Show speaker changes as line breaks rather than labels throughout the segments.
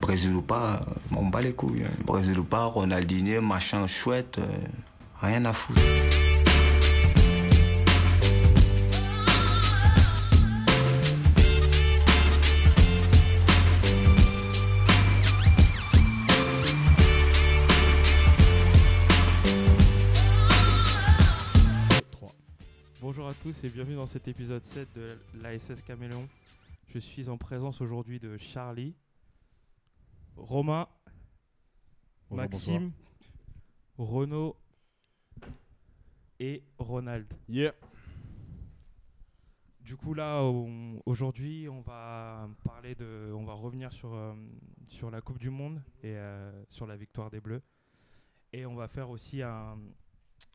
Brésil ou pas, euh, on bat les couilles. hein. Brésil ou pas, Ronaldinho, machin chouette, euh, rien à foutre.
Trois. Bonjour à tous et bienvenue dans cet épisode 7 de l'ASS Caméléon. Je suis en présence aujourd'hui de Charlie, Romain,
Bonjour,
Maxime, Renaud et Ronald.
Yeah.
Du coup là on- aujourd'hui on va parler de on va revenir sur euh, sur la Coupe du monde et euh, sur la victoire des Bleus et on va faire aussi un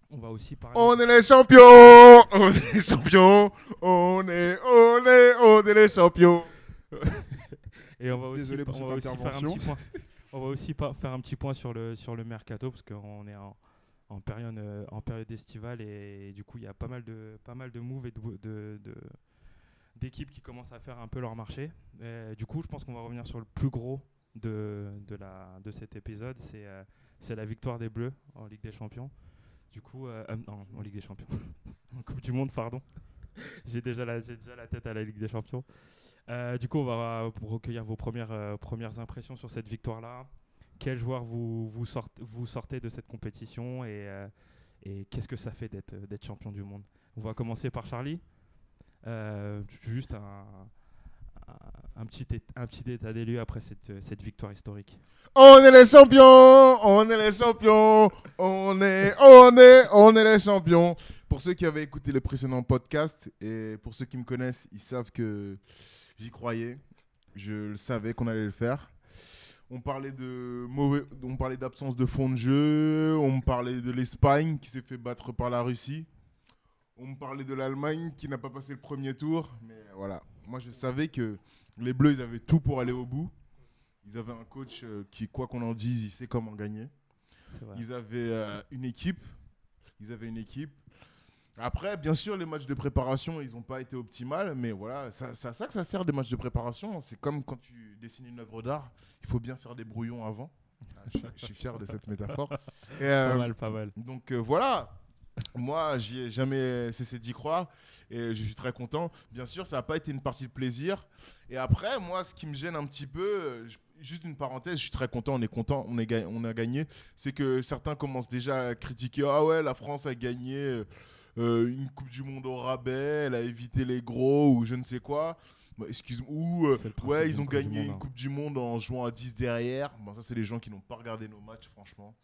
on va aussi parler
On est les champions, on est les champions, on est, on est, on est les champions.
Et on va aussi,
Désolé pour
on
cette
va aussi faire un
intervention.
petit point. On va aussi pas- faire un petit point sur le sur le mercato parce qu'on est en, en période euh, en période estivale et, du coup il y a pas mal de pas mal de moves et de de- de- d'équipes qui commencent à faire un peu leur marché. Euh, du coup, je pense qu'on va revenir sur le plus gros de, de la de cet épisode, c'est euh, c'est la victoire des Bleus en Ligue des Champions. Du coup, euh, euh, non, en Ligue des Champions, en Coupe du Monde, pardon. j'ai déjà la j'ai déjà la tête à la Ligue des Champions. Euh, du coup, on va euh, recueillir vos premières, euh, premières impressions sur cette victoire-là. Quel joueur vous, vous, sortez, vous sortez de cette compétition et, euh, et qu'est-ce que ça fait d'être euh, d'être champion du monde On va commencer par Charlie. Euh, ju- juste un, un- un petit, é- un petit état des lieux après cette, euh, cette victoire historique.
On est les champions, on est les champions, on est, on est, on est les champions. Pour ceux qui avaient écouté le précédent podcast et pour ceux qui me connaissent, ils savent que j'y croyais, je le savais qu'on allait le faire. On parlait de mauvais, on parlait d'absence de fond de jeu, on me parlait de l'Espagne qui s'est fait battre par la Russie, on me parlait de l'Allemagne qui n'a pas passé le premier tour. Mais voilà, moi je savais que les Bleus ils avaient tout pour aller au bout. Ils avaient un coach euh, qui, quoi qu'on en dise, il sait comment gagner.
C'est vrai.
Ils avaient euh, une équipe. Ils avaient une équipe. Après, bien sûr, les matchs de préparation, ils n'ont pas été optimales, mais voilà, c'est à ça que ça sert des matchs de préparation. C'est comme quand tu dessines une œuvre d'art, il faut bien faire des brouillons avant. Ah, je, je suis fier de cette métaphore. Et,
Pas
euh,
mal, pas mal.
donc euh, voilà, moi j'y ai jamais cessé d'y croire et je suis très content. Bien sûr, ça n'a pas été une partie de plaisir. Et après, moi, ce qui me gêne un petit peu, euh, je- juste une parenthèse, je suis très content, on est content, on, est ga- on a gagné. C'est que certains commencent déjà à critiquer Ah ouais, la France a gagné euh, euh, une Coupe du Monde au rabais, elle a évité les gros ou je ne sais quoi. Bah, Excuse-moi, ou euh,
C'est le principe
ouais,
d'une
ils ont
Coupe du
gagné
Monde, hein.
une Coupe du Monde en jouant à 10 derrière. Bon, ça, c'est les gens qui n'ont pas regardé nos matchs, franchement.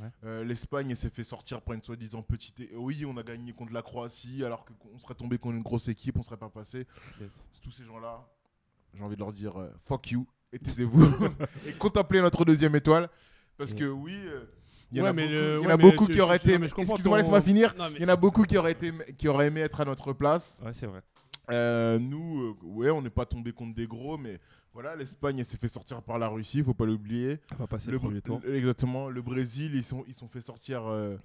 Ouais.
Euh, L'Espagne elle s'est fait sortir pour une soi-disant petite. é- Oui, on a gagné contre la Croatie, alors que qu'on serait tombé contre une grosse équipe, on serait pas passé.
Yes.
Tous ces gens-là, j'ai envie de leur dire euh, fuck you, et taisez-vous, et contemplez notre deuxième étoile. Parce que oui, euh, il y en
Ouais,
a
mais
beaucoup,
le-
il y en
ouais,
a
mais
beaucoup
je-
qui
je-
auraient
je- non,
été.
mais je comprends
Excuse-moi,
ton-
laisse-moi finir.
Non, mais-
Il y en a beaucoup qui auraient, été, qui auraient aimé être à notre place.
Ouais, c'est vrai.
Euh, nous, euh, ouais, on n'est pas tombé contre des gros, mais voilà, l'Espagne elle s'est fait sortir par la Russie, faut pas l'oublier.
On va passer le,
Le
premier
Br-
tour.
le- Exactement. Le Brésil, ils sont, ils sont fait sortir euh,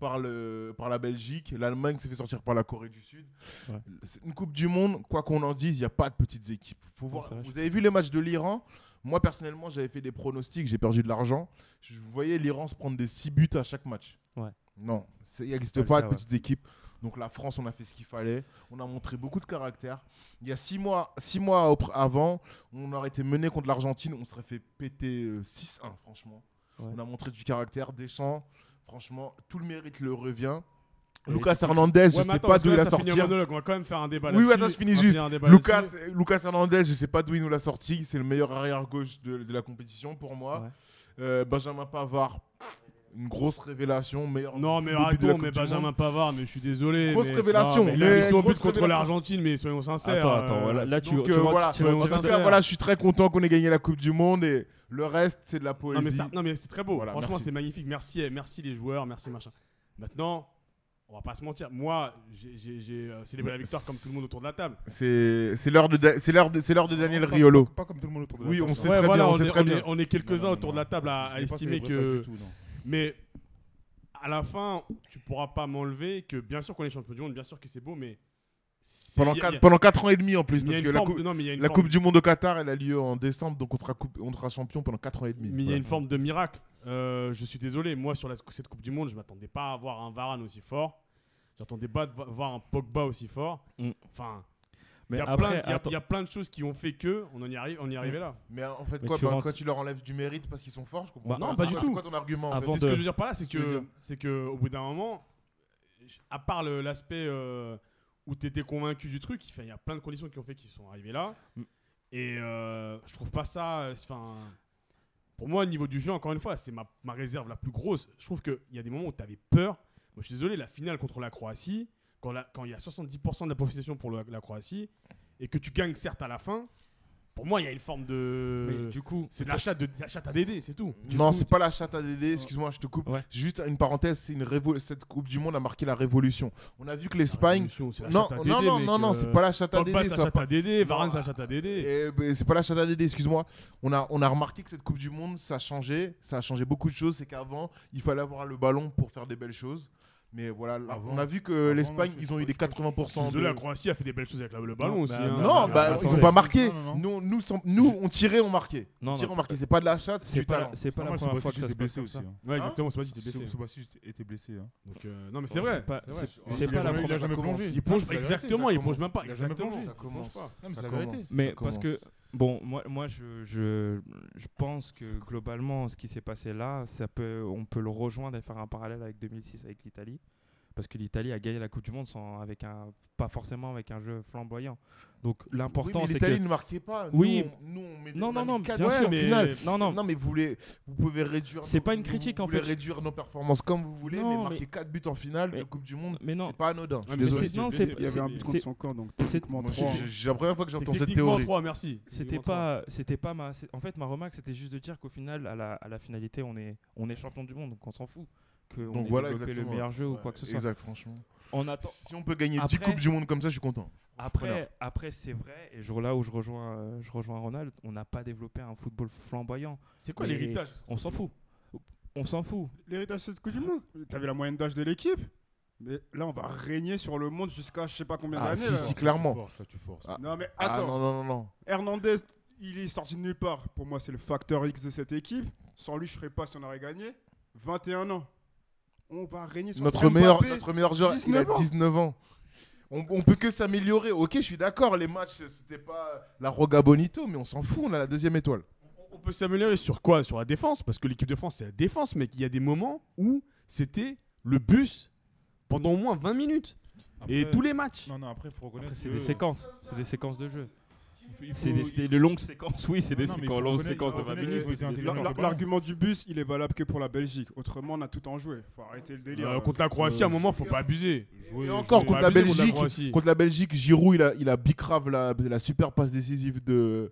par, le, par la Belgique. L'Allemagne s'est fait sortir par la Corée du Sud.
Ouais.
C'est une Coupe du Monde, quoi qu'on en dise, il n'y a pas de petites équipes. Faut voir.
c'est vrai, je
Vous avez vu les matchs de l'Iran Moi, personnellement, j'avais fait des pronostics, j'ai perdu de l'argent. Je voyais l'Iran se prendre des 6 buts à chaque match.
Ouais.
Non, c'est- il
C'est pas
n'existe pas,
le
de
cas, ouais.
petites équipes. Donc la France, on a fait ce qu'il fallait. On a montré beaucoup de caractère. Il y a 6 mois, six mois auprès- avant, on aurait été mené contre l'Argentine, on serait fait péter euh, 6-1, franchement.
Ouais.
On a montré du caractère, des champs. Franchement, tout le mérite le revient.
Et
Lucas Hernandez, je
Ouais, mais
sais
attends,
pas
parce que
d'où il
là,
a
ça
sorti. hein.
finit en monologue, On va quand même faire un débat
Oui, oui,
là-dessus.
attends, je finis
On va
juste.
finir un débat
Lucas,
là-dessus.
Lucas Hernandez, je sais pas d'où il nous l'a sorti. C'est le meilleur arrière-gauche de, de la compétition pour moi.
Ouais.
Euh, Benjamin Pavard, une grosse révélation. Meilleur
Non, mais
début de la
arrêtons,
Coupe
mais
du Monde.
Benjamin Pavard, mais je suis désolé.
Grosse
mais-
révélation,
Non, mais là,
mais
Ils sont en plus
grosse
contre
révélation.
l'Argentine, mais soyons sincères.
Attends,
euh,
attends, voilà, là tu,
Donc,
tu
euh,
vois,
voilà,
tu
tu
vois,
vois,
tu
on
vois-
Donc
sincère.
ça, voilà, je suis très content qu'on ait gagné la Coupe du Monde et le reste, c'est de la
Non,
poésie.
mais, ça- non, mais c'est très beau.
Voilà,
Franchement,
merci.
c'est magnifique. Merci, eh, merci les joueurs, merci machin. Maintenant, on va pas se mentir. Moi, j'ai- j'ai j'ai, euh, célébré la victoire comme tout le monde autour de la table.
C'est c'est l'heure de, Da- c'est l'heure de, c'est l'heure de Daniel
Pas-
Riolo.
Pas, pas comme tout le monde autour de la
Oui,
table.
on sait
Ouais,
très
voilà,
bien, on
on
sait
est-
très
on est-
bien.
on est quelques-uns
Non, non,
autour de la table à, à
Je n'ai pas
estimer
célébré ça
que.
du tout, non.
Mais à la fin, tu pourras pas m'enlever que bien sûr qu'on est champion du monde, bien sûr que c'est beau, mais c'est-
Pendant
il y a-
4,
il y a-
pendant quatre ans et demi en plus,
il y a
parce
une
que la,
forme
coupe,
de- non, mais il y a une
la
forme-
Coupe du Monde au Qatar, elle a lieu en décembre, donc on sera, coupe- on sera champion pendant 4 ans et demi.
Mais il y a
Voilà.
une forme de miracle. Euh, je suis désolé, moi sur la- cette Coupe du Monde, je m'attendais pas à voir un Varane aussi fort. J'attendais pas de vo- voir un Pogba aussi fort.
Mm.
Enfin, il
Mais
y, a plein-
après,
il y a-
attends-
il y a plein de choses qui ont fait que on en y arrive, on y arrivait là.
Mais en fait,
Mais
quoi,
tu
bah,
rentres-
quoi, tu leur enlèves du mérite parce qu'ils sont forts, je comprends
Bah,
non, pas
C'est
du
quoi-
tout.
C'est quoi ton argument en fait
Avant
C'est ce que
de-
je veux dire par là, c'est
Tu veux
que
dire.
c'est que au bout d'un moment, à part le- l'aspect euh, où tu étais convaincu du truc, enfin, il y a plein de conditions qui ont fait qu'ils sont arrivés là.
Mm.
Et euh, je trouve pas ça. euh, Enfin, pour moi, au niveau du jeu, encore une fois, c'est ma, ma réserve la plus grosse. Je trouve qu'il y a des moments où tu avais peur. Moi, je suis désolé, la finale contre la Croatie, quand la- quand il y a 70% de la possession pour le- la Croatie, et que tu gagnes certes à la fin, pour moi, il y a une forme
mais
de.
du coup,
C'est de la chatte, de, de la chatte à Dédé, c'est tout.
Du
non,
coup,
c'est pas la chatte à Dédé, excuse-moi, je te coupe.
Ouais.
Juste une parenthèse, c'est une révo- cette Coupe du Monde a marqué la révolution. On a vu que l'Espagne. Non, non, non, non,
euh,
non, c'est pas la chatte à Dédé. ça va pas-
Dédé, Varane,
Non,
c'est la chatte à Dédé.
Eh ben, c'est pas la chatte à Dédé, excuse-moi. On a, on a remarqué que cette Coupe du Monde, ça a changé. Ça a changé beaucoup de choses. C'est qu'avant, il fallait avoir le ballon pour faire des belles choses. Mais voilà, là,
Avant-
on a vu que
avant,
l'Espagne,
c'est-
ils ont eu des 80%.
Désolé,
de-
la Croatie a fait des belles choses avec la- le ballon
Non,
aussi.
bah,
hein.
Non,
Ah,
bah,
attends,
ils ont
mais-
pas marqué.
Non, non, non.
Nous, nous, sans- nous, on tirait, on marquait.
Non,
on tirait,
non.
on marquait. C'est pas de la chatte, c'est
c'est
du
pas,
talent.
la- c'est pas la
Normal,
première
Subasic
fois que ça se
était
passe
blessé
comme
aussi.
ça.
hein.
Ouais, exactement, c'est pas dit, t'es blessé.
Subasic était blessé. hein.
Donc, euh, non, mais c'est
Ouais,
vrai.
C'est pas,
c'est vrai.
c'est-
Ouais,
c'est
il a
pas la
jamais- il a
première.
jamais plongé.
Il plonge
Non, c'est la vérité,
exactement,
ça
il plonge
commence.
même pas.
Il a jamais
Exactement.
plongé.
Ça commence.
plonge pas.
Ça
Non, mais c'est la
commence.
vérité.
Ça
Mais parce que,
commence.
bon, moi, moi je, je, je pense que globalement, ce qui s'est passé là, ça peut, on peut le rejoindre et faire un parallèle avec 2006 avec l'Italie. Parce que l'Italie a gagné la Coupe du Monde sans, avec un, pas forcément avec un jeu flamboyant. Donc l'important,
oui, mais
c'est
l'Italie
que.
ne marquait pas. Nous,
Oui.
on- nous, on met
Non,
on a
non,
mis
non,
quatre
bien
points
sûr,
en
mais-
finale.
Non, non.
Non, mais vous, voulez, vous pouvez réduire.
C'est
nos-
pas une
vous-
critique, en
Vous
fait.
pouvez réduire nos performances comme vous voulez,
Non,
mais
mais-
marquer 4 buts en finale de
Mais-
Coupe du Monde,
Mais non,
c'est pas anodin. Je
Ouais,
suis
mais
désolé.
c'est- non,
blessé,
c'est-
Il y avait un but
c'est-
contre son camp, donc techniquement
Moi,
3.
c'est- C'est la première fois que j'entends cette
Techniquement,
théorie.
3, merci.
C'était pas, c'était pas ma. c'est- En fait, ma remarque, c'était juste de dire qu'au final, à la, à la finalité, on est, on est champion du monde, donc on s'en fout que on
Donc
ait
voilà,
développé le
exactement.
meilleur jeu ou
Ouais,
quoi que ce soit.
Exact, franchement.
On attend.
Si on peut gagner 10
Après-
Coupes du Monde comme ça, je suis content.
Après, après, c'est vrai. Et je, là où je rejoins, euh, je rejoins Ronald, on n'a pas développé un football flamboyant.
C'est quoi
Mais-
l'héritage
On s'en fout. On s'en fout.
L'héritage de cette Coupe du Monde. T'avais la moyenne d'âge de l'équipe. Mais là, on va régner sur le monde jusqu'à je sais pas combien
Ah,
d'années.
si,
là.
si, clairement.
Tu forces, là, tu forces.
Ah.
Non, mais
Ah
euh, attends.
non, non, non, non.
Hernandez, il est sorti de nulle part. Pour moi, c'est le facteur X de cette équipe. Sans lui, je ne serais pas si on aurait gagné. 21 ans. On va régner sur
Notre
Mbappé.
meilleur, notre meilleur joueur, il a
19 ans.
19 ans. On, on peut que s'améliorer. Ok, je suis d'accord, les matchs, c'était pas la Roga Bonito, mais on s'en fout, on a la deuxième étoile.
On peut s'améliorer sur quoi Sur la défense, parce que l'équipe de France, c'est la défense, mais qu'il y a des moments où c'était le bus pendant au moins 20 minutes. Et
Après-
tous les matchs.
Non, non, après, il faut reconnaître.
Après, c'est
que-
des séquences. C'est des séquences de jeu.
il faut-
C'est
il
des,
faut-
c'est des longues séquences, oui, c'est des
Non, mais il
séquences,
faut
longues
reconnaître-
séquences de
il faut
20
reconnaître
minutes.
qu'il
mais
faut
c'est des
L'ar-
séquences.
l'ar- L'argument du bus, il est valable que pour la Belgique. Autrement, on a tout en joué. Faut arrêter le délire.
Euh, contre la Croatie, à un moment, faut pas abuser.
Et encore
jouer.
contre
Abusé contre
la
la
Belgique,
Croatie.
contre la Belgique, Giroud il a, il a bicrave la, la super passe décisive de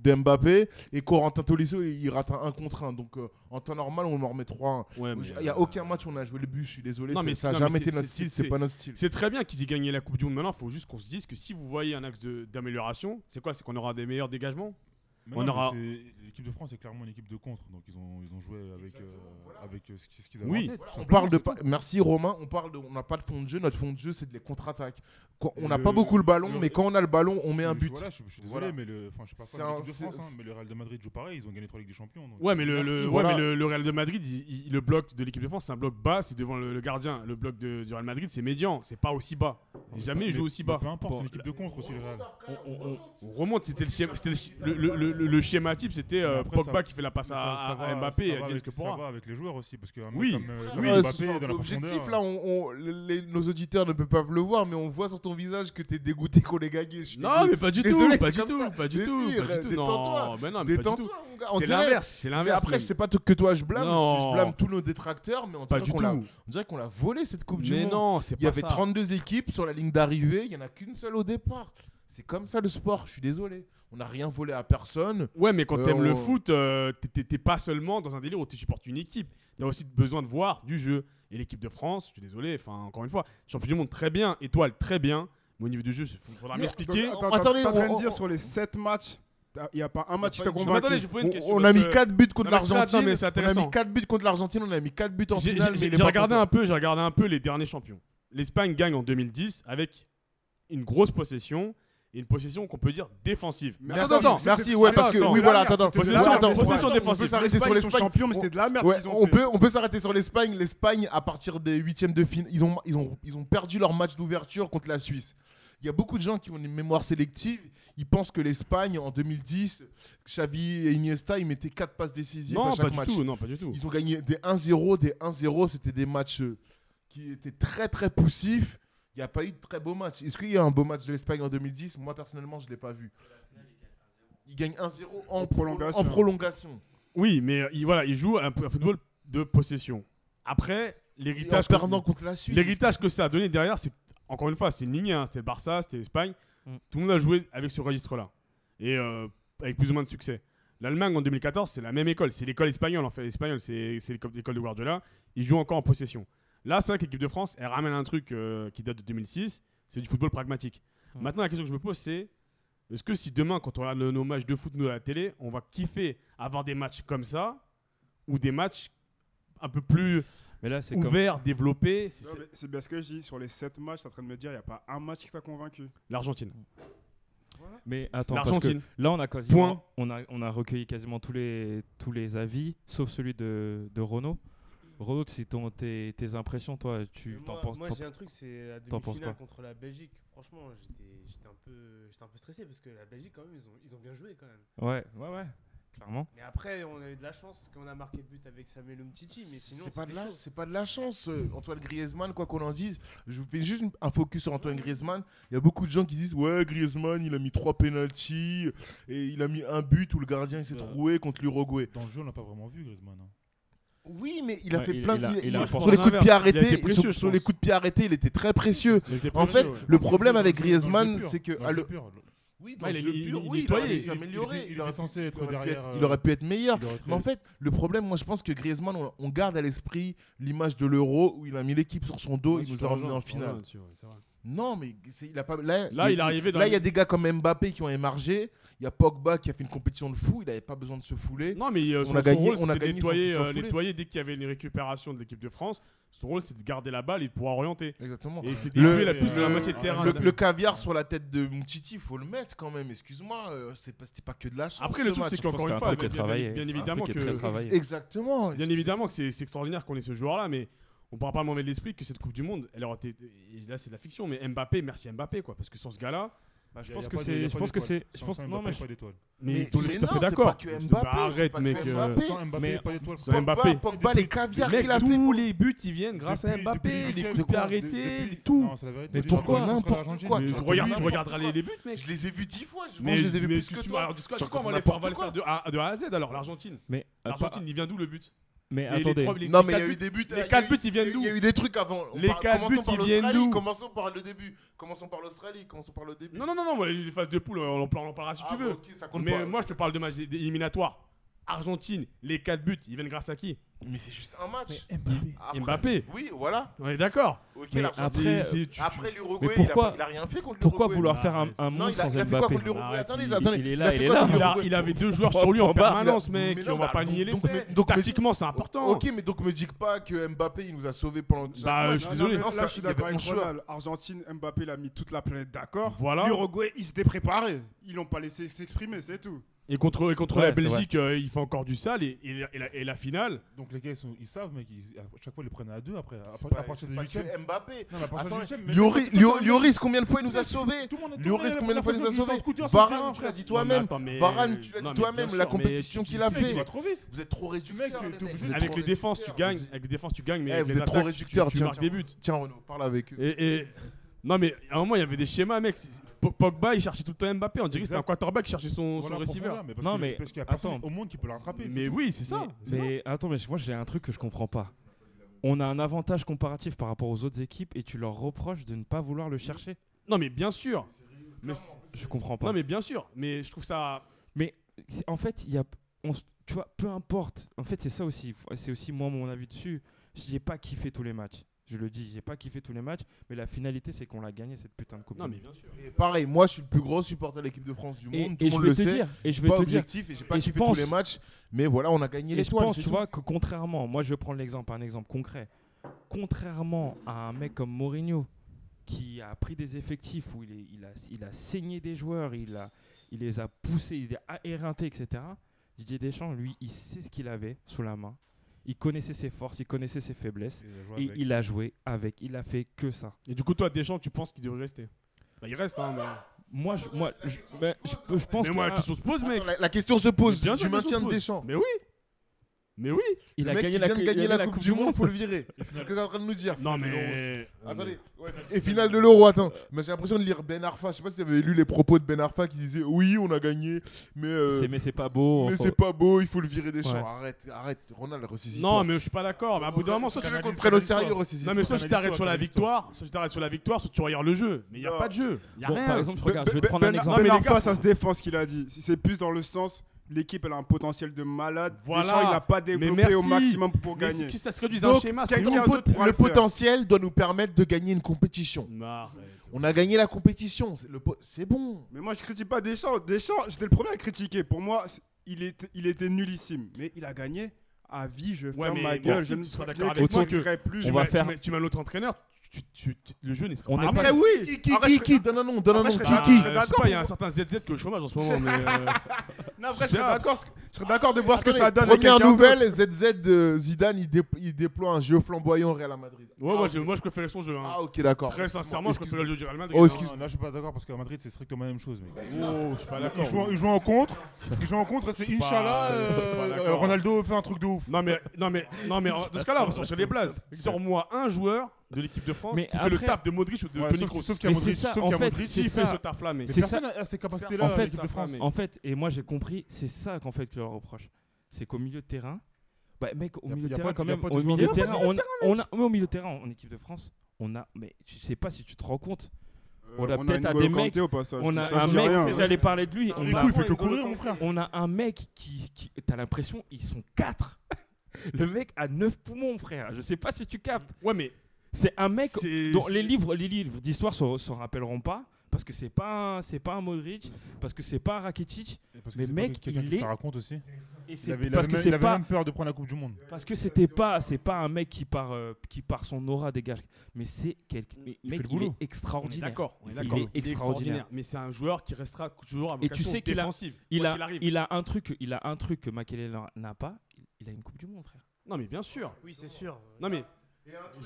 d'Mbappé et Corentin Tolisso il il rate un 1 contre 1 donc euh, en temps normal on en remet 3
Ouais,
1
mais- euh,
il n'y a aucun match où on a joué le but je suis désolé
Non,
c'est-
mais
ça
c'est-
n'a
non,
jamais
mais
été
c'est-
notre
c'est-
style
c'est-
c'est pas notre style
C'est très bien qu'ils aient gagné la Coupe du Monde. Maintenant, il faut juste qu'on se dise que si vous voyez un axe de- d'amélioration, c'est quoi C'est qu'on aura des meilleurs dégagements
Mais
On
mais
aura-
c'est- L'équipe de France est clairement une équipe de contre. Donc, ils ont, ils ont joué avec, euh, avec euh, ce qu'ils ce qu'ils avaient.
Oui.
en tête, tout
on
simplement.
parle de pas- merci Romain on parle de- on n'a pas de fond de jeu notre fond de jeu c'est de les contre-attaques Quand- on n'a
Le-
pas beaucoup le ballon
le-
mais quand on a le ballon on met un
Je-
but Euh,
Voilà, je, je suis désolé,
Voilà.
mais le, enfin, je suis pas
C'est
fan de l'équipe
un-
de France,
c'est-
hein, mais le Real de Madrid joue pareil, ils ont gagné trois Ligues des Champions. donc- euh,
Ouais, mais le,
Merci,
le- ouais,
voilà.
mais le- le Real de Madrid, il- il- le bloc de l'équipe de France, c'est un bloc bas, c'est devant le, le gardien. Le bloc de- du Real Madrid, c'est médian, c'est pas aussi bas. Et jamais il
Mais-
joue aussi
mais
bas.
Peu importe, c'est
Bon,
une équipe de contre aussi le Real.
on, on- on remonte, c'était le, schéma- c'était le schi- le, le- le- le- le schéma type, c'était euh,
Mais après,
Pogba
ça-
qui fait la passe
Ça-
à,
ça
à-
va-
à Mbappé,
ça
et
va
Agnes
avec-
que
Ça
pourra.
va avec les joueurs aussi, parce que
Oui.
comme, euh,
Oui,
Mbappé
ce soir,
dans la
l'objectif
profondeur,
là, on, on- les- nos auditeurs ne peuvent pas le voir, mais on voit sur ton visage que t'es dégoûté qu'on ait gagné. Je suis
Non,
dégoûté.
mais pas du
Désolé,
tout, pas
c'est
du
comme
tout,
ça.
pas du
Mais
tout,
si, euh,
pas du tout.
détends-toi.
Non, mais non, Ah, mais pas du tout.
Détends-toi, mon gars. On
C'est
dirait-
l'inverse, c'est
Mais
l'inverse.
après,
mec.
c'est pas que toi je blâme,
Non.
je blâme tous nos détracteurs, mais on
pas
dirait
du
qu'on l'a, on
tout.
dirait qu'on l'a volé cette Coupe du
Mais
Monde.
non, c'est pas
Il y avait
ça.
32 équipes sur la ligne d'arrivée, il y en a qu'une seule au départ. C'est comme ça le sport, je suis désolé. On n'a rien volé à personne.
Ouais, mais quand
Euh,
t'aimes le
on-
foot, euh, t'es- t'es t'es pas seulement dans un délire où tu supportes une équipe. T'as aussi besoin de voir du jeu. Et l'équipe de France, je suis désolé, enfin encore une fois, champion du monde très bien, étoile très bien, mais au niveau du jeu, il faudra
Mais-
m'expliquer.
donc,
Attends,
Attendez,
Attendez, t'es en train
on-
de
on-
dire sur les 7 matchs, il n'y a pas un match qui
pas
t'a
une- je
convaincu.
M'attendez, je vous pose une
On,
question.
on a
parce
mis
que
4 buts contre
Non, mais c'est-
l'Argentine,
attends, mais c'est
on a mis
intéressant.
4 buts contre l'Argentine, on a mis 4 buts en
j'ai-
finale. mais
J'ai
il est
j'ai
pas
regardé
content.
un peu, j'ai regardé un peu les derniers champions. L'Espagne gagne en 2010 avec une grosse possession, et une possession qu'on peut dire défensive.
Mais
Attends,
attends,
attends,
c'était-
merci,
c'était
ouais,
de
parce
la
que,
merde,
oui,
c'était
voilà,
de
attends,
la
attends,
merde, c'était
de la
attends,
merde,
attends,
possession
attends, on peut
défensive.
s'arrêter sur
L'Espagne, ils sont
l'Espagne.
champions, mais c'était de la merde.
Ouais,
ce qu'ils ont
on,
fait.
peut, on peut s'arrêter sur l'Espagne. L'Espagne, à partir des huitièmes de finale, ils ont, ils, ont, ils ont perdu leur match d'ouverture contre la Suisse. Il y a beaucoup de gens qui ont une mémoire sélective. Ils pensent que l'Espagne, en 2010, Xavi et Iniesta, ils mettaient 4 passes décisives
Non,
à chaque
pas du
match.
tout, non, pas du tout.
Ils ont gagné des 1-0, des 1-0. C'était des matchs euh, qui étaient très, très poussifs. Il n'y a pas eu de très beaux matchs. Est-ce qu'il y a un beau match de l'Espagne en 2010 Moi, personnellement, je ne l'ai pas vu. Ils gagnent 1-0 en, prolongation.
En prolongation.
En prolongation.
Oui, mais euh, il, voilà, il joue un, peu- un football de possession. Après,
Et en
l'héritage qu'on-
perdant contre la Suisse.
l'héritage que ça a donné derrière, c'est encore une fois, c'est une ligne, hein, c'était le Barça, c'était l'Espagne.
Mm.
Tout le monde a joué avec ce registre-là et euh, avec plus ou moins de succès. L'Allemagne en 2014, c'est la même école, c'est l'école espagnole en fait. Espagnole, c'est c'est l'école l'école de Guardiola. Ils jouent encore en possession. Là, c'est vrai que l'équipe de France, elle ramène un truc euh, qui date de 2006, c'est du football pragmatique.
Mm.
Maintenant, la question que je me pose, c'est est-ce que si demain, quand on regarde nos matchs de foot nous à la télé, on va kiffer avoir des matchs comme ça ou des matchs un peu plus
Mais là, c'est comme.
ouverts, développés c'est-
Non,
c'est
mais C'est bien ce que je dis. Sur les 7 matchs, t'es en train de me dire, il n'y a pas un match qui t'a convaincu.
L'Argentine.
Mais attends, parce que
L'Argentine.
là, on a quasiment.
Point.
On a, on a recueilli quasiment tous les, tous les avis, sauf celui de, de Renaud. Renaud, c'est ton, tes, tes impressions, toi, tu
Mais
t'en
moi,
penses.
Moi,
t'en-
j'ai un truc, c'est la
t'en penses
demi-finale
quoi
contre la Belgique. Franchement, j'étais j'étais un, peu- j'étais un peu stressé parce que la Belgique, quand même, ils ont, ils ont bien joué quand même.
Ouais, ouais, ouais, clairement.
Mais après, on a eu de la chance parce qu'on a marqué but avec Samuel Umtiti. Mais sinon,
c'est pas, de
c'était
la-
chaud.
c'est pas de la chance. euh, Antoine Griezmann, quoi qu'on en dise, je vous fais juste une- un focus sur Antoine Griezmann. Il y a beaucoup de gens qui disent Ouais, Griezmann, il a mis trois pénalties et il a mis un but où le gardien il s'est
Euh.
troué contre l'Uruguay.
Dans le jeu, on l'a pas vraiment vu, Griezmann. hein.
Oui, mais il a
Ouais,
fait
il-
plein
il a-
il-
il a
il-
un
sur
portage
les coups de pied
inverse. Il a
arrêtés.
été précieux,
sur,
je
sur les
pense.
coups de pied arrêtés, il était très précieux. En fait, le problème avec Griezmann, c'est que.
Dans
à
le jeu
le-
pur, le-
Oui,
Ah, il
le
est-
jeu
il-
pur,
il
oui,
est
il aurait
nettoyé,
pu s'améliorer,
Il est censé
il
être
aurait pu
derrière.
être-
euh,
il aurait pu être meilleur.
il aurait pu
Mais en
être-
fait, le problème, moi, je pense que Griezmann, on, on garde à l'esprit l'image de l'Euro où il a mis l'équipe sur son dos,
Ouais,
il
je
nous
te
a emmenés
rejoins,
en
je te rejoins
finale.
là-dessus, ouais, c'est vrai.
Non, mais c'est- il a pas. Là,
Là,
il-
il est arrivé dans
là,
les-
il y a des gars comme Mbappé qui ont émargé. Il y a Pogba qui a fait une compétition de fou. Il n'avait pas besoin de se fouler.
Non, mais euh,
On
son,
a
son
gagné-
rôle,
on
c'était
a
de
gagné
nettoyer,
sans- sans
euh,
fouler.
nettoyer dès qu'il y avait une récupération de l'équipe de France. Son rôle, c'est de garder la balle et de pouvoir orienter.
Exactement.
Et c'était
Le-
jouer la
le-
plus à la
le-
moitié de terrain.
Le, le caviar sur la tête de Moutiti, il faut le mettre quand même. Excuse-moi, euh, c'est pas- c'était pas que de la chance.
Après,
ce
le truc,
match.
c'est
Je pense
qu'encore
que-
c'est un
une fois,
truc qui
bien,
est travaillé.
bien
c'est un
évidemment
truc qui est très
que
travaillé.
Exactement.
Bien évidemment que c'est c'est extraordinaire qu'on ait ce joueur-là, mais on ne pourra pas m'enlever de l'esprit que cette Coupe du Monde, elle aurait été. et là, c'est de la fiction, mais Mbappé, merci Mbappé, quoi. Parce que sans ce gars-là.
Bah, je
y a-
pense
y a
que
pas de-
c'est-
y a
je
pas
pense que
d'étoile.
c'est-
Sans-
je pense-
sans
non,
Mbappé,
mais je-
pas d'étoile.
Mais,
Mais-
tout le monde
mais
est tout à fait
non, c'est
d'accord.
pas que
Bah,
Mbappé, c'est
Arrête,
pas que
mec. euh,
Mbappé.
Sans Mbappé,
Mais-
pas d'étoile.
sans Mbappé.
Pogba, Pogba, les caviars
Mec,
qu'il a fait.
tous les buts, ils viennent grâce à
Depuis- depuis
Mbappé.
le
Les
huitième,
coups de pied
quoi,
arrêtés,
depuis-
les- tout.
Non, c'est la vérité.
Mais
Depuis le
pourquoi
Japon contre
N'importe
l'Argentine.
quoi,
Mais
tu
tu
regardes-
regardes-
Regarde, tu
tu regardes-
regarderas les, les buts, mec.
Je les ai vus dix fois. Je
Mais
pense que je les ai vus plus
excuse-moi,
que toi.
alors, dis- quoi,
Tu
quoi, on va les
racontes
faire, on va les faire
n'importe
de, A, de A à Z alors l'Argentine.
Mais, euh, pas-
L'Argentine, il vient d'où le but
mais
Et les
attendez,
trois- les-
Non,
les
mais il y a
quatre
eu
buts-
des buts. euh,
les
il y a
quatre
eu-
buts, ils viennent
Il y a
d'où
eu des trucs avant. On
Les
parle-
quatre
commençons
buts,
par
ils viennent
l'Australie,
d'où
Commençons par le début. Commençons par l'Australie. Commençons par le début.
Non, non, non, non, moi, les phases de poule, on en on en parlera si
Ah,
tu
bah,
veux.
ok, ça compte
mais
pas.
moi, je te parle de match des- des éliminatoires. Argentine, les 4 buts, ils viennent grâce à qui
mais c'est juste un match. Après-
Mbappé.
Oui, voilà.
On est d'accord.
Ok,
Mais
l'Argentine.
après-
C'est- tu- tu- Après l'Uruguay,
Mais
il a
pourquoi-
pas- il a rien fait contre
pourquoi
l'Uruguay.
vouloir faire un,
arrête.
un
Non,
monde
il a
sans
il a fait quoi
Mbappé
contre l'Uruguay
Arrête,
Attendez,
il-
attendez.
il est
a
là,
fait
il est
quoi
là.
contre
Il, a-
l'Uruguay
il avait deux joueurs
Trois
sur lui en
points bas.
permanence,
Mais
mec.
non,
on va
bah,
pas
donc-
nier les
donc-
faits.
mais- donc-
Tactiquement, c'est important.
Ok, mais donc me dis pas que Mbappé il nous a sauvés pendant. chaque
Bah,
match.
je suis désolé.
mais
Non,
ça,
là, je suis
il y avait
d'accord avec
onze joueurs.
Ronald. Argentine, Mbappé, il a mis toute la planète d'accord.
Voilà.
L'Uruguay, ils s'étaient préparés. Ils l'ont pas laissé s'exprimer, c'est tout.
Et contre, et contre
Ouais,
la
c'est vrai.
Belgique, euh, il fait encore du sale. Et, et la- et la, et la finale,
Donc les gars, ils, sont- ils savent, mais à chaque fois, ils les prennent à deux après. À,
C'est
part-
pas-
à partir
c'est
des
pas
huitièmes.
que Mbappé.
Non, mais à partir
Attends,
des huitièmes. mais-
Lloris,
mais-
Lio- Lloris, combien de fois il nous a
Mais-
sauvés
Tout le monde est- tout le monde
Lloris,
est-
combien de fois il nous a
il est en
sauvés
scooter, son
Varane,
terrain,
tu l'as
frère.
dit
Non, mais
toi-même.
attends, mais-
Varane, tu l'as
non,
dit
mais
toi-même.
bien
La
sûr, mais
compétition
tu-
qu'il
tu
a
sais,
fait.
tu vas trop vite.
Vous êtes trop
Mec,
réducteurs.
t'es
les mecs.
obligé
Vous êtes
Avec
trop
les défenses, tu
réducteurs.
gagnes. Avec les défenses, tu gagnes. Mais
Eh,
avec
vous
les
êtes
attaques,
trop
tu-
réducteurs.
Tu,
tiens.
marques des buts.
Tiens, Renaud, parle avec eux.
Et, et- Non, mais à un moment, il y avait des schémas, mec. C'est- Po- Pogba, il cherchait tout le temps Mbappé. On dirait que c'était un
Exact.
quarterback qui cherchait son,
Voilà,
son
pour
receiver.
Fofana, parce
Non,
que-
mais-
Parce qu'il y a personne
attends.
au monde qui peut le rattraper. c'est
Mais
tout.
oui, c'est ça. c'est
mais, mais attends, mais je- moi j'ai un truc que je comprends pas. On a un avantage comparatif par rapport aux autres équipes et tu leur reproches de ne pas vouloir le chercher.
ça. Non, mais bien sûr. Mais c'est-
Je comprends pas.
non, mais bien sûr. Mais je trouve ça.
C'est- en fait, il y a, on s- tu vois, peu importe. En fait, c'est ça aussi. F- C'est aussi moi mon avis dessus. J'ai pas kiffé tous les matchs. Je le dis, j'ai pas kiffé tous les matchs, mais la finalité, c'est qu'on l'a gagné cette putain de coupe.
Non,
du
mais
Monde.
bien sûr.
Et pareil, moi je suis le plus gros supporter de l'équipe de France du monde.
et,
Tout
et
le
je
monde
vais
le
te
sait.
dire, et je vais
Pas
te dire,
objectif et j'ai
et
pas
je
kiffé
pense-
tous les matchs. Mais voilà, on a gagné
Et je
l'étoile.
pense,
c'est
tu
tout.
vois, que contrairement, moi je vais prendre l'exemple, un exemple concret. Contrairement à un mec comme Mourinho, qui a pris des effectifs où il, est- il, a, il a saigné des joueurs, il, a, il les a poussés, il les a éreintés, etc. Didier Deschamps, lui, il sait ce qu'il avait sous la main. Il connaissait ses forces, il connaissait ses faiblesses. Et il a joué avec, il a fait que ça.
Et du coup, toi, Deschamps, tu penses qu'il devrait rester Bah, il reste, hein, mais.
Moi, je, moi, je, ben, je peux- je pense
Mais moi,
que,
la
ah,
question se pose, mec
Attends, la, la question se pose.
Mais bien sûr
Tu
que la question
maintiens
se pose.
Deschamps.
Mais oui Mais oui
il
Le
a
mec,
gagné
il
la,
vient de
cou- il a
gagner la Coupe du Monde,
Monde.
faut le virer. C'est ce que t'es en train de nous dire.
Non,
Finale de
mais.
l'Euro. Attendez. ouais. Et finale de l'Euro, attends. Mais j'ai l'impression de lire Ben Arfa. Je sais pas si tu avais lu les propos de Ben Arfa qui disait Oui, on a gagné, mais, euh,
C'est- Mais c'est pas beau. on
mais
s'en-
c'est pas beau, il faut le virer Deschamps.
Ouais.
Arrête, arrête. Ronald, ressaisis.
Non, mais je suis pas d'accord. Mais à bout d'un moment, soit
tu
tu
veux qu'on te
analyse,
prenne au
analyse
sérieux,
toi.
ressaisis.
Non, mais soit tu t'arrêtes sur la
Analyse-toi.
victoire, soit tu t'arrêtes sur la victoire, soit tu regardes le jeu. Mais il n'y a
Non.
pas de jeu. Il a
Bon,
rien.
par exemple,
Ben-
Ah,
regarde, je vais te
Ben-
prendre un
Ben-
exemple.
Ben
Non, mais les
Arfa,
gars-
ça se défend ce qu'il a dit. C'est plus dans le sens, l'équipe elle a un potentiel de malade.
Voilà.
Deschamps, il n'a pas développé au
merci.
maximum pour
Mais
gagner.
si ça se réduit à un
Donc,
schéma, c'est
quelqu'un
long.
ouf.
d'autre-
pourra
le
le faire.
potentiel doit nous permettre de gagner une compétition.
Non, arrête.
On a gagné la compétition, c'est le po- c'est bon.
Mais moi, je critique pas Deschamps. Deschamps, j'étais le premier à le critiquer. Pour moi, c'est- il était, il était nullissime. Mais il a gagné. À vie, je
Ouais,
ferme
mais
ma
merci,
gueule.
tu
Je ne
seras
je
d'accord
ne
avec moi que-
critiquerai plus.
Tu
On va
mets- tu
faire-
mets- Tu mets un autre entraîneur, tu- tu- tu- le jeu n'est pas.
On n'est
Après, oui.
Qui, qui,
Après,
qui,
je serais-
qui Donne un nom, donne un
Après,
nom.
je
Qui,
serais-
Bah,
qui
je serais
je sais
d'accord
pas, il y a
pour-
un certain ZZ qui est au chômage en ce moment, mais. euh,
Non, après, je serais
Zidane.
d'accord ce- je serais d'accord de voir ce que
Attendez,
ça donne. à
Première
quelqu'un d'autre.
nouvelle, ZZ de Zidane, il, dé- il déploie un jeu flamboyant au Real à Madrid.
Ouais, moi, je, moi, je préférais son jeu. hein.
Ah ok, d'accord.
Très sincèrement, je préfère le jeu du Real Madrid.
Oh,
hein.
excuse-
Non, là, je suis pas d'accord parce qu'à Madrid, c'est strictement la même chose. mec.
Oh, je suis pas d'accord.
Ils jouent, ils jouent en contre. Ils jouent en contre. C'est
pas-
Inch'Allah.
je suis pas
euh,
d'accord.
Ronaldo fait un truc de ouf.
Non mais, non mais, non mais, en- dans ce cas-là, on va sortir les places. Sors-moi un joueur de l'équipe de France
Mais
qui fait le
après-
taf de Modric ou de
Ouais,
Toni
sauf-
Kroos.
Sauf
Mais
qu'il y a Modric.
c'est ça,
Sauf
en
qu'il y a
fait,
Modric.
Qui
c'est ça.
fait ce taf-là, mais
Mais
C'est
personne n'a ces capacités-là
En
en
fait,
l'équipe de France.
En fait, et moi j'ai compris, c'est ça qu'en fait que je leur reproche. C'est qu'au milieu de terrain, bah mec, au
Y a-
milieu
y
de
a
terrain
pas de-
quand
y a
même,
pas de
au
joueur
milieu de
de
terrain, on a, on a- mais au milieu de terrain, en équipe de France, on a, mais tu sais pas si tu te rends compte,
Euh,
On a
un
peut-être à
N'Golo
des mecs-
Kanté au
Bah,
passage.
on
Je
a
dis ça,
un
je dis
mec,
rien.
hein.
hein.
j'allais parler de
Ah,
lui, on
Rico,
a,
il fait que courir, mon frère.
on a un mec qui, qui t'as l'impression ils sont quatre. Le mec a neuf poumons, frère. Je sais pas si tu captes.
Ouais, mais
C'est un mec
c'est.
dont les livres, les livres d'histoire se, se rappelleront pas parce que c'est pas, un- c'est pas un Modric, parce que c'est pas un Rakitic.
Parce que
Mais
c'est
mec,
pas quelqu'un
il
qui se
est-
la raconte aussi.
Et
Il
c'est
avait, il
parce
avait
que
même- il
c'est
avait
pas
même peur de prendre la Coupe du Monde.
parce que c'était pas c'est pas un mec qui part euh, qui part son aura dégage mais c'est quelqu'un mais
Il
mec,
fait le
il est
boulot.
On est
extraordinaire
d'accord, on est
Il
d'accord.
est extraordinaire.
Mais c'est un joueur qui restera toujours à
Et tu
vocation
sais qu'il a-
défensive.
il
quoi
a
qu'il arrive.
il a un truc il a un truc que Makelele n'a- n'a pas il- il a une coupe du monde frère
Non mais bien sûr.
Oui, c'est sûr.
Non mais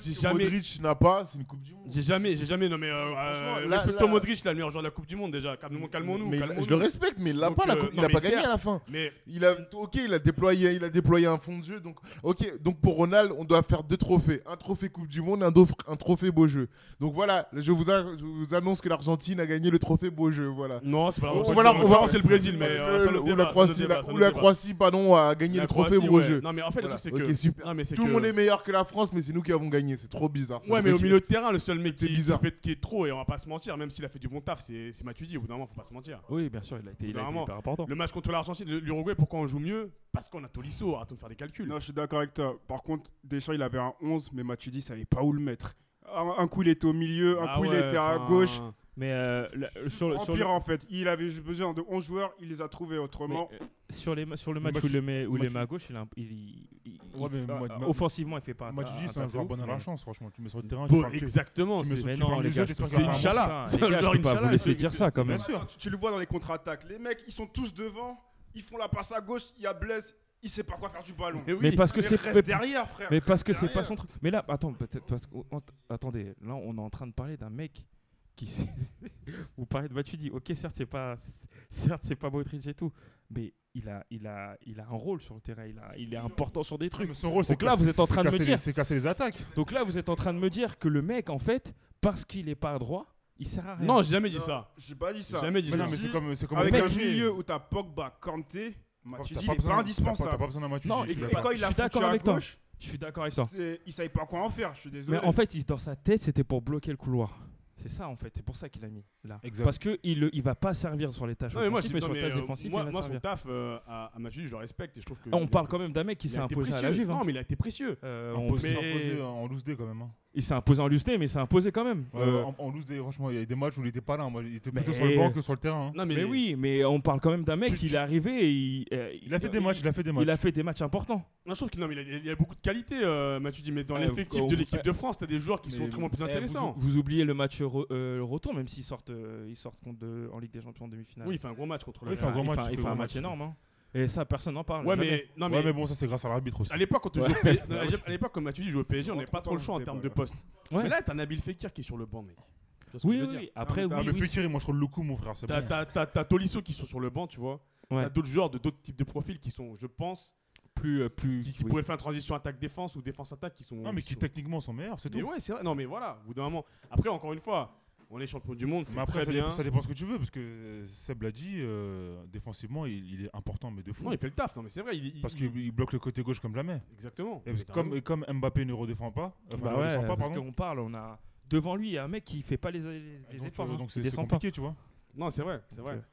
j'ai jamais,
Modric n'a pas, c'est une Coupe du Monde.
j'ai jamais, j'ai jamais. Non mais euh,
Franchement,
euh,
là-
respectons
là-
Modric, là, le meilleur joueur de la Coupe du Monde déjà. Calmons- Calmons-nous.
Mais il-
calmons-nous.
je le respecte, mais il l'a
Donc,
pas, la
euh,
coupe, il
non,
n'a
mais
pas gagné
certes.
à la fin.
Mais
Il a, ok, il a déployé, il a déployé un fond de jeu. Donc, ok, donc pour Ronald, on doit faire deux trophées, un trophée Coupe du Monde, un, dof- un trophée beau jeu. Donc voilà, je vous, a- je vous annonce que l'Argentine a gagné le trophée beau jeu. Voilà.
non, c'est pas
On
grave.
va la- on va-
c'est le Brésil, mais
Le-
euh, c'est un autre
ou
débat,
la
c'est un autre
Croatie,
débat,
la-
c'est un
ou
autre
la
débat.
Croatie, pardon, a gagné
La
le trophée
Croatie,
beau
ouais.
jeu.
Non mais en fait le
Voilà.
truc c'est
Ok,
que
super.
non mais c'est
Tout
que-
le monde est meilleur que la France, mais c'est nous qui avons gagné. C'est trop bizarre.
Ouais, mais au
Qui-
milieu de terrain, le seul mec qui,
C'était
qui
bizarre.
fait qui est trop, et on va pas se mentir, même s'il a fait du bon taf, c'est c'est Matuidi, au bout d'un moment, faut pas se mentir.
oui bien sûr il a été il a été
Vraiment.
hyper important
Le match contre l'Argentine, le- l'Uruguay, pourquoi on joue mieux Parce qu'on a Tolisso, arrêtons de faire des calculs.
Non, je suis d'accord avec toi. Par contre, Deschamps, il avait un 11, mais Matuidi, ça savait pas où le mettre. Un, un coup, il était au milieu, un
Ah
coup,
ouais,
il était à
enfin,
gauche.
mais euh, la- sur le- sur le-
Empire, en fait. Il avait juste besoin de 11 joueurs, il les a trouvés autrement.
mais, euh, sur les ma- sur le
Mais
match où
Matu-
il le met où il le
Matu-
met à gauche il a un- il- il- il-
Ouais, mais
il-
Mat- Mat-
offensivement il fait pas
Moi, tu dis, c'est un joueur bon à la
chance
chance, franchement. Tu mets sur le terrain.
Bon,
tu fais un petit-
exactement.
tu
c'est-
mets sur-
mais
tu
non
fermes
les
les
gars
yeux,
je
t'es
peux
pas
pas-
capable.
Inch'Allah.
C'est
Les gars,
un
je
joueur
peux pas vous
Inch'Allah,
laisser
c'est-
dire ça quand
Bien
même
sûr.
Tu, tu le vois dans les contre-attaques. Les mecs, ils sont tous devant, ils font la passe à gauche, il y a Blaise, il sait pas quoi faire du ballon.
Mais oui.
mais parce que
Mais
c'est
reste derrière, frère.
Mais parce que c'est pas
derrière.
son truc. Mais là, attends, peut-être parce que- on- attendez, là on est en train de parler d'un mec qui s'est- vous parlez de Matuidi. OK, certes c'est pas certes c'est pas Modric et tout, mais il a il a il a un rôle sur le terrain, il a il est important sur des trucs.
Mais Son rôle, c'est
Donc là,
casser-
vous êtes en
c'est
train de me
casser les-
dire.
C'est casser les attaques.
Donc là, vous êtes en train de me dire que le mec en fait parce qu'il est pas droit, il sert à rien.
Non, j'ai jamais dit
Non,
ça.
J'ai pas dit
J'ai
ça.
jamais dit
Mais non,
ça.
mais c'est comme, c'est comme
Avec
Mbappé.
un milieu où t'as Pogba, Kanté,
Parce que
Matuidi,
t'as
il
besoin-
est pas
T'as pas- t'as
indispensable.
pas besoin d'un Matuidi,
Non,
je suis
Et, et
d'accord.
quand il
Je
a
suis
foutu
d'accord
à
avec toi.
gauche,
je suis d'accord avec toi.
c'est- il savait pas quoi en faire, je suis désolé.
Mais en fait, il- dans sa tête, c'était pour bloquer le couloir. C'est ça en fait, c'est pour ça qu'il a mis là.
Exact.
Parce que il il va pas servir sur les tâches
Non, mais moi,
offensives,
je-
mais
non,
sur les
mais,
tâches
euh,
défensives,
moi-
il va
moi, son
servir.
taf euh, à à Matuidi, je le respecte et je trouve que.
Ah, on
il a
parle
été-
quand même d'un mec qui
il
s'est
a été
imposé à la
précieux.
Juve. hein.
Non, mais il a été précieux.
Euh, on-
On
mais-
s'imposer en loose day quand même. hein.
Il s'est imposé en loose day, mais il s'est imposé quand même.
Ouais,
Euh,
en, en loose day, franchement, il y a des matchs où il était pas là. Moi, il était plutôt
Mais-
sur le banc que sur le terrain. hein.
Non,
mais, oui, mais on parle quand même d'un mec
Tu-
qui
tu-
est arrivé et il, euh,
Il a fait des matchs, il a fait des matchs.
il a fait des matchs importants.
Non, je trouve qu'il non, mais il, a- il y a beaucoup de qualités, euh, Mathieu dit, mais dans
Ah,
l'effectif
vous-
de
vous-
l'équipe de France, t'as des joueurs qui
Mais-
sont autrement plus
Eh,
intéressants.
Vous, vous oubliez le match re- euh, le retour, même s'ils sortent, euh, ils sortent contre de- en Ligue des Champions en demi-finale.
Oui, il fait un gros match contre la
Oui, il fait un gros match, il
il
fait
fait
un
un
match.
match énorme. hein. Et ça, personne n'en parle.
Ouais,
jamais.
mais, non, mais,
Ouais, mais bon, ça c'est grâce à l'arbitre aussi.
à l'époque, quand, on jouait au P- à l'époque- à l'époque, comme Mathieu dit, jouer au PSG, on
On
n'avait pas
rentre
trop le
pas
choix en
dans ce
termes de
débat,
poste.
Ouais.
Mais là, t'as Nabil Fekir qui est sur le banc, mec. Tu vois ce que
Oui,
je veux
oui,
dire
oui. Après,
Non, mais
oui,
Ah, mais
oui,
Fekir, moi je trouve le coup, mon frère. c'est
T'as-
bon.
T'as t'as- t'as Tolisso qui sont sur le banc, tu vois.
Ouais.
T'as d'autres joueurs de d'autres types de profils qui sont, je pense,
plus, euh, plus.
qui, qui
oui.
pourraient faire une transition attaque-défense ou défense-attaque qui sont.
Non, mais qui
sont-
techniquement sont meilleurs, c'est tout.
Mais ouais, c'est vrai. Non, mais voilà, au bout d'un moment. Après, encore une fois, on est champion du monde, c'est
Mais après,
très
ça
bien.
dépend, ça dépend ce que tu veux, parce que euh, Seb l'a dit, euh, défensivement, il, il est important, mais de fou.
Non, il fait le taf, non, mais c'est vrai. Il, il-
Parce
il-
qu'il il bloque le côté gauche comme jamais.
Exactement.
Et parce que
T'as
comme, euh,
raison.
et comme Mbappé ne redéfend pas, enfin,
Bah
ne
ouais,
redescend pas,
parce
pardon.
qu'on parle, on a devant lui il y a un mec qui fait pas les, les- les
donc,
efforts.
euh,
hein.
donc
Il
c'est c'est
descend pas.
compliqué, tu vois.
Non, c'est vrai, c'est vrai.
Donc,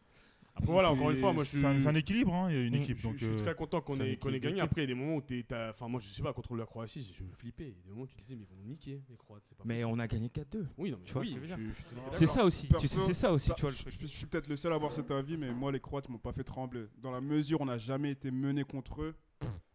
Après, voilà, encore
Et
une fois, moi je suis.
C'est un, c'est un équilibre, hein, il y a une
Mm.
Je,
équipe.
je-
donc,
je suis
euh,
très content qu'on
c'est un
ait, qu'on ait
équilibre
gagné.
d'équipe.
Après, il y a des moments où t'es. t'as- Enfin, moi, je sais pas, contre la Croatie, je, je flippais. Il y a des moments où tu disais, mais ils vont nous niquer, les Croates. c'est Pas
Mais
possible.
on a gagné 4-2.
Oui, non, mais
tu vois
oui,
ce que je veux
je- je suis tout à fait
C'est
d'accord.
ça aussi, tu sais,
Perso,
c'est ça aussi,
Bah,
tu vois. le
je,
truc.
je- je suis peut-être le seul à avoir cet avis, mais moi, les Croates m'ont pas fait trembler. Dans la mesure, on n'a jamais été mené contre eux.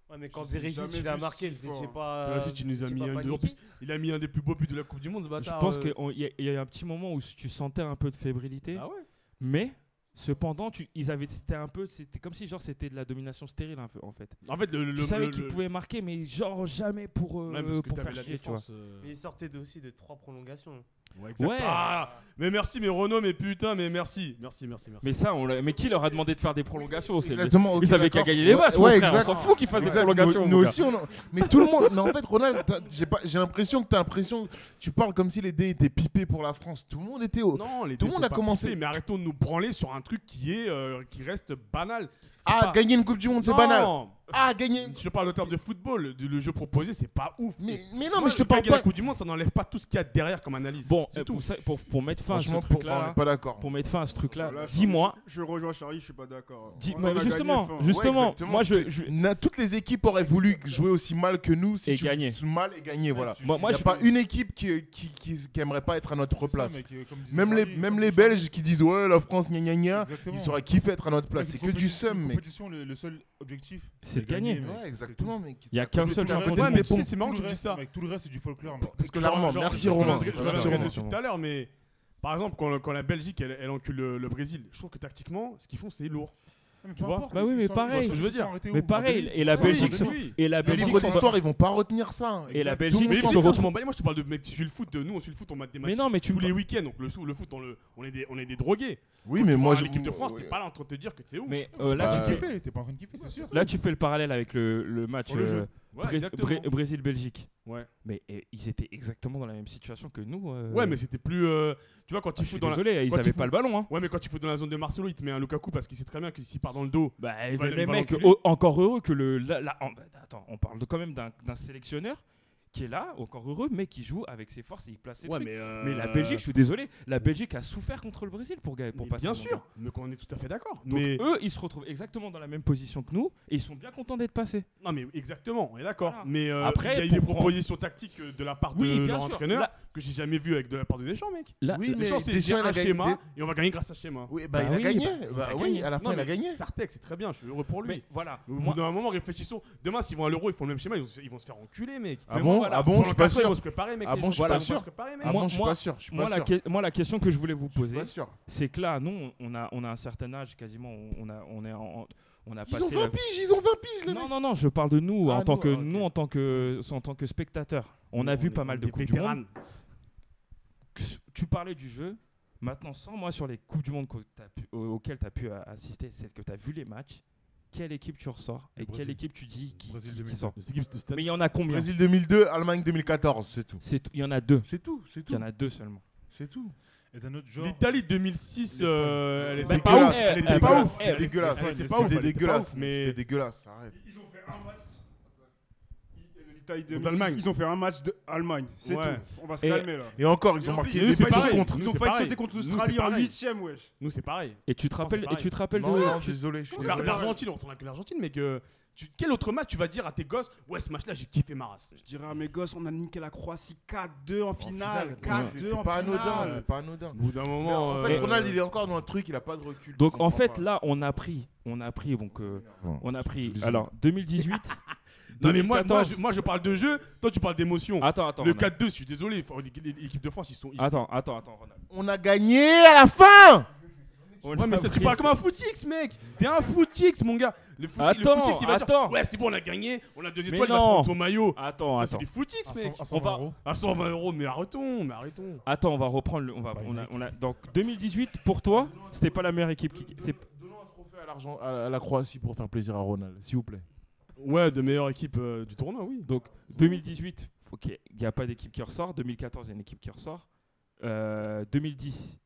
Ouais, mais quand
Je les ai
Berezic
jamais
il a
vus si
marqué, vous étiez
forts.
pas.
Berezic, il nous a
vous étiez
mis
pas
un deux en
paniqués
Il a mis un des plus beaux buts de la Coupe du Monde, ce
Je
bâtard.
pense
euh,
qu'il y, a- il y a un petit moment où tu sentais un peu de fébrilité,
Ah ouais
mais cependant, tu, ils avaient, c'était un peu, c'était comme si genre c'était de la domination stérile un peu, en fait.
En fait, le. le-
tu
le-
savais
le-
qu'ils
le-
pouvaient marquer, mais genre jamais pour, euh,
Ouais, parce que
pour
t'avais
faire
la
chier, tu vois.
défense. euh,
Mais il sortait de- aussi de trois prolongations.
Ouais, exact.
Ouais.
Ah, mais merci, mais Renault, mais putain, mais merci. Merci, merci, merci.
Mais ça, on l'a- mais qui leur a demandé de faire des prolongations c'est-
Exactement. ok,
Ils avaient qu'à
d'accord.
gagner les
Ouais,
matchs, mon
Ouais,
frère,
exact.
on s'en fout qu'ils fassent des
Exact,
prolongations.
Nous,
mon
nous
gars.
aussi, on en- mais tout le monde. non, en fait, Ronald, t'as- j'ai pas- j'ai l'impression que t'as l'impression. Tu parles comme si les dés étaient pipés pour la France. Tout le monde était au.
Non, les
Tout
deux
le monde
sont
a
pas
commencé.
poussés, mais arrêtons de nous branler sur un truc qui est euh, qui reste banal. C'est
ah,
pas-
gagner une Coupe du Monde, c'est
Non,
banal. Ah, gagner. une-
Je te parle en termes de football, de- le jeu proposé, c'est pas ouf.
Mais, mais non,
Moi,
mais je te parle
gagner la
pas.
Coupe du Monde, ça n'enlève pas tout ce qu'il y a derrière comme analyse.
Bon,
c'est
euh,
tout.
pour, ça- pour, pour mettre fin à ce
Franchement, pour
truc-là,
on n'est pas d'accord.
pour mettre fin à ce truc-là,
Là, je-
dis-moi,
Je, je rejoins Charlie, je suis pas d'accord.
dis-
On
mais
a gagné
justement,
fin.
justement,
exactement.
moi je, je-
Na- toutes les équipes auraient voulu jouer aussi mal que nous si
Et
tu
gagner.
fais mal et gagner. Voilà.
moi, moi,
Il n'y a
je-
pas une équipe qui, qui, qui, qui aimerait pas être à notre
c'est ça,
place.
mec, euh, comme disait
même les,
Charlie,
même
comme
les
disait-
Belges qui disent ouais, la France, gna gna gna,
Exactement.
ils auraient kiffé être à notre place.
Une
C'est que du
compétition-
seum,
une
mec.
compétition, le, le seul objectif,
c'est de gagner.
mec.
Ouais, exactement, mec.
Il y a qu'un seul
Tout
champion
le reste-
du
Ouais,
monde.
mais c'est c'est marrant
tout
que
le
tu dis
reste,
ça.
mec, tout le reste, c'est du folklore, mec.
Parce que
Genre-
clairement,
genre-
merci
je te
Romain.
remercie- Je te
Merci
remercie
Romain.
dessus tout à l'heure, mais par exemple, quand, quand la Belgique elle, elle encule le, le Brésil, je trouve que tactiquement, ce qu'ils font, c'est lourd.
Mais
Tu
peu
vois
importe,
Bah oui,
ils
mais
sont-
pareil.
ils sont
Je veux dire.
arrêtés où
Mais
En
pareil,
Belgique
et la
Oui,
Belgique,
mais
sont-
oui.
et la
Les
Belgique,
livres
sont-
d'histoire, ils vont pas retenir ça.
et la
Tout le
Belgique,
Mais
monde
mais
s'en
sont
ça,
fout.
je m'en bats. Moi, je te parle de mec qui suit le foot. de Nous, on suit le foot, on mate des matchs.
mais non, mais tu
tous
me
les week-ends, donc le, sou- le foot, on, le- on est des, on est des drogués.
Oui, mais moi, je.
L'équipe de France, t'es
ouais.
pas là en train de te dire que t'es ouf.
mais euh, là,
Bah,
tu
T'es
fais,
kiffé, T'es pas en train de kiffer, c'est sûr.
là, tu fais le parallèle avec le, le match
Sur le jeu.
euh,
Ouais,
Bré-
exactement.
Bré- Brésil-Belgique.
Ouais.
Mais euh, ils étaient exactement dans la même situation que nous. euh.
Ouais, mais c'était plus. euh, tu vois, quand
Ah,
il
je suis
fout dans la.
désolé, ils
quand il
avaient
faut-
pas le ballon. Hein.
Ouais, mais quand il faut dans la zone de Marcelo, il te met un Lukaku parce qu'il sait très bien que s'il part dans le dos.
Bah,
va-
mais
il
les
va
mecs,
l'enculer.
oh, encore heureux que le. là- là- en- bah, attends, on parle de- quand même d'un d'un sélectionneur qui est là, encore heureux, mais qui joue avec ses forces et il place ses trucs.
mais. euh,
Mais la Belgique, je suis désolé, la Belgique a souffert contre le Brésil pour, gagner- pour
mais
passer.
Bien
le mondial.
sûr, mais qu'on est tout à fait d'accord.
Donc
Mais.
eux, ils se retrouvent exactement dans la même position que nous et ils sont bien contents d'être passés.
Non, mais exactement, on est d'accord.
Voilà.
Mais euh,
Après,
il y a eu des
pour prendre-
propositions tactiques euh, de la part de leur entraîneur
Là,
que j'ai jamais vu avec de la part de Deschamps, mec.
là-
Oui, mais
Deschamps, c'est j'ai
Deschamps, il a
un
gagné.
schéma et on va gagner grâce à ce schéma.
Oui, bah,
Bah
il a
oui,
gagné.
bah,
Bah
il a
oui,
gagné.
à la
Non,
fin, il
mais
a gagné.
Sartek, c'est très bien, je suis heureux pour lui.
mais voilà.
Au
moi-
bout d'un moment, réfléchissons. Demain, s'ils vont à l'euro, ils font le même schéma, ils vont se- ils vont se faire enculer, mec.
Ah
Mais
bon
voilà,
Ah bon,
Pendant
je suis
quatre
pas
ans, Ils vont
sûr.
se préparer, mec.
Ah
les
bon,
gens.
je suis
Voilà,
pas
ils vont
sûr.
se préparer, mec.
Ah
Moi-
bon, je suis
moi-
pas sûr. Je suis
moi,
pas
la,
sûr.
que- moi, la question que je voulais vous
Je suis
poser,
pas sûr.
c'est que là, nous, on- on a, on a un certain âge quasiment, on a, on est en- on a
Ils ont
passé.
20
la-
piges, ils ont 20 piges, les
Non,
mecs.
non, non, je parle de nous
Ah,
en tant
nous,
que
ah, ok.
nous en tant que en tant que spectateurs. On a vu
est-
pas mal
est
de
des
coupes du
vétérans.
monde. Tu parlais du jeu. Maintenant, sans moi sur les coupes du monde qu'au- t'as pu- au- auxquelles tu as pu euh, assister, c'est que tu as vu les matchs. Quelle équipe tu ressors
Le
et quelle
Brésil.
équipe tu dis qui,
Brésil
qui- qui
2002.
sort
Les équipes de stade.
Mais il y en a combien
Brésil 2002, Allemagne 2014, c'est tout.
C'est tout- Il y en a deux.
C'est tout, c'est
Il y
tout.
en a deux seulement.
C'est tout.
Et d'un autre genre.
L'Italie 2006,
L'Espagne.
euh, elle
C'est
était pas
dégueulasse,
ouf. Elle
eh,
était pas
eh,
ouf.
eh,
C'était dégueulasse.
Elle était pas ouf. elle
C'était
était pas ouf,
dégueulasse.
Mais
C'était dégueulasse. Arrête.
Ils ont fait un match. Ils- l'Italie
Contre
2006,
l'Allemagne.
Ils ont fait un match de Allemagne. C'est
Ouais.
tout. On va se
Et-
calmer là.
Et encore,
Et
ils
en
ont
plus,
marqué
ils
deux
étaient
buts
pareils.
contre.
Nous,
Ils ont
c'est
failli
pareil.
sauter contre
Nous, c'est
l'Australie en
pareil.
8ème, wesh.
nous, c'est pareil.
Et tu te
France,
rappelles
c'est
et tu te rappelles
Non,
de
non,
tu-
désolé. je suis
L'Ar-
désolé.
L'Argentine, on retourne avec l'Argentine, mais que. tu- Quel autre match tu vas dire à tes gosses Ouais, ce match-là, j'ai kiffé ma race.
Je dirais à mes gosses, on a niqué la Croatie 4-2 en finale.
finale,
4-2 en
C'est pas anodin,
euh,
finale.
c'est pas anodin.
Au bout d'un
Mais
moment.
En fait,
euh,
Ronald, il est encore dans un truc, il a pas de recul.
Donc
Je
en
comprends
fait
pas.
là on a pris, on a pris donc euh,
Bon,
on a pris
désolé.
alors 2018,
Non, mais moi, moi,
2014.
je, moi, je parle de jeu, toi, tu parles d'émotion.
Attends, attends.
Le
Ronald.
4-2, je suis désolé. enfin, l'é- l'é- L'équipe de France, ils sont. Ils...
Attends, attends, attends, Ronald.
On a gagné à la fin
On
Ouais, mais
a
ça, tu
pris-
parles comme un footix, mec. T'es un footix, mon gars. Le footix, le
Attends,
footix, il va
attends.
dire Ouais, c'est bon, on a gagné. On a deux
Mais
étoiles, il va
non.
se prendre ton maillot.
Attends,
Ça, c'est
attends.
des footix, mec.
On
On
va-
va.
À 120 euros, mais arrêtons, mais arrêtons.
Attends, on va reprendre le. On va,
Bah,
on a, on a- donc 2018, pour toi, c'était pas la meilleure équipe qui. c'est-
Donnons un trophée à, l'argent, à, à la Croatie pour faire plaisir à Ronald, s'il vous plaît.
Ouais, de meilleure équipe euh, du tournoi, oui.
Donc 2018, ok, il n'y a pas d'équipe qui ressort. 2014, il y a une équipe qui ressort. Euh, 2010,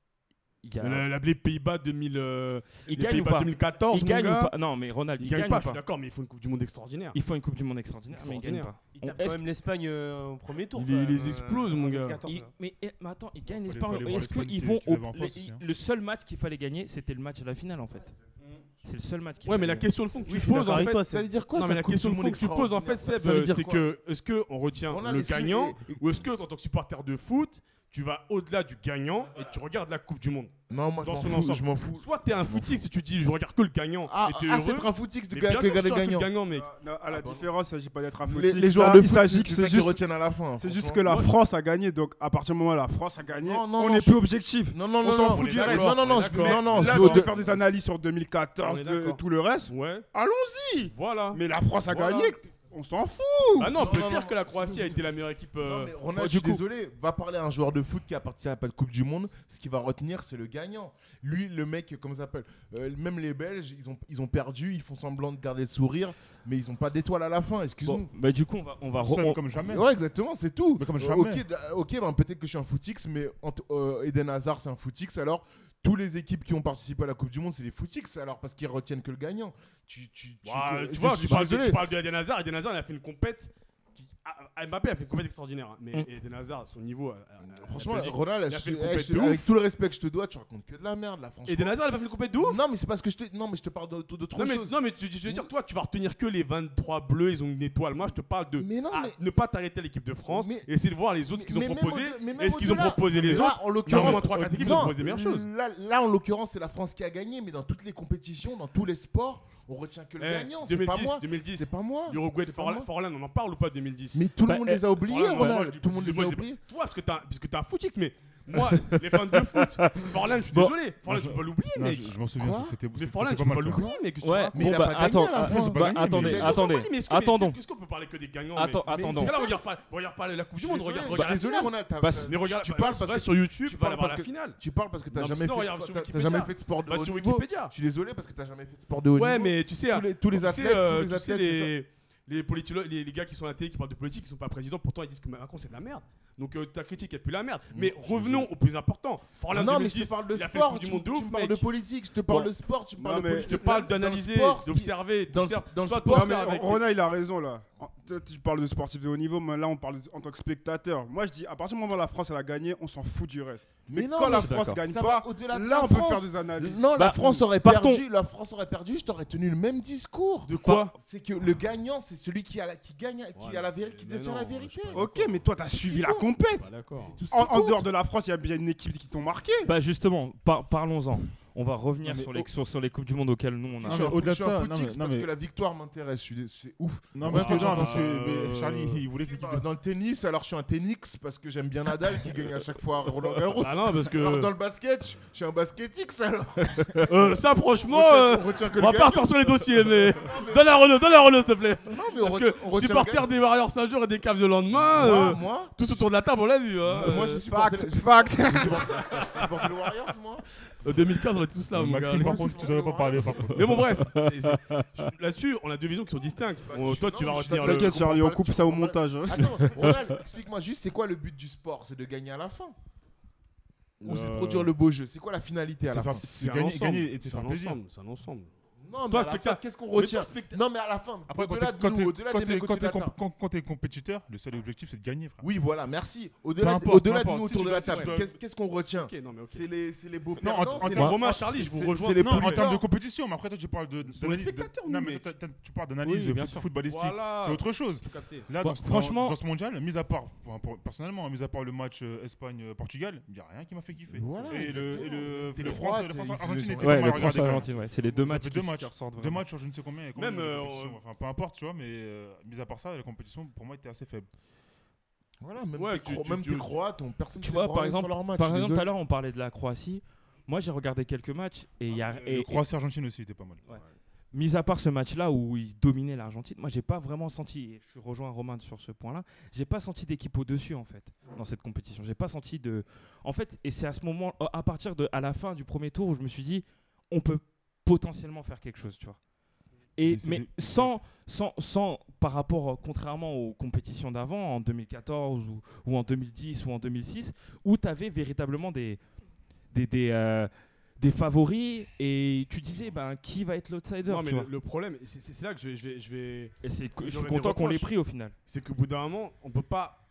il y a.
La- la- les Pays-Bas 2000, euh,
il
les
gagne ou
Pays-Bas
pas
2014,
Il
mon
gagne ou
gars.
pas Non, mais Ronald,
Il,
il,
gagne, pas, je suis
pas.
d'accord, mais il faut une Coupe du Monde extraordinaire.
Il faut une Coupe du Monde extraordinaire, mais il gagne
Extraordinaire.
pas.
Ils
On-
tapent
est-ce-
quand même l'Espagne euh, en premier tour.
Il
quand
les-
même,
ils les
euh, hein.
explosent, mon gars.
2014,
il-
là.
mais, eh, mais attends, ils gagnent
Faut les-
l'Espagne.
faut les voir
Est-ce
l'Espagne
qu'ils
qui-
vont
qui
au,
les avait en
les-
France aussi, hein.
le seul match qu'il fallait gagner, c'était le match de la finale en fait. C'est le seul match. qu'il
Ouais, mais
fallait
la
gagner.
question de fond que
Oui,
tu
je suis
poses,
d'accord
en
avec
fait,
toi,
Ça
c'est.
veut dire quoi
non,
ça
mais la question de fond que tu poses, en fait, Seb,
Ça veut
euh,
dire
c'est
quoi
que est-ce que on retient
Ronald,
le
est-ce que-
gagnant ou est-ce que, en tant que supporter de foot, tu vas au-delà du gagnant et tu regardes la Coupe du Monde
Non, moi je
Dans
m'en
son
fous,
ensemble.
je m'en fous.
Soit t'es un footix et tu dis je regarde que le gagnant
Ah,
et t'es
ah,
heureux.
c'est un footix de
mais
gars
bien
que
sûr,
gars de
tu regardes que le
gagnant.
gagnant, mec.
Ah, non, à la différence, il s'agit pas d'être un
Les,
fautif.
les joueurs
Là,
de
il
foot,
s'agit que
c'est ça
bah, c'est
qu'ils
juste,
retiennent à la fin.
c'est
franchement.
juste que la
Moi-
France a gagné. Donc à partir du moment où la France a gagné,
Non, non,
on
non,
n'est
je-
plus objectif.
Non, non,
On
non,
s'en
non.
fout du
Non,
reste.
Non, non, non,
On est
je-
d'accord.
non, non,
Là,
je-
tu veux
de-
faire des analyses sur
On
2014,
est
de-
d'accord.
tout le reste.
Ouais,
Allons-y.
voilà.
Mais la France a
Voilà.
gagné. On s'en fout.
Ah non, on
Non,
peut
non,
dire
non.
que la Croatie a été la meilleure équipe. euh,
Non, mais Ronald,
oh,
je suis
du coup.
désolé, va parler à un joueur de foot qui a participé à pas de Coupe du Monde, ce qu'il va retenir, c'est le gagnant. Lui, le mec, comment ça s'appelle Euh, Même les Belges, ils ont, ils ont perdu, ils font semblant de garder le sourire, mais ils n'ont pas d'étoile à la fin, excuse-nous.
Bon, bah, du coup, on va, on va re- on-
Seul comme jamais.
Ouais, exactement, c'est tout.
Mais comme
Euh,
jamais.
ok, d- ok, ben, peut-être que je suis un footix, mais Ant- euh, Eden Hazard, c'est un footix, alors toutes les équipes qui ont participé à la Coupe du Monde, c'est des footix, alors parce qu'ils retiennent que le gagnant. Tu, tu, tu-
Ouah,
je
tu vois, tu
suis
parles, de,
désolé.
tu parles de Eden Hazard. Eden Hazard, il a fait une compète. Qui, ah, ah, Mbappé a fait une compète extraordinaire. hein, Mais
Mm.
Eden Hazard, son niveau. euh, euh, la
Franchement,
Belgique-
Ronald,
il a
je-
fait une
eh,
compète
je-
de
avec tout le respect que je te dois, tu racontes que de la merde là, franchement.
Eden Hazard, il a pas fait une compète de ouf.
Non, mais c'est parce que je te. Non, mais je te parle d'autre
Non
d'autres
mais,
choses.
non, mais tu, je veux dire,
Mmh.
toi, tu vas retenir que les 23 bleus, ils ont une étoile. Moi, je te parle de
Mais non,
ah,
mais.
ne pas t'arrêter à l'équipe de France,
Mais-
et essayer de voir les autres ce qu'ils
mais
ont
même
proposé,
au- mais même
et ce qu'ils ont
au-delà.
proposé les
Là,
autres.
en
Normalement,
l'occurrence,
trois, quatre équipes
non,
proposent les meilleures choses.
Là, là, en l'occurrence, c'est la France qui a gagné, mais dans toutes les compétitions, dans tous les sports, on retient que le
Eh,
gagnant. C'est pas
2010,
moi.
2010,
C'est pas moi.
Uruguay,
C'est pas
Forlan,
moi.
Forlan, on en parle ou pas 2010
Mais tout
Bah,
le monde les a oubliés,
Forlan, moi,
Ronald.
je dis-
tout le monde les
moi,
a
eh, c'est-
oubliés.
Toi, parce que t'as, parce que t'es un footix, mais moi, les fans de foot, Forlan, je suis
Bon.
désolé. Forlan,
Moi,
tu
je-
peux pas l'oublier,
Non,
mec.
je, je m'en souviens,
Quoi
ça, c'était
Mais
c'était
Forlan, tu
pas
peux
mal,
pas
quoi.
l'oublier, mec. qu'est-ce que tu
Ouais,
racontes
Mais
bon,
il a
bah,
pas gagné
attends,
à la
ah,
fin.
bah,
C'est
euh,
pas gagné,
attendez,
mais-
Mais est-ce qu'on
attendez,
peut- mais est-ce que-
attendons,
Est-ce qu'on peut parler que des gagnants mec
Attends,
Mais
attendons.
c'est
Parce que là, regarde pas, regarde pas la Coupe du Monde, regarde,
Je suis
regarde. la
désolé,
finale.
Ronald. t'as-
Bah,
t'as-
Mais regarde,
tu parles parce que
sur YouTube,
tu
tu
parles
vas voir
parce
la
que-
finale.
Tu parles parce que
Non,
t'as
mais
jamais
sinon,
fait.
regarde sur
t'as- T'as
Wikipédia.
jamais fait de sport de
Bah,
haut
sur
niveau.
Wikipédia.
Je suis désolé parce que t'as jamais fait de sport de haut niveau.
Ouais, mais tu sais,
Tous les- tous les
tu sais,
athlètes,
euh,
tous les
tu sais,
athlètes. c'est ça.
les, les politologues- les- les gars qui sont à la télé, qui parlent de politique, qui sont pas présidents, pourtant ils disent que Macron c'est de la merde. Donc euh, ta critique est plus la merde. Mais revenons au plus important. Forlan
Mm. non, mais je
2010,
te parle de
il a fait
sport,
le coup
tu,
du monde de
tu
ouf,
me parles
mec.
de politique, je te parle
Bon.
de sport, tu me parles
Non,
de
mais-
Je
politique.
te parle
Là,
d'analyser,
dans le sport, ce qui-
d'observer,
dans le-
d'observer.
dans le
Soit
sport,
Non,
t'observes
mais
avec-
Rona, il a raison là. En- tu- Tu parles de sportifs de haut niveau, mais là, on parle en tant que spectateur. Moi, je dis, à partir du moment où la France elle a gagné, on s'en fout du reste. Mais,
Mais non,
quand
mais
la
je suis
France
d'accord.
gagne
Ça
pas,
va au-delà de
là,
la
on peut
France.
faire des analyses.
Non, la
Bah,
France aurait
partons.
perdu, la France aurait perdu, je t'aurais tenu le même discours.
De quoi
C'est que le gagnant, c'est celui qui a la, qui gagne, qui
Ouais,
a la
mais
vérité, qui
mais
détient
non,
la
je suis
vérité.
pas
Ok, mais toi, t'as suivi la compète.
Bah, D'accord.
Tout ce qui
En, en
compte.
dehors de la France, il y a bien une équipe qui t'ont marqué.
Bah justement, par- parlons-en. On va revenir
Non, mais
sur, les, sur, sur les coupes du monde auxquelles nous on
Je
a.
Non,
suis
mais
un fou-
au-delà
je suis
de
un
ça, non,
footix
mais-
parce
non,
que
mais-
la victoire m'intéresse, je suis dé- c'est ouf.
Non,
Parce
parce
que
que
genre,
non, parce
euh,
que mais Charlie, il voulait qu'il
Bah, Dans le tennis, alors je suis un tennis parce que j'aime bien Nadal qui gagne à chaque fois à Roland Garros.
Bah,
Ah non, parce
Alors
que.
dans le basket, je- je suis un basketix alors.
Euh, Ça, franchement, euh,
on retient que
on
le
va pas
gagnant.
ressortir les dossiers, mais. Donne la Renault, donne la Renault, s'il te plaît.
Non, mais on
Parce
retient- on
que
retient le
supporter des Warriors 5 jours et des Cavs le lendemain,
gagnant.
euh,
Moi, moi,
tous autour de la table, on l'a vu. hein.
Moi, je
Euh,
suis Fact,
fact.
le Warriors, moi. Bah,
euh, 2015, on est tous là,
gagne.
mon gars.
Maxime, par contre,
gars.
tu devrais pas parler. par contre.
Mais bon, bref, c'est- c'est- je- là-dessus, on a deux visions qui sont distinctes.
Bah,
On- toi, tu vas retenir le.
T'inquiète, Charlie, on coupe ça au montage. hein.
Attends, Ronald, explique-moi juste, c'est quoi le but du sport C'est de gagner à la fin Ou c'est de
Euh,
produire le beau jeu C'est quoi la finalité à la
C'est
fin
pas-
C'est un
gagner-
ensemble,
gagner et te
c'est
faire
un
plaisir.
ensemble, C'est un ensemble.
Non, mais
Toi,
à la
spectacle-
fin, qu'est-ce qu'on retient
Mais toi, spectacle-
Non, mais à la fin,
Après, quand
au-delà
t'es-
de
quand
nous,
t'es-
au-delà
quand
des
t'es-
mecs
quand
au-dessus de
t'es
la
comp-
table.
quand- quand t'es compétiteur, le seul objectif, c'est de gagner, frère.
Oui, voilà, merci. Au-delà
Peu
de-
importe,
au-delà
peu
de
importe.
nous
Si
autour
tu
de la
dois- si
table,
tu dois-
qu'est-ce qu'est-ce qu'on retient
Ok, non, mais ok.
C'est les, c'est les beaux
Non, en-
perdants,
en-
c'est
Moi,
les-
Romain, Charlie, je vous
c'est-
rejoins.
c'est les
Non, en
perdants.
termes de compétition, mais après toi tu parles de.
Sur les
d'analyse-
spectateurs,
Non,
oui,
mais
mais-
toi, t'as- tu parles d'analyse
Oui, bien
fo-
sûr.
footballistique.
Voilà.
C'est autre chose.
Tout capté.
Là,
Bon,
dans, ce- dans-
franchement-
dans ce mondial, mis à part, enfin, pour- personnellement, mis à part le match euh, Espagne-Portugal, il n'y a rien qui m'a fait kiffer.
Voilà,
et le, et
exactement.
le,
T'es
le
croate,
France- le
ils- ils
France-Argentine
sont-
était
Ouais,
pas
Ouais,
mal
le
regardé.
France-Argentine, ouais. C'est les deux matchs.
deux
qui-
matchs. matchs,
qui ressortent
deux
vraiment.
matchs sur je ne sais combien. et quand
Même,
les
euh,
compétitions,
on-
enfin, peu importe, tu vois, mais euh, mis à part ça, la compétition pour moi était assez faible.
Voilà, même
Ouais,
des
tu-
Cro-
tu-
même
tu-
des Croates, on- personne
Tu
s'est
vois,
branlé
par exemple,
sur leur match.
Par exemple, tout à
désolé.
l'heure, on parlait de la Croatie. Moi, j'ai regardé quelques matchs et il y a.
Euh,
et-
le
et-
Croatie-Argentine aussi était pas mal.
Ouais. Mis à part ce match-là où ils dominaient l'Argentine, moi j'ai pas vraiment senti, et je rejoins Romain sur ce point-là, j'ai pas senti d'équipe au-dessus en fait dans cette compétition. J'ai pas senti de. En fait, et c'est à ce moment, à partir de, à la fin du premier tour où je me suis dit, on peut potentiellement faire quelque chose, tu vois. Et,
Et c'est
mais
des-
sans, sans, sans, par rapport, euh, contrairement aux compétitions d'avant, en 2014 ou, ou en 2010 ou en 2006, où tu avais véritablement des, des, des, euh, des favoris et tu disais, ben, qui va être l'outsider
Non,
tu
mais
vois.
le, le problème, et c'est c'est- c'est là que je vais- je vais- je vais,
Et c'est que-
Ils
je
auraient
suis
des
content qu'on l'ait
reproches.
pris au final.
c'est qu'au bout d'un moment, on peut pas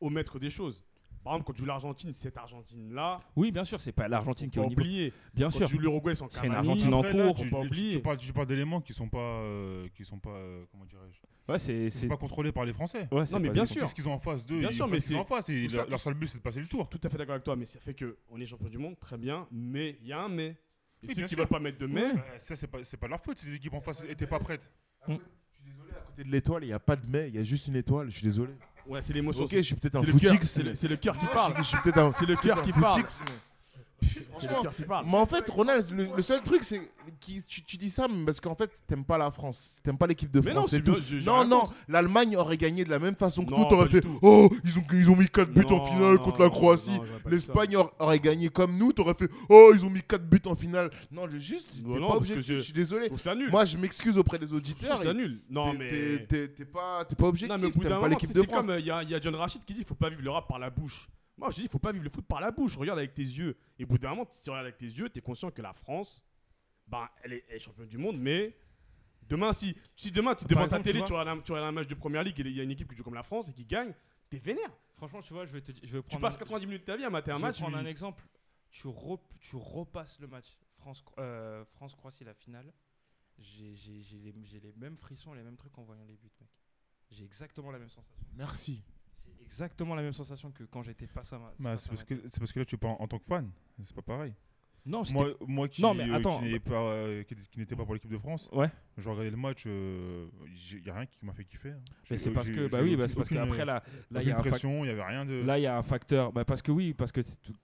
omettre des choses. Par exemple, quand tu joues l'Argentine, cette Argentine-là,
Oui, bien sûr, c'est pas l'Argentine qui est
on
au
peut
niveau.
oublier.
Bien
Quand tu
sûr.
joues l'Uruguay sans
C'est une
Cavani,
Argentine en
Bah, Après, là,
cours,
tu,
faut pas
tu-
oublier.
tu parles, tu parles d'éléments qui sont pas, euh, qui sont pas, euh, comment dirais-je,
Ouais, c'est.
qui sont
c'est-
pas contrôlés par les Français.
Ouais, c'est
Non, mais
pas
bien
des-
sûr.
Qu'est-ce qu'ils ont en face d'eux
Bien
ils
sûr,
font
mais
ce qu'ils ont
c'est-
en face. et
tout
leur-
ça-
leur seul but, c'est de passer le tour.
Tout à fait d'accord avec toi, mais ça fait que on est champion du monde, très bien, mais il y a un mais. Et
Oui,
ceux
bien
qui
sûr.
veulent pas mettre de mais,
Ouais.
Euh, Ça, c'est pas, c'est pas leur faute. Ces équipes en face étaient pas prêtes.
Je suis désolé, à côté de l'étoile, il n'y a pas de mais, il y a juste une étoile, je suis désolé.
ouais, c'est l'émotion.
Ok, je
c'est-
suis peut-être un
c'est le cœur,
footix,
c'est le-
mais-
c'est le cœur qui parle.
Ah, Je suis peut-être un.
C'est le cœur
peut-être
qui
un
parle.
footix,
C'est le cœur qui parle.
Mais en fait, Ronald, le, le seul truc, c'est que tu, tu dis ça mais parce qu'en fait, t'aimes pas la France, t'aimes pas l'équipe de
Mais non,
France.
c'est
et tout.
bien, j'ai- j'ai rien
non, non, l'Allemagne aurait gagné de la même façon que
Non,
nous. T'aurais
pas du
fait,
tout.
oh, ils ont, ils ont mis 4 buts en
Non,
finale
non,
contre la
non,
Croatie.
non, j'aurais pas dit ça.
L'Espagne aur- aurait gagné comme nous. T'aurais fait, oh, ils ont mis 4 buts en finale. Non, le juste, t'es
Non, non,
pas
parce que
objectif. Je...
je-
suis désolé.
Je trouve ça nul.
Moi, je m'excuse auprès des
je trouve
auditeurs.
ça
et
nul. Non,
t'es-
mais.
t'es- T'es t'es pas, t'es
Non, mais
pas
au
objectif.
bout d'un
T'aimes
moment,
pas
tu
l'équipe
sais,
de
c'est
France.
comme euh, il y, a- y a John Rachid qui dit faut pas vivre le rap par la bouche. Moi, je dis il faut pas vivre le foot par la bouche. Regarde avec tes yeux. Et au bout d'un moment, si tu regardes avec tes yeux, tu es conscient que la France, bah, elle, est, elle est championne du monde, mais demain, si, si demain, tu,
Par
devant ta
exemple, tu
télé,
vois-
tu regardes, un, tu regardes un match de première ligue et il y a une équipe qui joue comme la France et qui gagne, t'es vénère.
Franchement, tu vois, je vais te di- je vais
Tu
prendre
passes
un-
90 minutes de ta vie à mater
je
un
vais
match.
prendre
lui-
un exemple. Tu, rep- tu repasses le match France euh, France Croatie la finale. J'ai j'ai- j'ai les, j'ai les mêmes frissons, les mêmes trucs en voyant les buts, mec. J'ai exactement la même sensation.
Merci.
J'ai exactement la même sensation que quand j'étais face à ma.
Bah,
face
c'est
à ma
parce que
télé.
c'est parce que là tu parles en tant que fan. C'est pas pareil.
Non, j'étais-
Moi, moi qui,
Non, mais
euh,
attends.
qui n'ai pas, euh, qui- qui n'était pas pour l'équipe de France,
Ouais.
je regardais le match, il n'y a rien qui m'a fait kiffer. hein.
Mais
J'ai-
c'est parce
j'ai-
que bah
j'ai
oui,
aucune-
bah, c'est parce
aucune,
qu'après
euh,
là, là il y
aucune
a un fac-
pression, il n'y avait rien de.
Là, il y a un facteur. Bah, parce que oui, parce que c'est tout-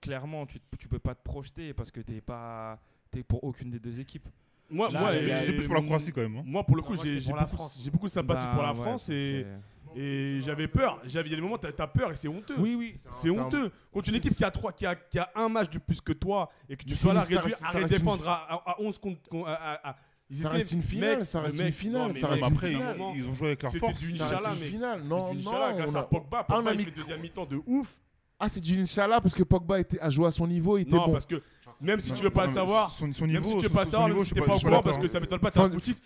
clairement, tu ne peux pas te projeter parce que tu n'es pas. T'es pour aucune des deux équipes.
Moi,
Là,
moi,
il y a-
j'ai-
J'étais plus pour la Croatie quand même. hein.
Moi, pour le
Non,
coup,
moi,
j'ai
j'étais
j'ai
pour la
beaucoup,
France.
j'ai beaucoup de sympathie pour la
Bah, ouais,
France
c'est-
et, et j'avais peur. J'avais des moments, t'as as peur et c'est honteux.
c'est- Oui, oui.
C'est
En termes-
honteux. Contre une
C'est-
équipe qui a, trois, qui, a, qui a un match de plus que toi et que tu
Mais
sois
c'est-
là
mais ça
réduit
reste-
à
ça reste
répondre à, à- à 11 contre. con- à- à- à- ils
Ça
étaient-
reste une finale,
mec,
ça reste
mec,
une finale,
non,
ça
mais
Ah,
reste
mais
mec,
une
après,
à un
finale.
moment,
ils, ils ont joué avec leur
C'était
force.
du
Ça
Inch'Allah,
reste une
mec.
finale.
c'était
Non,
du
non.
Inch'Allah grâce
on a-
à Pogba.
on a
Pogba, il
mis-
fait deuxième mi-temps de ouf.
Ah, c'est du Inch'Allah parce que Pogba était, a joué à son niveau, il était
Non,
bon.
parce que même si
Non,
tu veux pas
non,
le
mais
savoir,
son, son
même
niveau,
si tu veux
son-
pas le
son
savoir, même
niveau,
si
je
t'es
suis
pas au
je suis
courant
d'accord.
parce que ça m'étonne pas, t'es
Fin
un
du-
footiste.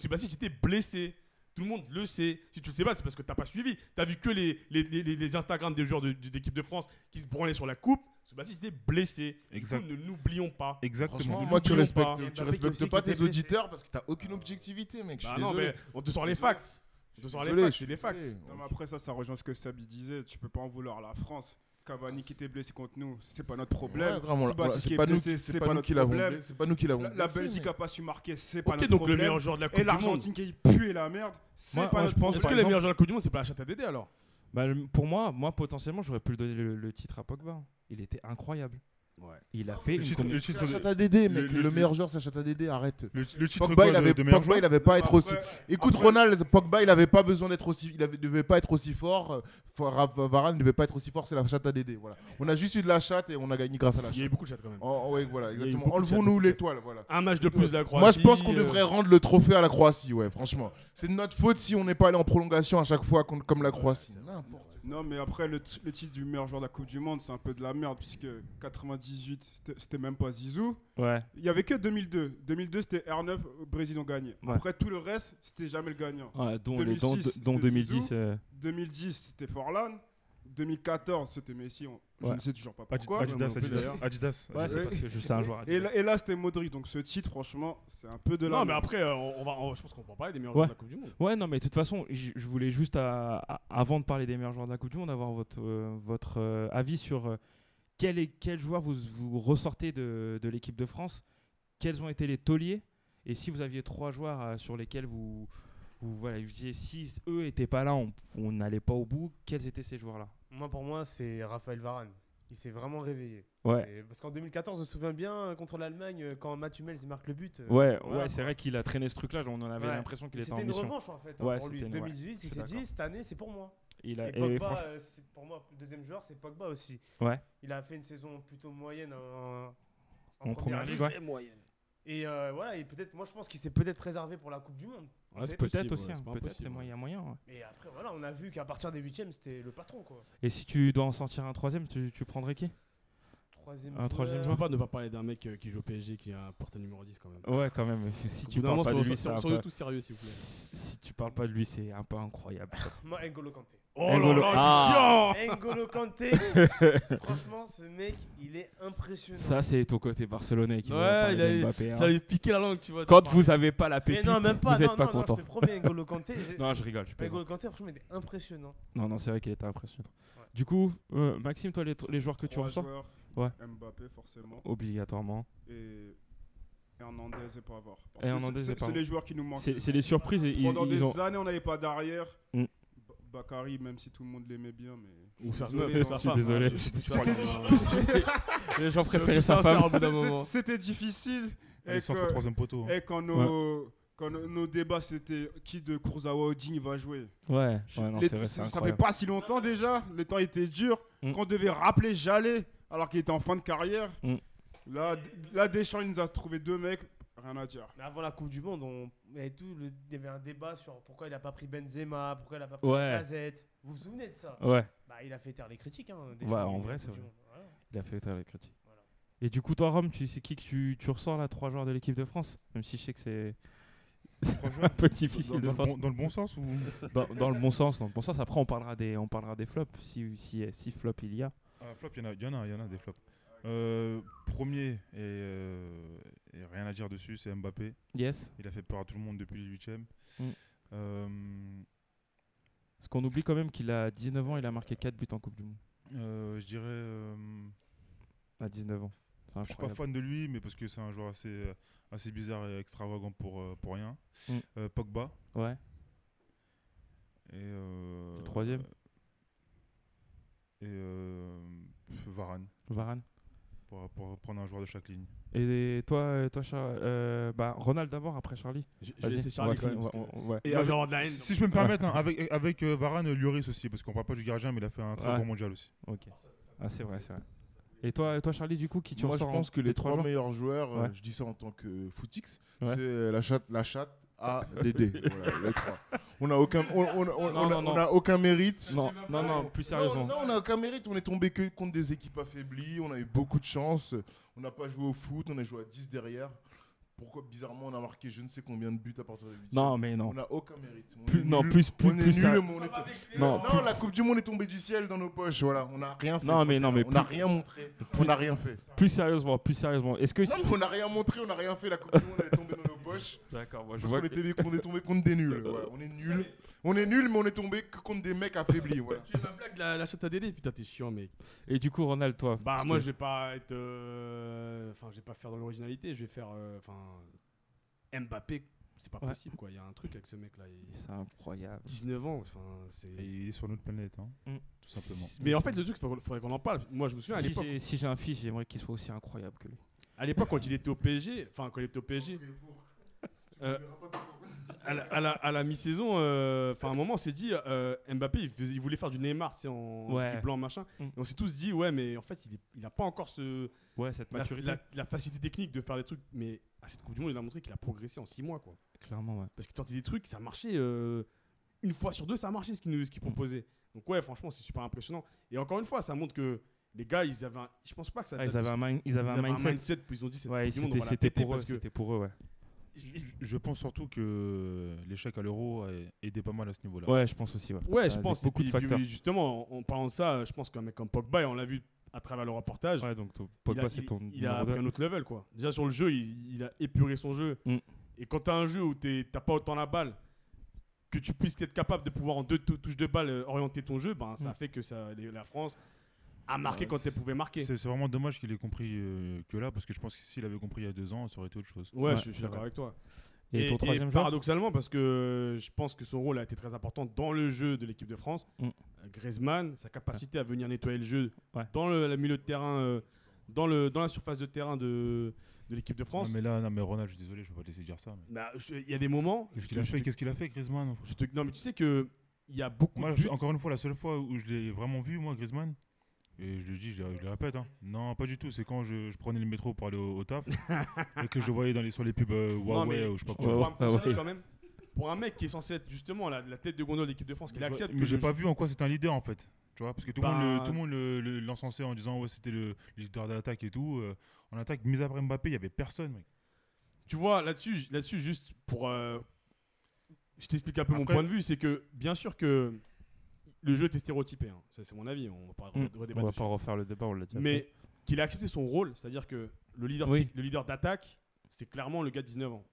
Subassi, j'étais blessé. Tout le monde le sait. Si tu le sais pas, c'est parce que t'as pas suivi. T'as vu que les, les, les, les- les Instagram des joueurs de, de- d'équipe de France qui se branlaient sur la coupe. Subassi, j'étais blessé.
Exact.
Du coup, ne l'oublions pas.
Exactement.
Franchement,
Ne
moi, tu
l'oublions
respectes,
pas.
tu
Mbappé
respectes
aussi qui
pas
était
tes
blessé.
auditeurs parce que t'as aucune objectivité, mec. Je suis
Bah non, mais
désolé.
on te sort les facts. On te sort les
Désolé,
facts,
je
c'est
suis
les facts.
désolé.
Non, mais après ça, ça rejoint ce que Sabi disait. Tu peux pas en vouloir à la France. Cavani qui était blessé contre nous, c'est pas notre problème.
Ouais, vraiment,
Subasic
ouais,
qui
C'est
est
pas nous
blessé,
qui- c'est pas nous qui l'avons. blessé, C'est pas nous qui l'avons.
La, la
blessé,
Belgique
mais-
a pas su marquer, c'est pas
Ok,
notre
donc
problème.
le meilleur joueur de la Coupe
Et
du Monde.
l'Argentine qui pue la merde, c'est
Moi-
pas
moi,
notre
je pense
problème.
Est-ce
par
que le
exemple-
meilleur joueur de la Coupe du Monde, c'est pas la chatte à Dédé alors
Bah, le- pour moi, moi, potentiellement, j'aurais pu le donner le, le titre à Pogba. Il était incroyable. Il a fait
Le
une
titre-
com-
le
C'est
titre
la
de-
chatte à Dédé,
le-
mec.
le-
Le meilleur joueur, c'est la chatte à Dédé. Arrête.
le- le titre
Pogba,
quoi,
il
de-
avait,
de meilleur
Pogba, il
joueur
avait pas
Après-
être aussi. Écoute,
après-
Ronald, Pogba, il avait pas besoin d'être aussi. Il avait, devait pas être aussi fort. euh, Fa- Varane ne devait pas être aussi fort. C'est la chatte à Dédé. Voilà. On a juste eu de la chatte et on a gagné grâce à la
Il y a
chatte.
eu beaucoup de chattes quand même.
Oh, oh, ouais, voilà,
Il y a eu
exactement.
beaucoup de
Enlevons-nous l'étoile, voilà.
Un match de plus de la Croatie.
Moi, je pense qu'on
euh,
devrait rendre le trophée à la Croatie, ouais, franchement. C'est de notre faute si on n'est pas allé en prolongation à chaque fois contre- comme la Croatie. N'importe.
Non, mais après, le, t- le titre du meilleur joueur de la Coupe du Monde, c'est un peu de la merde, puisque 98, c'était- c'était même pas Zizou.
Ouais.
Il y avait que 2002. 2002, c'était R9, au Brésil ont gagné.
Ouais.
Après, tout le reste, c'était jamais le gagnant.
Ouais, dont, les,
2006,
dont,
c'était
dont
Zizou.
2010. euh,
2010, c'était Forlan. 2014, c'était Messi. on- Je
Ouais.
ne sais toujours pas
Adi-
pourquoi.
Adidas,
mais on peut
Adidas,
d'ailleurs.
Adidas.
Ouais, c'est
Ouais.
parce que je suis un joueur.
Et là, et là, c'était Modric. Donc, ce titre, franchement, c'est un peu de la
Non, mais
merde.
après, euh, on on va, on- je pense qu'on va parler des meilleurs
Ouais.
joueurs de la Coupe du Monde.
Ouais, non, mais de toute façon, j- je voulais juste, à- à- avant de parler des meilleurs joueurs de la Coupe du Monde, avoir votre, euh, votre euh, avis sur euh, quel, est- quel joueur vous, vous ressortez de, de l'équipe de France, quels ont été les tauliers Et si vous aviez trois joueurs euh, sur lesquels vous, vous, voilà, vous disiez si eux étaient pas là, on on n'allait pas au bout, quels étaient ces joueurs-là
Moi, pour moi, c'est Raphaël Varane. Il s'est vraiment réveillé.
Ouais.
C'est- Parce qu'en 2014, je me souviens bien, euh, contre l'Allemagne, euh, quand Matt Hummels marque le but. euh,
Ouais,
voilà,
ouais, c'est vrai qu'il a traîné ce truc-là, on en avait
Ouais.
l'impression qu'il était en
C'était une
mission.
revanche, en fait, hein,
Ouais,
pour lui.
c'était une- ouais,
2018,
je
il
suis
s'est
d'accord.
dit, cette année, c'est pour moi.
Il a,
Et
et
Pogba,
franch-
euh, c'est- pour moi, le deuxième joueur, c'est Pogba aussi.
Ouais.
Il a fait une saison plutôt moyenne en,
En première ligue, ouais.
Très moyenne. Et euh, voilà, et peut-être, moi je pense qu'il s'est peut-être préservé pour la Coupe du Monde.
Ouais, c'est
peut-être
possible,
aussi,
ouais,
hein,
c'est pas
peut-être,
impossible,
c'est moyen, moyen. ouais.
Mais après, voilà, on a vu qu'à partir des huitièmes, c'était le patron, quoi.
Et si tu dois en sortir un troisième, tu, tu prendrais qui
Troisième
Un troisième
Je peux
joueur.
pas ne pas parler d'un mec euh, qui joue au PSG qui a un porteur numéro 10 quand même.
Ouais, quand même. Si
Au
tu
bout d'un
parles
moment,
pas de
soyons-
lui, c'est
soyons-
un
soyons
peu-
tous sérieux, s'il vous plaît.
Si tu parles pas de lui, c'est un peu incroyable.
Moi, N'Golo Kanté.
Oh là
N'Golo-
là, il est
Ah.
N'Golo Kanté, franchement, ce mec, il est impressionnant.
Ça, c'est ton côté barcelonais qui
Ouais,
veut parler
il a-
d'Mbappé, hein.
Ça allait piquer la langue, tu vois.
Quand vous avez pas la
Mais
pépite,
non, même pas,
vous
non,
êtes pas
non,
content.
non, je te promets, N'Golo Kanté. j'ai-
Non, je rigole, je plaisante.
N'Golo Kanté, franchement, il est impressionnant.
Non, non, c'est vrai qu'il était impressionnant.
Ouais.
Du coup, euh, Maxime, toi, les, les joueurs que tu
Trois
ressors
joueurs,
Ouais.
Mbappé, forcément.
Obligatoirement.
Et Hernandez et Pavard. Parce
Et
que
Hernandez
c'est-
et
c'est-
Pavard.
C'est les joueurs qui nous manquent.
C'est c'est les surprises. et ils,
Pendant
ils
des
ont...
années, on n'avait pas d'arrière.
Mm.
Ba- Bakary, même si tout le monde l'aimait bien, mais.
Ou sa
Désolé,
meuf, ou sa
hein.
Je suis
femme.
désolé.
hein, je- je- je parle
C'était-
d'un-
Les gens
Tout
préféraient sa
ça, c'est
femme.
un bout d'un
C'est-
moment.
c'est- C'était difficile.
Ils
Et
sont au
que,
troisième poteau. hein.
et quand nos, quand nos- nos débats, c'était qui de Kurzawa Odin va jouer.
Ouais, ouais, non,
Les-
c'est vrai, c'est
ça ça fait
incroyable.
pas si longtemps déjà. Les temps étaient durs.
Mm.
Quand on devait rappeler Jallet, alors qu'il était en fin de carrière,
Mm.
là, là, Deschamps, il nous a trouvé deux mecs. Rien à dire.
Mais avant la Coupe du Monde, on... il, y avait tout le- il y avait un débat sur pourquoi il n'a pas pris Benzema, pourquoi il n'a pas pris
Ouais.
Lacazette. Vous vous souvenez de ça
Ouais,
Bah, il a fait taire les critiques. Hein, des
Ouais,
joueurs
en
de la
vrai,
Coupe
c'est
du
vrai.
Monde. Voilà.
il a fait taire les critiques.
Voilà.
Et du coup, toi, Rome, tu sais qui que tu, tu ressors là, trois joueurs de l'équipe de France Même si je sais que c'est un peu difficile
Dans-
de
dans, le
sortir.
bon, dans le bon sens ou
Dans, dans le bon sens, dans le bon sens. Après, on parlera des, on parlera des flops, si, si, si flop il y a.
Ah, Flop, il y en a, il y en a, il y en a des flops. Euh, premier, et, euh, et rien à dire dessus, c'est Mbappé.
Yes.
Il a fait peur à tout le monde depuis les huitièmes.
Mm.
Euh,
Parce qu'on oublie quand même qu'il a 19 ans, il a marqué 4 buts en Coupe du Monde.
euh, je dirais, euh,
À 19 ans. C'est
je suis pas
incroyable.
fan de lui, mais parce que c'est un joueur assez, euh, assez bizarre et extravagant pour, euh, pour rien.
Mm.
Euh, Pogba.
Ouais.
Et, euh,
Le troisième
Et euh, Varane,
Varane.
pour, pour prendre un joueur de chaque ligne.
Et toi, euh, toi Char- euh, bah, Ronald d'abord, après Charlie.
J'ai j'ai
Vas-y.
laissé
On va
Charlie
faire-
finir. parce que-
on va- on- ouais.
Il va y avoir de la haine.
Si je peux me permettre, hein, avec, avec euh, Varane, Lloris aussi, parce qu'on parle pas du gardien, mais il a fait un très
Ouais.
bon mondial aussi.
Ok. Ah, c'est vrai, c'est vrai. Et toi, toi, Charlie, du coup, qui tu
Moi, je
ressors en-
pense que
des
les trois
joueurs
meilleurs joueurs, euh,
Ouais.
je dis ça en tant que footix,
Ouais.
c'est euh, la chatte, la chatte A, Dédé. Voilà, les trois. On n'a aucun, on, on- on-
Non,
on a-
non, non.
on a aucun mérite.
Non, non, non, plus sérieusement.
Non, non, on n'a aucun mérite. On est tombé que contre des équipes affaiblies. On a eu beaucoup de chance. On n'a pas joué au foot. On a joué à 10 derrière. Pourquoi, bizarrement, on a marqué je ne sais combien de buts à partir de 8
Non, mais
On
non.
n'a aucun mérite. On
Plus-
est
non,
nul.
plus- plus-
on est
plus
nul,
ça-
mais on est-
Non,
Non,
plus-
la Coupe du Monde est tombée du ciel dans nos poches. Voilà, on n'a rien fait.
Non,
sur
mais
le
non,
terrain.
mais
on n'a
plus-
rien montré. On n'a rien fait.
Plus sérieusement, plus sérieusement. Est-ce que.
Non, mais on n'a rien montré, on n'a rien fait. La Coupe du Monde elle est tombée dans nos poches.
D'accord, moi
Je vois qu'on était- qu'on est tombé contre des nuls. Voilà, on est nuls. On est nuls, mais on est tombé que contre des mecs affaiblis. Voilà.
Tu fais ma blague de la, la chatte à Dédé Putain, t'es chiant, mec.
Et du coup, Ronald, toi.
Bah,
parce
moi,
que-
je vais pas être. euh, Enfin, je vais pas faire dans l'originalité. Je vais faire. euh, Enfin. Mbappé, c'est pas
Ouais.
possible, quoi. Il y a un truc avec ce mec-là. Il-
C'est incroyable.
19 ans, enfin, c'est.
Et il est sur notre planète, hein,
Mm.
tout simplement.
Mais en fait, le truc, il faudrait qu'on en parle. Moi, je me souviens à
Si
l'époque.
j'ai, si j'ai un fils, j'aimerais qu'il soit aussi incroyable que lui.
À l'époque, quand il était au PSG, enfin, quand il était au PSG, euh, à la, à la- à la mi-saison, euh, enfin, à un moment, on s'est dit, euh, Mbappé, il, faisait- il voulait faire du Neymar, tu sais, en
Ouais.
blanc, machin.
Mm.
Et on s'est tous dit, ouais, mais en fait, il, est- il a pas encore ce,
Ouais, cette
la,
maturité.
la- la facilité technique de faire les trucs. Mais à cette Coupe du Monde, il a montré qu'il a progressé en 6 mois, quoi.
Clairement, ouais.
Parce qu'il sortait des trucs, ça marchait. euh, une fois sur deux, ça marchait ce qu'il nous- ce
Mm.
qu'il proposait. Donc, ouais, franchement, c'est super impressionnant. Et encore une fois, ça montre que les gars, ils avaient un- Je pense pas que ça.
Ah,
date
ils
de-
avaient un, mind- ils avaient un mindset.
puis ils ont dit, c'est
Ouais, c'était, c'était pour eux. C'était pour eux, ouais.
Je- Je pense surtout que l'échec à l'euro a aidé pas mal à ce niveau-là.
Ouais, je pense aussi. Ouais,
Ouais,
Ça
je
a
pense. et
Beaucoup de
puis-
facteurs.
puis Justement, en en parlant de ça, je pense qu'un mec comme Pogba, et on l'a vu à travers le reportage,
Ouais, donc ton-
il a,
Pogba, c'est
il-
ton.
il a
numéro deux.
pris un autre level. quoi. Déjà sur le jeu, il, il a épuré son jeu.
Mm.
Et quand tu as un jeu où t'es- t'as pas autant la balle, que tu puisses être capable de pouvoir en deux tou- touches de balle euh, orienter ton jeu, ben, ça
Mm.
fait que ça, les- la France à marquer
Ouais,
quand
c'est-
elle pouvait marquer.
C'est c'est vraiment dommage qu'il ait compris euh, que là, parce que je pense que s'il avait compris il y a deux ans, ça aurait été autre chose.
Ouais,
Ouais,
je, je suis
c'est
d'accord
vrai.
avec toi.
Et, ton troisième joueur
Paradoxalement, parce que je pense que son rôle a été très important dans le jeu de l'équipe de France.
Mm.
Griezmann, sa capacité à venir nettoyer le jeu
Ouais.
dans le, le milieu de terrain, euh, dans, le, dans la surface de terrain de, de l'équipe de France.
Non, mais là, non, mais Ronald, je suis désolé, je peux pas te laisser dire ça. mais-
Bah, je- Il y a des moments.
Qu'est-ce
je
qu'il a
te-
fait
je te-
Qu'est-ce qu'il a fait, Griezmann
je te- Non, mais tu sais que il y a beaucoup
Moi,
de
je-
buts.
encore une fois, la seule fois où je l'ai vraiment vu, moi, Griezmann, et je le dis, je le, je le répète, hein. non, pas du tout. C'est quand je, je prenais le métro pour aller au, au taf et que je le voyais dans les, sur les pubs euh,
Non,
Huawei
mais
ou je sais pas
tu-
quoi.
tu
Ouais,
pourras me
ouais.
concerner quand même. Pour un mec qui est censé être justement la, la tête de gondole de l'équipe de France, qu'il
Mais je vois-
accepte
mais
que
j'ai
je-
pas vu en quoi c'était un leader en fait. Tu vois, parce que tout le monde
Bah-
le- tout le monde le- le- l'encensait en disant ouais c'était le leader d'attaque et tout. Euh, en attaque, mis après Mbappé, il y avait personne. Mec.
Tu vois, là-dessus, là-dessus juste pour. euh, je t'explique un peu mon
Après-
point de vue, c'est que bien sûr que le jeu était stéréotypé, hein. ça c'est mon avis, on va pas
Hmm,
redébattre
On va
dessus.
pas refaire le débat, on l'a déjà
Mais qu'il a accepté son rôle, c'est-à-dire que le leader,
Oui.
le leader d'attaque, c'est clairement le gars de 19 ans.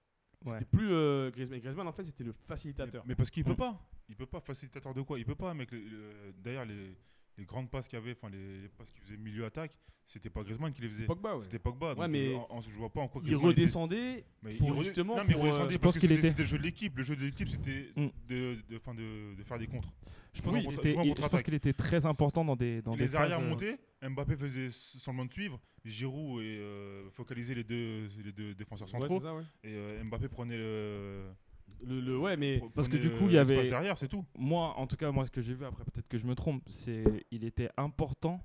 Ouais.
C'était plus euh, Griezmann. Griezmann, en fait, c'était le facilitateur.
Mais parce qu'il
Mm.
peut pas. Il peut pas. Facilitateur de quoi Il peut pas, mec. Le- le- D'ailleurs, les, les grandes passes qu'il y avait, enfin les, les passes qu'il faisait milieu attaque, c'était pas Griezmann qui les faisait.
Pogba, ouais.
C'était Pogba. donc,
Ouais, mais
euh, en- en- je vois pas en quoi.
Il
Griezmann était-
redescendait.
Mais
pour
il re-
justement,
Non, mais il
pour, euh,
redescendait
je
parce
pense
que
qu'il
c'était-
était-
C'était le jeu de l'équipe. Le jeu de l'équipe, c'était
Mm.
de, de, fin de, de faire des contres.
Je
pense
pense,
qu'on
qu'il
contra-
était,
jouer en
il- je pense
contre-attaque.
qu'il était très important dans des dans
Et
des
les arrières
phases, euh,
montaient, Mbappé faisait s- semblant de suivre, Giroud et euh, focalisait les deux, les deux défenseurs
Ouais,
centraux
c'est ça, ouais.
et euh, Mbappé prenait le
Le, le- ouais, mais
pre-
Parce que
prenait
du coup,
le-
il y
l'espace
avait-
derrière, c'est tout.
Moi, en tout cas, moi ce que j'ai vu après, peut-être que je me trompe, c'est il était important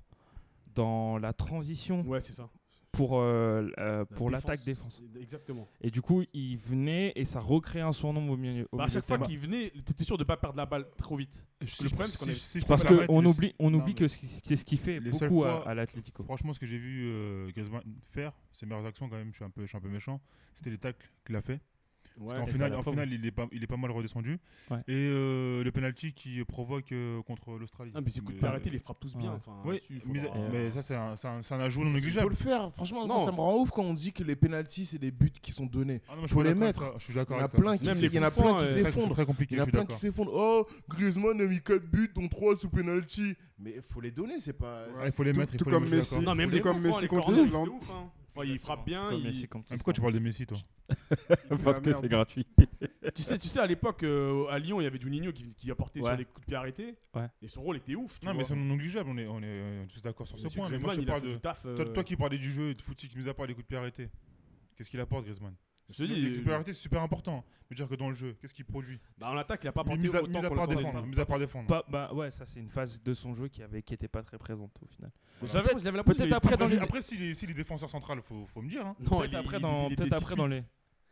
dans la transition
ouais, c'est ça.
pour euh, euh,
La
pour l'attaque défense.
Exactement.
Et du coup, il venait et ça recréait un surnom au milieu. Au
Bah, à
milieu
chaque
de
fois
terrain.
qu'il venait, t'étais sûr de pas perdre la balle trop vite.
Si
le
je-
problème, c'est qu'on
si
est-
je- si je
Parce
peux me
que
permettre,
on
les-
oublie on
Non,
oublie
mais-
que c'est c'est ce qu'il fait
les seules
beaucoup à,
fois-
à l'Atlético.
Franchement, ce que j'ai vu euh, Griezmann faire, ses meilleures actions quand même, je suis un peu, je suis un peu méchant, c'était les tacles qu'il a fait.
Ouais.
en
et ça
finale,
l'a
en
pas
finale, il, est pas, il est pas mal redescendu.
Ouais.
Et euh, le penalty qui provoque euh, contre l'Australie.
Ah, mais ces coups de
Mais- euh,
pied arrêtés, ils les frappent tous bien.
Ouais.
Enfin,
Oui,
là-dessus, il faut
mais,
leur-
hein.
euh,
mais ça, c'est un, c'est un, c'est un ajout non
Il faut
négligeable.
le faire. Franchement, moi,
Non.
ça me rend ouf quand on dit que les pénalties, c'est des buts qui sont donnés.
Ah non, mais je
faut
suis
les
d'accord avec
mettre.
ça, Je suis d'accord
Il y en a
avec ça.
plein qui
Même
s-
les
il y en a
coups francs,
plein qui
euh,
C'est très-
s'effondrent.
très
Il
compliqué,
y en
je
a
suis
plein qui
d'accord.
s'effondrent. Oh, Griezmann a mis 4 buts, dont 3 sous penalty. Mais il faut les donner, c'est pas.
Ouais, il faut les
Tout-
mettre, il
tout
faut
comme
les mettre, je
Messi.
suis d'accord.
Non, même
Tout
les
comme
coups
Messi
francs, les
contre
corners,
l'Islande.
c'était ouf, hein. Enfin, il frappe bien.
Comme
il-
Messi, comme
Mais Pourquoi tu
Cristiano.
parles de Messi, toi
Parce que
Ah, merde.
c'est gratuit.
Tu sais, tu sais, à l'époque, euh, à Lyon, il y avait Juninho qui, qui apportait sur
Ouais.
les coups de pied arrêtés.
Ouais.
Et son rôle était ouf. Tu
Non, mais
vois.
c'est non négligeable, on est, on est euh, tous d'accord sur ce
Monsieur
point. Mais moi,
Griezmann,
je
il a
parle
fait
de.
du taf. euh,
Toi, toi qui parlais du jeu et de foot, qui mis à part les coups de pied arrêtés, qu'est-ce qu'il apporte, Griezmann
je te
Le- Les
dis,
coups
euh,
de pied arrêtés, c'est super important. Mais dire que dans le jeu, qu'est-ce qu'il produit
bah, en attaque, il a pas
Mis
apporté
mis à,
autant
mis à
qu'on
part
l'attendait.
défendre. Mis à part défendre.
Pas- bah ouais, ça c'est une phase de son jeu qui avait qui était pas très présente au final.
Vous
Voilà.
savez,
Peut-être-
je l'avais
peut-être
l'impression
après
qu'il-
dans les-
Après, après, si les, si les défenseurs centrales, faut, faut me dire. hein.
Non,
peut-être
il-
après
il-
dans
il était
peut-être après dans
6-8.
les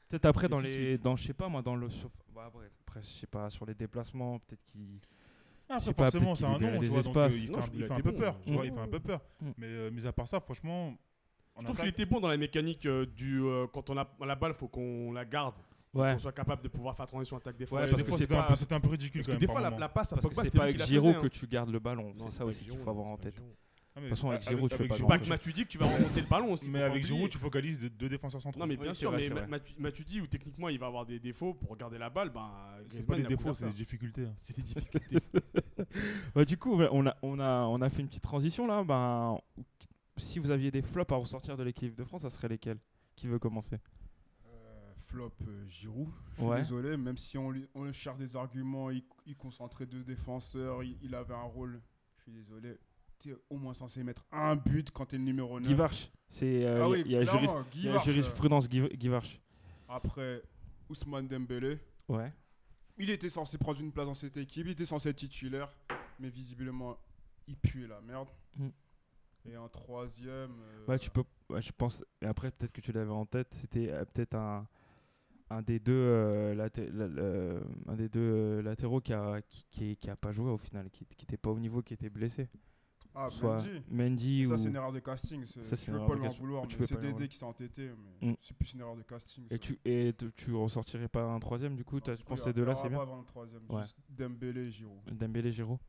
peut-être après
Il
dans
était
les
6-8.
dans je sais pas moi dans le sauf- bah, après, après, je sais pas sur les déplacements peut-être qu'il Je sais
Après,
pas,
forcément,
peut-être
c'est
qu'il
un nom,
libérait
tu
des
vois, donc, euh,
espaces.
il fait
Non, je
un-
trouve
il fait
qu'il
un
était
peu
bon,
peur. tu
ouais.
vois, Il fait un peu peur.
Mm.
Mais euh, mis à part ça, franchement. en
Je trouve
attaque-
qu'il était bon dans la mécanique euh, du euh, quand on a la balle, faut qu'on la garde,
ouais
qu'on soit capable de pouvoir faire transition attaque défense.
Ouais,
Ouais,
parce
des
que
fois,
c'est
c'était un
pas-
peu- c'était un peu ridicule
Parce
quand
que
même.
des
par
fois, la,
moment.
la passe à
parce que
Pogba,
c'est
c'était
pas
lui qui
avec
la
Giro
faisait, hein.
que tu gardes le ballon, c'est ça aussi qu'il faut avoir en tête.
Ah, mais
De toute façon, avec Giroud, tu fais pas grand-chose.
Giroud,
Pas que Matuidi que tu vas remonter le ballon aussi.
Mais
faut pas
avec Giroud,
oublier.
tu focalises deux- deux défenseurs centraux.
Non mais
Oui,
bien
c'est
sûr,
vrai,
mais
c'est
Ma-
vrai.
Matu- Matuidi où techniquement il va avoir des défauts pour garder la balle, bah
C'est pas
Griezmann,
des
il a pu
défauts,
faire
c'est
ça.
des difficultés.
c'est des difficultés.
Ouais, Bah, du coup, on a, on, a, on a fait une petite transition là. Ben, si vous aviez des flops à ressortir de l'équipe de France, ça serait lesquels Qui veut commencer
Euh, Flop euh, Giroud. Je suis
Ouais.
désolé, même si on, lui- on cherche des arguments, il, il concentrait deux défenseurs, il, il avait un rôle. Je suis désolé. Tu es au moins censé mettre un but quand tu es le numéro Ah 9.
Guy Varch. C'est,
Ah
euh, il y a- il y a juris- il y a jurisprudence
euh.
Guy, Guy Varch.
euh, Après, Ousmane Dembélé.
Ouais.
Il était censé prendre une place dans cette équipe, il était censé être titulaire, mais visiblement, il puait la merde.
Mm.
Et en troisième. euh,
Ouais, tu peux. ouais, je pense. et après, peut-être que tu l'avais en tête. C'était euh, peut-être un, un des deux, euh, laté- la- la- un des deux euh, latéraux qui a, qui, qui, qui a pas joué au final, qui n'était pas au niveau, qui était blessé.
Ah,
Soit
Mendy.
Mendy
Ça,
ou.
c'est une erreur de casting. c'est-
Ça, c'est
tu
une
peux
erreur
pas
de
lui en
casting.
vouloir,
Tu
mais
peux
c'est
pas lui en
Dédé
vouloir.
qui s'est entêté. Mais
Mm.
C'est plus une erreur de casting. ça. Ah,
Et tu, et tu- tu ressortirais pas un troisième du coup
Alors, bah,
T'as-
du
Tu
coup, il
penses
y
ces deux-là,
aura
c'est
pas
bien
avant le troisième,
Ouais.
juste Dembélé et Giroud.
Dembélé, Giro.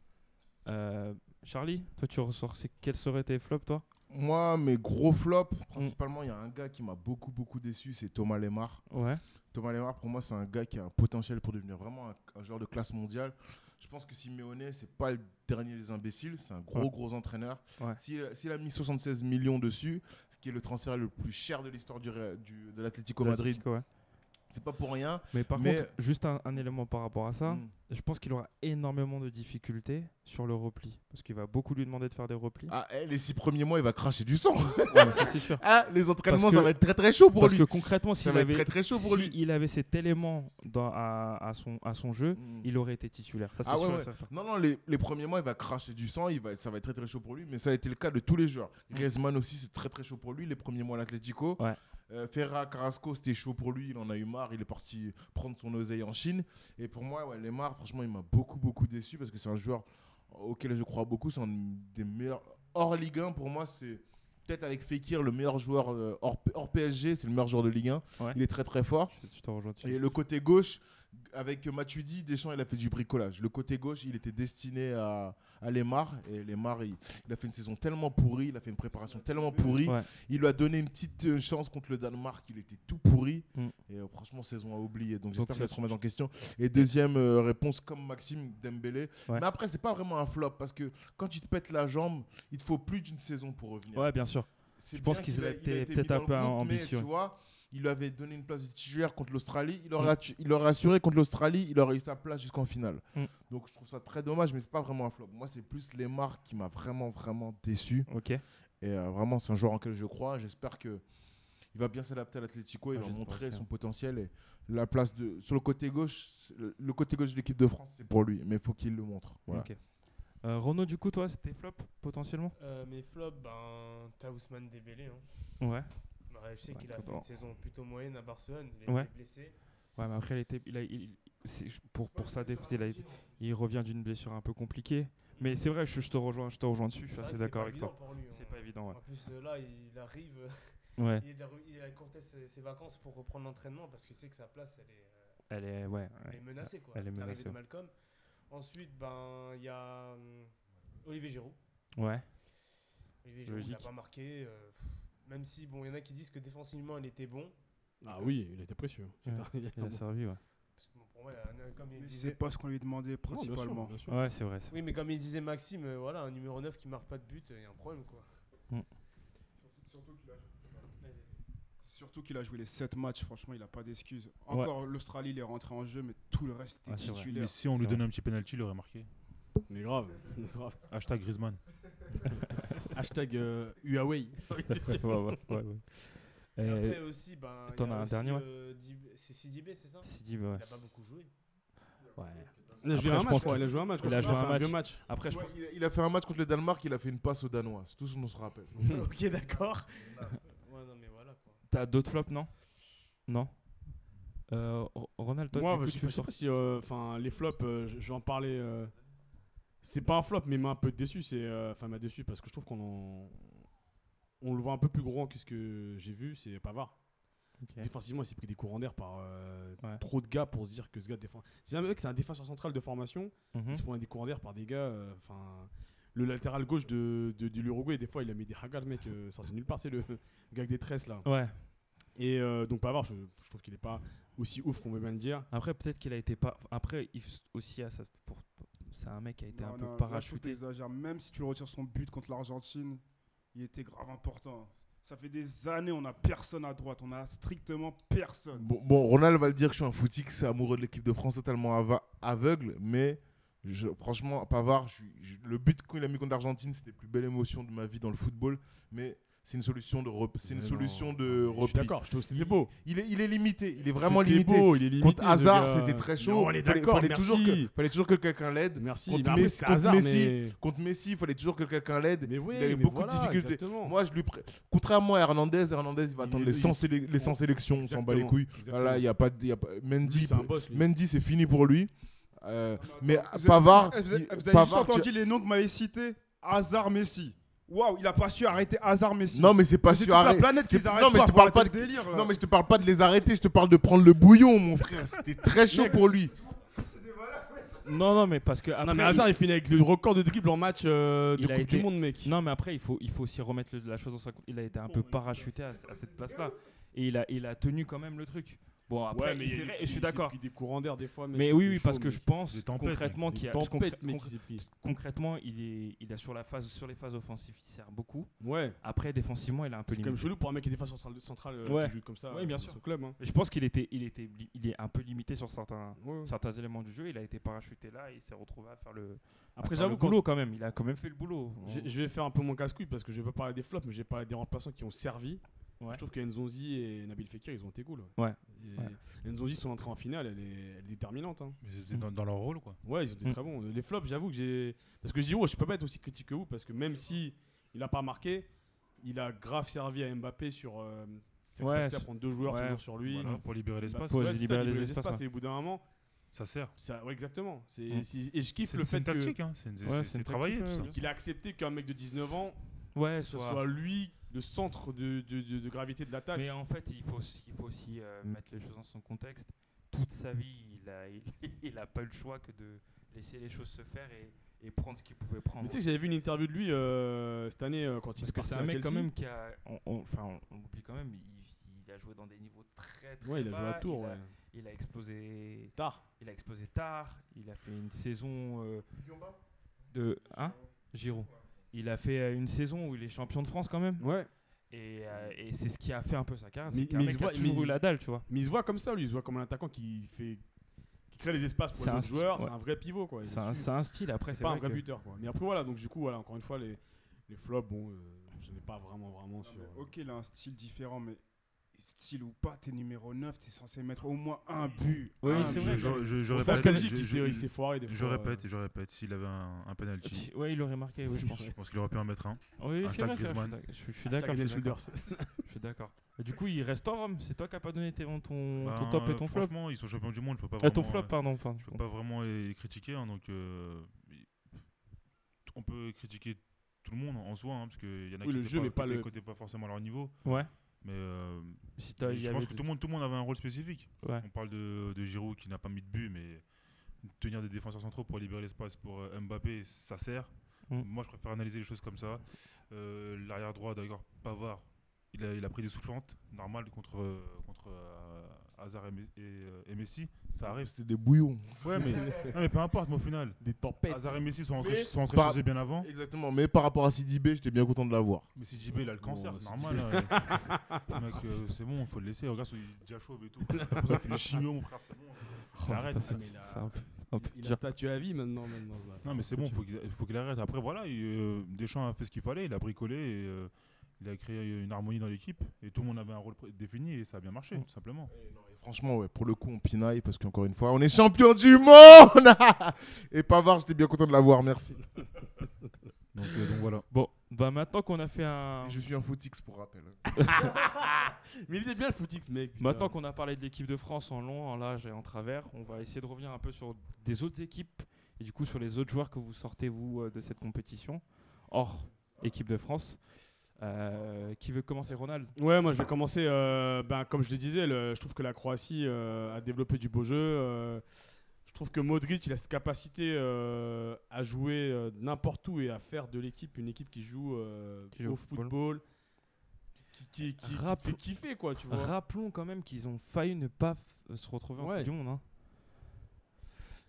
Euh, Charlie, toi tu ressors, c'est- quels seraient tes flops toi
Moi, mes gros flops,
Mm.
principalement, il y a un gars qui m'a beaucoup, beaucoup déçu, c'est Thomas Lemar.
Ouais.
Thomas Lemar, pour moi, c'est un gars qui a un potentiel pour devenir vraiment un, un joueur de classe mondiale. Je pense que Simeone, c'est pas le dernier des imbéciles, c'est un gros,
Ouais.
gros entraîneur.
Ouais.
S'il s'il a mis 76 millions dessus, ce qui est le transfert le plus cher de l'histoire du, Real- du- de l'Atlético Madrid,
L'Atlético, ouais.
c'est pas pour rien.
Mais par
Mais-
contre, juste un, un élément par rapport à ça,
Mm.
je pense qu'il aura énormément de difficultés sur le repli. Parce qu'il va beaucoup lui demander de faire des replis.
Ah, eh, les six premiers mois, il va cracher du sang.
Ouais, mais ça, c'est sûr.
Ah, les entraînements,
Parce
ça
que-
va être très, très chaud pour
Parce
lui.
que concrètement,
ça
s'il
va être
avait,
très, très chaud pour
si
lui.
il avait cet élément dans, à, à son, à son jeu,
Mm.
il aurait été titulaire. Ça, c'est
Ah ouais,
sûr et
ouais.
certain.
Non, non, les, les premiers mois, il va cracher du sang, il va, ça va être très très chaud pour lui, mais ça a été le cas de tous les joueurs. Griezmann aussi, c'est très très chaud pour lui, les premiers mois à l'Atlético.
Mm. Ouais.
Euh, Ferra, Carrasco, c'était chaud pour lui, il en a eu marre, il est parti prendre son oseille en Chine. Et pour moi, ouais, Lemar, franchement, il m'a beaucoup beaucoup déçu parce que c'est un joueur auquel je crois beaucoup, c'est un des meilleurs. Hors Ligue 1, pour moi, c'est peut-être avec Fekir, le meilleur joueur euh, hors, hors PSG, c'est le meilleur joueur de Ligue 1.
Ouais.
Il est très très fort.
Je, je te rejoins dessus.
Et le côté gauche, avec Matuidi, Deschamps, il a fait du bricolage. Le côté gauche, il était destiné à, à Lemar. Et Lemar, il, il a fait une saison tellement pourrie, il a fait une préparation tellement pourrie.
Ouais.
Il lui a donné une petite euh, chance contre le Danemark, il était tout pourri.
Mm.
Et euh, franchement, saison à oublier.
Donc
Donc j'espère qu'il va
ça-
se remettre en question. Et deuxième euh, réponse, comme Maxime, Dembélé.
Ouais.
Mais après, c'est pas vraiment un flop parce que quand tu te pètes la jambe, il te faut plus d'une saison pour revenir.
Ouais, bien sûr.
C'est
Je pense
bien
qu'il
a-
a
il a
été
été
peut-être un
mis dans le
peu
groupe, mais
ambitieux.
Tu vois, il lui avait donné une place de titulaire contre l'Australie. Il aurait, assu- il aurait assuré contre l'Australie, il aurait eu sa place jusqu'en finale.
Mm.
Donc je trouve ça très dommage, mais c'est pas vraiment un flop. Moi, c'est plus Lemar qui m'a vraiment, vraiment déçu.
Ok.
Et euh, vraiment, c'est un joueur en lequel je crois. J'espère que il va bien s'adapter à l'Atlético,
Ouais,
il va
Ah, j'espère
montrer
aussi, hein.
son potentiel et la place de sur le côté gauche, c'est- le- le côté gauche de l'équipe de France, c'est pour lui, mais il faut qu'il le montre. Voilà.
ok. Euh, Renaud, du coup, toi, c'était flop potentiellement
Euh, mes flops, ben, t'as Ousmane Dembélé. Hein.
Ouais.
Bah, je sais
Ouais,
qu'il a
que
fait
bon.
une saison plutôt moyenne à Barcelone. Il a
Ouais.
été blessé.
Ouais, mais après, il était, il a- il- c'est- pour, pour sa défaite, il, a- il revient d'une blessure un peu compliquée. Mais c'est vrai, je, je te rejoins, je te rejoins dessus, je
C'est
suis
vrai
assez
que c'est
d'accord
pas
avec toi.
évident pour lui,
C'est
hein.
pas évident, ouais.
En plus, euh, là, il arrive. euh,
Ouais,
il, a, il a courté ses, ses vacances pour reprendre l'entraînement parce qu'il sait que sa place, elle est, euh,
elle est, ouais,
elle est
ouais.
menacée. Quoi,
elle est
avec l'arrivée
menacée,
de
ouais.
Malcolm. Ensuite, ben, il y a hum, Olivier Giroud.
Ouais,
Olivier Giroud, il n'a
Logique.
pas marqué. euh, pff, même si, bon, il y en a qui disent que défensivement, il était bon.
Ah oui, il était précieux. C'est
Ouais.
un- il y a
il
un
a
Ah bon-
servi, ouais.
Parce que, bon, pour moi, il y en a- comme il
Mais
disait.
c'est pas ce qu'on lui demandait
Non, bien sûr,
principalement.
bien sûr.
Ouais, c'est vrai. c'est-
Oui, mais comme il disait Maxime, euh, voilà, un numéro 9 qui marque pas de but, euh, il y a un problème quoi.
Mm.
Surtout qu'il a joué- Surtout qu'il a joué les 7 matchs, franchement, il a pas d'excuses.
Ouais.
Encore l'Australie, il est rentré en jeu, mais tout le reste était
Ouais, c'est vrai.
titulaire.
Mais si on
C'est
lui donnait un petit penalty, il aurait marqué.
Mais grave, mais grave.
Hashtag Griezmann.
Hashtag euh, Huawei.
ouais, ouais, ouais, ouais.
Et
Euh,
après aussi, ben, il y
t'en
a
as un
aussi,
dernier, ouais.
euh, Dib- c'est Sidibé, c'est ça
Sidi, bah, ouais.
Il a pas beaucoup joué.
ouais.
Il a
Après,
joué un
je
match,
pense
je crois,
que-
il a joué un match.
il a joué un
fait vieux
Après, je
Ouais, il, a, il a fait un match contre le Danemark, il a fait une passe aux Danois, c'est tout ce qu'on se rappelle.
Hmm.
ok, d'accord. ouais, non, mais voilà quoi.
T'as d'autres flops, non Non euh, Ro- Ronald, toi,
Moi,
du coup,
je sais
tu
pas- je sais
sors-
pas si. euh, Enfin, les flops, euh, j- j'en parlais. euh, c'est pas un flop, mais il m'a un peu déçu. c'est, euh, Enfin, il m'a déçu parce que je trouve qu'on en- On le voit un peu plus grand que ce que j'ai vu, c'est Pavard.
Ok.
Défensivement, il s'est pris des courants d'air par euh,
Ouais.
trop de gars pour se dire que ce gars défend. C'est un mec, c'est un défenseur central de formation.
Mhm.
Il se prend des courants d'air par des gars. euh, Enfin, le latéral gauche de, de, de l'Uruguay, des fois, il a mis des hagas, le mec, euh, sorti de nulle part. C'est le, le gars avec des tresses, là.
Ouais.
Et euh, donc, Pavard, je, je trouve qu'il est pas aussi ouf qu'on veut bien le dire.
Après, peut-être qu'il a été pas. Après, il f- aussi, à ça, pour... c'est un mec qui a été
Non,
un
non, là,
peu
je trouve que
parachuté.
t'exagères. Même si tu retires son but contre l'Argentine, il était grave important. Ça fait des années, on a personne à droite, on a strictement personne.
Bon, bon, Ronald va le dire que je suis un footix amoureux de l'équipe de France totalement ava- aveugle, mais je, franchement, Pavard, je suis- je- le but qu'il a mis contre l'Argentine, c'était la plus belle émotion de ma vie dans le football, mais c'est une solution de, rep- c'est une
Mais
solution
non,
de
non, mais Je suis
repli.
d'accord, je trouve que c'était
Il-
beau.
Il est, il est limité, il est vraiment
C'était
limité.
beau, il est limité.
Contre
ce
Hazard,
gars.
c'était très chaud.
Non, on est
Fallait-
d'accord,
fallait,
merci.
toujours que, fallait toujours que quelqu'un l'aide.
Merci.
Contre
mais après,
Messi-
c'est
contre
Hazard,
Messi.
mais-
Contre Messi, il fallait toujours que quelqu'un l'aide.
Mais oui,
Il a eu
mais
beaucoup de
voilà,
difficultés.
exactement.
Moi, je lui pré- contrairement à Hernandez, Hernandez, il va
Il
attendre
est-
les
il-
100, sélec- les 100 sélections, on s'en bat les
Exactement,
couilles.
exactement.
Voilà, il y a pas, de- il y a pas- Mendy,
Lui, c'est un boss. lui.
Mendy, c'est fini pour lui. Euh,
Non,
mais
attends, vous avez-
Pavard,
vous avez-
il-
vous avez juste
Pavard, tu-
entendu les noms que m'avez cités Hazard Messi. Waouh, il a pas su arrêter Hazard Messi.
non mais c'est pas
c'est
sûr.
toute la
arrête-
planète
c'est-
qu'ils arrêtent.
non, mais je te
faut
parle
arrêter
pas de-
le délire. là.
Non mais je te parle pas de les arrêter, je te parle de prendre le bouillon, mon frère. C'était très chaud pour lui.
Non, non, mais parce que. Après,
Non, mais
il-
Hazard, il finit avec le record de dribble en match euh, de
Il a
Coupe
été-
du Monde, mec.
Non, mais après, il faut, il faut aussi remettre le- la chose dans sa. Il a été un peu parachuté à, à cette place-là. Et il a, il a tenu quand même le truc. Bon, après,
Ouais, mais
il
il y a
s'est
des-
ré- je
il
suis
s'est
d'accord.
pris des courants d'air des fois. mec,
Mais
c'est
oui,
plus
oui,
chaud,
parce que
mec.
je pense
Des tempêtes,
concrètement
mec,
qu'il y a. je
Tempête,
concrè-
mec,
concr-
ils s'y pris.
Concrètement, il est, il a sur la phase, sur les phases offensives, il sert beaucoup.
Ouais.
Après, défensivement, il a un peu
C'est quand même
limité.
chelou pour un mec qui est défense centrale, centrale euh,
Ouais.
qui joue comme ça.
Oui, bien
euh,
sûr.
Son club. hein.
Je pense qu'il était, il était, li- il est un peu limité sur certains,
Ouais.
certains éléments du jeu. Il a été parachuté là, et il s'est retrouvé à faire le. à faire
Après,
le
j'avoue, quand-
boulot quand même. Il a quand même fait le boulot.
je je vais faire un peu mon casse-couille parce que je vais pas parler des flops, mais j'ai parlé des remplaçants qui ont servi.
Ouais.
Je trouve que Nzonzi et Nabil Fekir, ils ont été cool.
Ouais.
Et
Ouais.
Nzonzi, son entrée en finale, elle est, elle est déterminante. hein.
Mais c'était dans, dans leur rôle, quoi.
Ouais, ils ont été
Mm.
très bons. Les flops, j'avoue que j'ai. Parce que je dis, oh, je suis pas bête aussi critique que vous, parce que même si il a pas marqué, il a grave servi à Mbappé sur euh, cette
Ouais,
capacité à
sur-
prendre deux joueurs
ouais.
toujours sur lui.
Voilà,
Donc,
pour libérer l'espace,
Pour
ouais, c'est ça,
libérer
libérer
les
les
espaces,
espaces, Et au bout d'un moment,
ça sert.
ça, ouais, exactement. C'est-
Mm.
c'est- Et je kiffe
C'est
le
c'est
fait
une
que-
tactique, hein. c'est-
Ouais,
c'est-
c'est une
c'est travaillé
tactique,
tout ça.
ouais,
qu'il a accepté qu'un mec de 19 ans
Ouais,
que ce
soit-
soit lui le centre de, de- de- de gravité de l'attaque.
Mais en fait, il faut, aussi- il faut aussi euh, mettre les choses dans son contexte. Toute sa vie, il a, il, il a pas eu le choix que de laisser les choses se faire et, et prendre ce qu'il pouvait prendre.
Mais tu sais que j'avais vu une interview de lui euh, cette année euh, quand il
Parce
est
que
parti
c'est
à
un mec quand
Chelsea.
même qui a. on- on- Enfin, on, on oublie quand même, il, il a joué dans des niveaux très très
Ouais, il a joué à
bas,
Tours,
Bah, il a-
ouais.
il a explosé,
Tard.
il a explosé tard. Il a fait une saison euh, de hein, Giroud. Il a fait euh, une saison où il est champion de France quand même.
Ouais.
Et, euh, et c'est ce qui a fait un peu sa carrière.
Mais-
C'est qu'un
mais
mec
je
qui a
vois-
toujours
mais-
eu la dalle, tu vois.
Mais il se voit comme ça, lui. Il se voit comme un attaquant qui fait, qui crée les espaces pour
C'est
les
un
autres
stu-
joueurs.
ouais.
C'est un vrai pivot, quoi. Il
C'est
est
un,
dessus.
c'est un style. Après,
c'est pas un
vrai
vrai
que-
buteur, quoi. Mais après, voilà. Donc du coup, voilà. Encore une fois, les, les flops, bon, euh, je n'ai pas vraiment, vraiment
Non,
sur.
mais
euh,
ok, il a un style différent, mais style ou pas, t'es numéro 9, t'es censé mettre au moins un but.
Oui,
un
c'est
but.
vrai,
Je- je- je- je
Je pense
répète,
qu'elle
je-
dit qu'il
je-
s'est- il s'est foiré des fois.
Je
euh,
répète, je répète, s'il avait un, un penalty,
Ouais, il l'aurait marqué, oui, je pense.
je pense qu'il aurait pu en mettre un.
Oui, c'est
Hashtag
vrai, c'est vrai, je suis
Griezmann.
d'ac- je suis- je suis
hashtag
d'accord. Je
Nel
suis d'accord.
Shoulders.
Je suis d'accord. Et Du coup, il reste en Rome. C'est toi qui n'as pas donné tes- ton, ton
Ben,
top et
euh,
ton flop.
Franchement, ils sont champions du monde, je peux pas
Ah, ton
vraiment,
flop,
euh,
pardon. pardon.
je peux pas vraiment les les critiquer, hein, donc euh, mais- on peut critiquer tout le monde en soi, hein, parce qu'il y en a
Oui,
qui
le
étaient
jeu,
pas,
mais pas
qui étaient-
le-
qui étaient pas forcément à leur niveau,
Ouais.
mais euh,
Si t'as-
mais
il y
je
avait
pense que
des-
tout le, monde, tout le monde avait un rôle spécifique.
Ouais.
On parle de, de Giroud qui n'a pas mis de but, mais tenir des défenseurs centraux pour libérer l'espace pour euh, Mbappé, ça sert.
Mm.
Moi, je préfère analyser les choses comme ça. Euh, L'arrière droit, d'ailleurs, Pavard, il a, il a pris des soufflantes, normal, contre, euh, contre euh, Hazard et, Me- et, euh, et Messi. Ça arrive.
C'était des bouillons.
Ouais, mais, non, mais peu importe, moi, au final.
Des tempêtes.
Hazard et Messi sont rentrés,
Mais
sont rentrés
par-
chez eux bien avant.
Exactement, mais par rapport à Sidi B, j'étais bien content de l'avoir.
Mais si JB, il a le cancer,
Bon,
c'est
si
normal. hein. Le mec, euh, c'est bon, il faut le laisser. Regarde, il est déjà chauve et tout. Après, ça fait le chimio, mon frère, c'est bon.
Oh,
Arrête,
putain, c'est-
mais là-
c'est un peu- c'est un peu
Il a
dur.
statut à vie maintenant. maintenant, voilà.
Non, mais c'est bon, faut qu'il- il faut qu'il arrête. Après, voilà, il, euh, Deschamps a fait ce qu'il fallait, il a bricolé, et, euh, il a créé une harmonie dans l'équipe, et tout le monde avait un rôle pré- défini, et ça a bien marché,
Mm.
tout simplement.
Et franchement, ouais, pour le coup, on pinaille parce qu'encore une fois, on est champion du monde Et Pavard, j'étais bien content de l'avoir, merci.
Donc, euh, donc voilà.
Bon, bah maintenant qu'on a fait un.
Et Je suis un footix pour rappel.
Mais il était bien le footix, mec. putain.
Maintenant qu'on a parlé de l'équipe de France en long, en large et en travers, on va essayer de revenir un peu sur des autres équipes et du coup sur les autres joueurs que vous sortez vous euh, de cette compétition, hors équipe de France. Euh, qui veut commencer Ronald
Ouais, moi je vais commencer. euh, ben, comme je le disais, le- je trouve que la Croatie euh, a développé du beau jeu. euh, je trouve que Modric, il a cette capacité euh, à jouer euh, n'importe où et à faire de l'équipe une équipe qui joue, euh,
Qui joue au
au
football.
football, qui, qui, qui- qui
Rap-
fait kiffer, quoi, tu vois.
Rappelons quand même qu'ils ont failli ne pas f- euh, se retrouver en
Ouais.
Coupe du Monde. hein.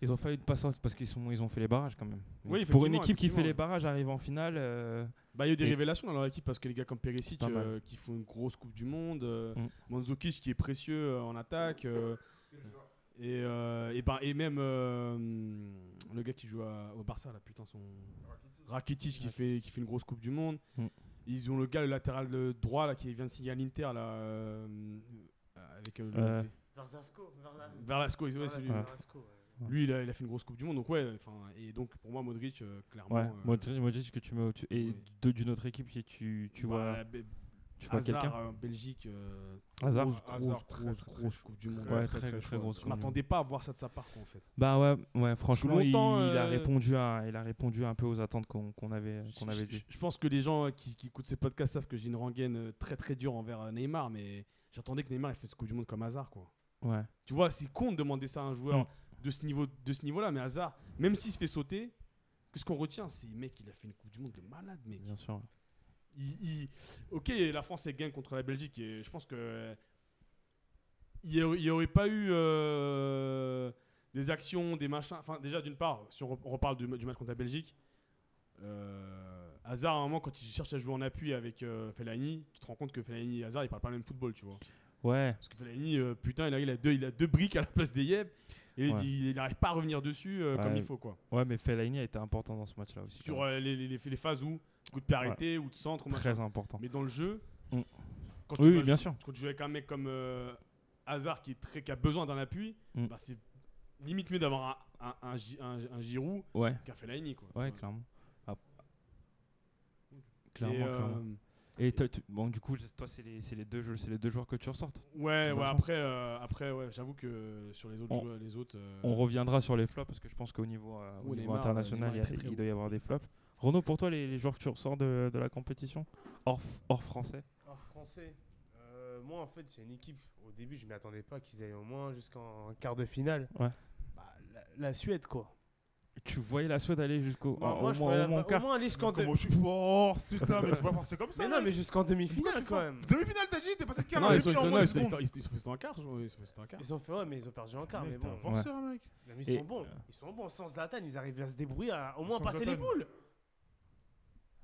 Ils ont failli ne pas sortir parce qu'ils sont- ils ont fait les barrages quand même.
Oui,
Pour une
effectivement,
équipe qui fait
effectivement.
les barrages, arrive en finale. euh,
Bah, il y a eu des
Et-
révélations dans leur équipe parce que les gars comme Perisic
Pas mal.
euh, qui font une grosse Coupe du Monde, euh,
Mm.
Mandzukic qui est précieux euh, en attaque. euh, et, euh, et, ben, et même euh, le gars qui joue à- au Barça, là, putain, son. Rakitic qui fait, qui fait une grosse Coupe du Monde.
Mm.
Ils ont le gars, le latéral de droit, là, qui vient de signer à l'Inter, là. euh, avec euh, le-
Euh.
Verzasco, Verda-
Verlasco, ouais, c'est lui.
Ouais.
Verzasco, ouais.
Lui, il a, il a fait une grosse Coupe du Monde. Donc, ouais, enfin, et donc pour moi, Modric, euh, clairement.
ouais,
euh,
Modric, Modric que tu mets au-dessus. Et
ouais.
de- d'une autre équipe, qui tu, tu
bah,
vois,
la Be-
tu vois
Hazard,
quelqu'un
euh, Belgique, euh,
Hazard
grosse,
Hazard,
grosse,
très,
grosse,
très, très
grosse Coupe du Monde.
Ouais, très, très, grosse
Je
Coupe du
m'attendais pas à voir ça de sa part, quoi, en fait.
Bah ouais, ouais franchement, il,
longtemps,
il a
euh,
répondu à, il a répondu un peu aux attentes qu'on qu'on avait, qu'on
Je-
avait
je,
dit.
je pense que les gens euh, qui, qui écoutent ces podcasts savent que j'ai une rengaine euh, très très dure envers euh, Neymar, mais j'attendais que Neymar il fasse ce Coupe du Monde comme Hazard, quoi.
Ouais.
Tu vois, c'est con de demander ça à un joueur
Mm.
de ce niveau, de ce niveau-là, mais Hazard, même s'il se fait sauter, que ce qu'on retient, c'est mec, il a fait une Coupe du Monde de malade, mec.
Bien sûr.
Il- il- Ok, la France elle gagne contre la Belgique et je pense que il n'y aurait, il y aurait pas eu euh, des actions, des machins. Enfin, déjà, d'une part, si on re- on reparle du, ma- du match contre la Belgique, euh, Hazard, à un moment, quand il cherche à jouer en appui avec euh, Fellaini, tu te rends compte que Fellaini et Hazard, ils parlent pas le même football, tu vois.
Ouais.
Parce que Fellaini, euh, putain, il a, il, a deux, il a deux briques à la place des Yeb, et
Ouais.
il n'arrive pas à revenir dessus euh, comme
Ouais.
il faut, quoi.
Ouais, mais Fellaini a été important dans ce match-là aussi.
Sur
quand même.
euh, les, les, les- les phases où, coup de pied arrêté ou de centre, ou machin.
Très important.
hein. Mais dans le jeu,
Mm.
quand
Oui,
vois-
oui, bien sûr.
Quand tu joues avec un mec comme euh, Hazard qui, est très, qui a besoin d'un appui,
Mm.
bah, c'est limite mieux d'avoir un, un, un, Gi- un- un Giroud
Ouais,
qu'un Fellaini. Quoi,
ouais,
Tu vois.
clairement. Ah.
Et,
Clairement,
euh,
clairement. Et toi, tu- bon, du coup, toi, c'est les, c'est les deux jeux, c'est les deux joueurs que tu ressortes.
Ouais,
toute
ouais,
façon.
après, euh, après ouais, j'avoue que sur les autres,
On-
joueurs, les autres euh,
On reviendra sur les flops parce que je pense qu'au niveau, euh, au
Oh,
niveau
Neymar,
international,
Neymar
il, y
est
a
très,
des-
très
il doit y avoir des flops. Renaud, pour toi, les, les joueurs que tu ressors de, de la compétition hors, f- hors français
Alors, français, euh, moi en fait, c'est une équipe. Au début, je m'y attendais pas qu'ils aillent au moins jusqu'en quart de finale.
Ouais.
Bah, la, la Suède, quoi.
Tu voyais la Suède aller jusqu'au
Bah,
au
moi,
moins-
je
au
pourrais la-
moins
au
quart.
moins aller jusqu'en
Comment je suis fort, putain, mais tu vas penser comme ça.
Mais non, mais
mec.
jusqu'en
Pourquoi
demi-finale
tu
quand
fais-
même.
Demi-finale, t'as dit, t'es passé de quart
Non,
à
ils sont
demi
ils
en
sont- non,
moins
ils
de
sont- ils sont-
secondes.
ils sont- ils sont faits en quart. je crois, Ils sont faits en quart.
Ils ont fait, ouais, mais ils ont perdu en quart. Mais
Mec, t'es
bon,
un forceur, mec.
Non, mais ils
Et-
sont bons. Ils sont bons. Sans Zlatan, ils arrivent à se débrouiller, à au moins
Sans
passer les
Zlatan.
boules.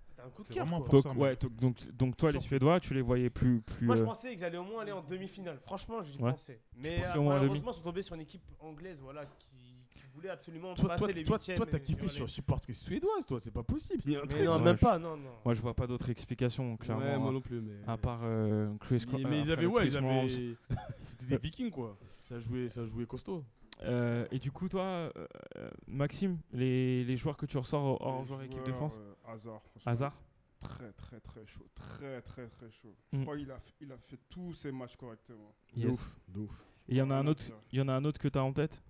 C'était un coup de
C'est
cœur.
vraiment
quoi.
fort.
Donc,
forcément.
ouais, donc, donc, donc toi, les Suédois, tu les voyais plus. plus
Moi, je
euh,
pensais qu'ils allaient au moins aller en demi-finale. Franchement, j'y
Ouais.
pensais. Mais
pensais
euh,
au moins en demi.
malheureusement, ils sont tombés sur une équipe anglaise voilà, qui, qui voulait absolument
Toi,
passer
toi,
les
toi,
huitièmes.
toi, t'as
et- et
kiffé
voilà.
sur support que suédoise, toi, c'est pas possible. Il y a un
Mais
truc.
non,
Ouais,
même
je-
pas, non, non.
Moi, je vois pas d'autres explications, clairement.
Ouais, moi
hein.
non plus, mais.
à part euh, Chris
Mais,
Cro-
mais
euh,
ils
après
avaient,
le
ouais,
Chris
ils avaient.
Morales.
C'était des Vikings, quoi. Ça jouait, ça jouait costaud.
Euh, et du coup, toi, euh, euh, Maxime, les, les joueurs que tu ressors hors
Les
joueur équipe de
joueurs,
France
euh, Hazard. franchement,
Hazard
Très, très, très chaud. Très, très, très chaud.
Mm.
Je crois qu'il a, f- il a fait tous ses matchs correctement.
Yes.
de ouf.
Et il y en a un
Rien à
autre,
dire.
il y en a un autre que tu as en tête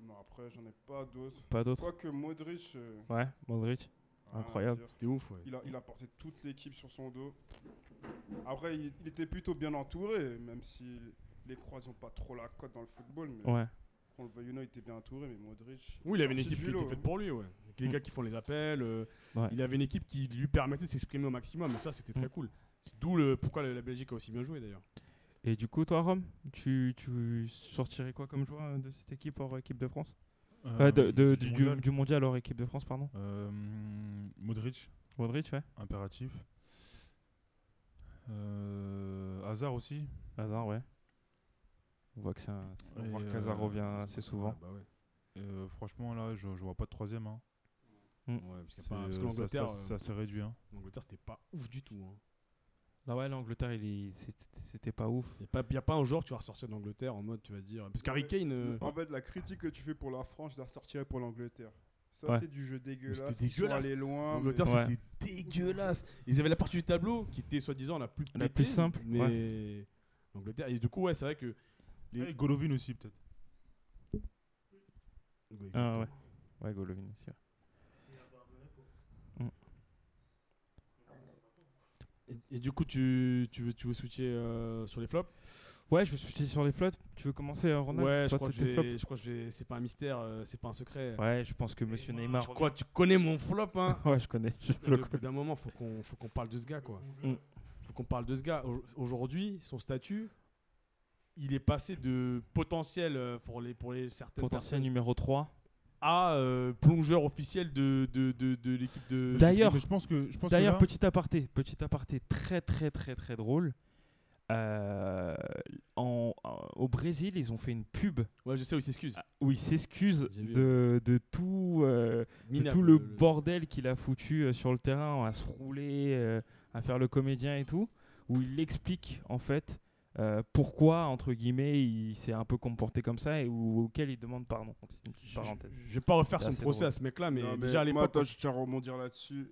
Non, après, j'en ai pas d'autres.
Pas d'autres
Quoique Modric. euh,
Ouais, Modric.
rien à
Incroyable.
dire.
C'était ouf, ouais.
Il a, il a porté toute l'équipe sur son dos. Après, il, il était plutôt bien entouré, même si les Croates n'ont pas trop la cote dans le football. Mais
Ouais.
on le veuille ou non, il était bien entouré. Mais Modric.
Oui, il avait une
sorti
équipe
du
qui
lot,
hein.
était faite pour lui, ouais. Avec Les
Mm.
gars qui font les appels. euh,
Ouais.
Il avait une équipe qui lui permettait de s'exprimer au maximum, et ça, c'était très
Mm.
cool. C'est d'où le, pourquoi la la Belgique a aussi bien joué, d'ailleurs.
Et du coup, toi, Rome, tu, tu sortirais quoi comme joueur euh, de cette équipe hors équipe de France Euh, de- de- du, du- du mondial hors équipe de France, pardon.
Euh, Modric,
Modric, ouais.
impératif. Euh, Hazard aussi.
Hazard, ouais. On voit que c'est un- on
Et,
voit qu'Hazard
euh,
revient assez souvent.
Ah, bah ouais.
Euh, franchement, là, je, je vois pas de troisième. Hein.
Mm.
Ouais, parce, qu'il y a
C'est-
pas- parce que
ça- ça,
l'Angleterre, euh,
ça s'est réduit. Hein.
l'Angleterre, c'était pas ouf du tout. hein.
Là, ouais, l'Angleterre, il est- c'était- c'était pas ouf.
Il n'y a, pas un joueur que tu vas ressortir d'Angleterre en mode, tu vas te dire. Parce qu'Harry Kane. euh,
En fait, la critique que tu fais pour la France, je la ressortirais pour l'angleterre. Ça,
Ouais.
c'était du jeu dégueulasse.
c'était
ils sont
dégueulasse.
allés loin. mais-
L'Angleterre,
Ouais.
c'était dégueulasse. Ils avaient la partie du tableau qui était soi-disant la plus
La
pétée,
plus simple,
mais l'Angleterre. Et du coup, ouais, c'est vrai que. Les-
Et Golovin aussi, peut-être.
Ah ouais. Ouais, Golovin aussi. ouais.
Et, et du coup, tu, tu veux, tu veux switcher euh, sur les flops
Ouais, je vais switcher sur les flottes. Tu veux commencer, euh, Ronald
Ouais, je
Toi,
crois, que
t'étais
je,
flop
vais- je crois que je vais- C'est pas un mystère, euh, c'est pas un secret.
Ouais, je pense que Monsieur Neymar.
Je crois que tu connais mon flop, hein
Ouais, je connais. je le
Au bout
connais.
d'un moment, faut qu'on faut qu'on parle de ce gars, quoi.
Mm.
Faut qu'on parle de ce gars. Au- Aujourd'hui, son statut, il est passé de potentiel euh, pour les pour les certaines
Potentiel
personnes
numéro 3.
à euh, plongeur officiel de de, de, de l'équipe de.
D'ailleurs,
Mais je pense que. Je pense que
D'ailleurs,
là-
petit aparté, petit aparté très très très très drôle. Euh, en- en- au Brésil, ils ont fait une pub
Ouais, je sais où il s'excuse.
où ils s'excusent
J'ai vu,
de, de tout, euh, de
Minable,
tout le, bordel qu'il a foutu euh, sur le terrain, à se rouler, euh, à faire le comédien et tout, où il explique en fait euh, pourquoi, entre guillemets, il s'est un peu comporté comme ça et où- auquel il demande pardon. Donc, c'est une petite
Je,
parenthèse.
je- je vais pas refaire
C'est
son
assez
procès
drôle.
à ce mec-là, mais,
Non, mais
déjà à
moi,
l'époque.
attends, je tiens à rebondir là-dessus.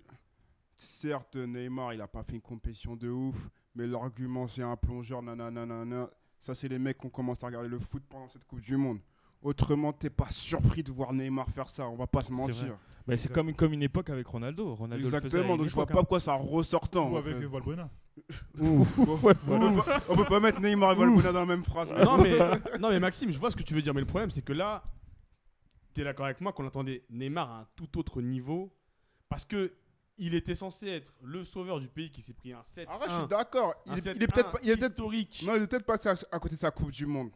Certes, Neymar, il a pas fait une compétition de ouf, mais l'argument, c'est un plongeur, nanana, nanana. Ça, c'est les mecs qu'on commence à regarder le foot pendant cette Coupe du Monde. Autrement, t'es pas surpris de voir Neymar faire ça, on va pas se
vrai.
mentir.
Mais c'est comme, comme une époque avec Ronaldo. Ronaldo le faisait à
Exactement,
une
donc je vois
époque,
pas
hein.
pourquoi ça ressort tant.
Ou
en
avec
fait.
Valbuena.
Ouf, on peut pas mettre Neymar et Valbuena dans la même phrase. mec.
non, mais, non, mais Maxime, je vois ce que tu veux dire, mais le problème, c'est que là, tu es d'accord avec moi qu'on entendait Neymar à un tout autre niveau parce que il était censé être le sauveur du pays qui s'est pris un 7
Arrête, je suis d'accord. Il est, il est peut-être pas- il est peut-être
historique.
non, il est peut-être passé à, à côté de sa Coupe du Monde.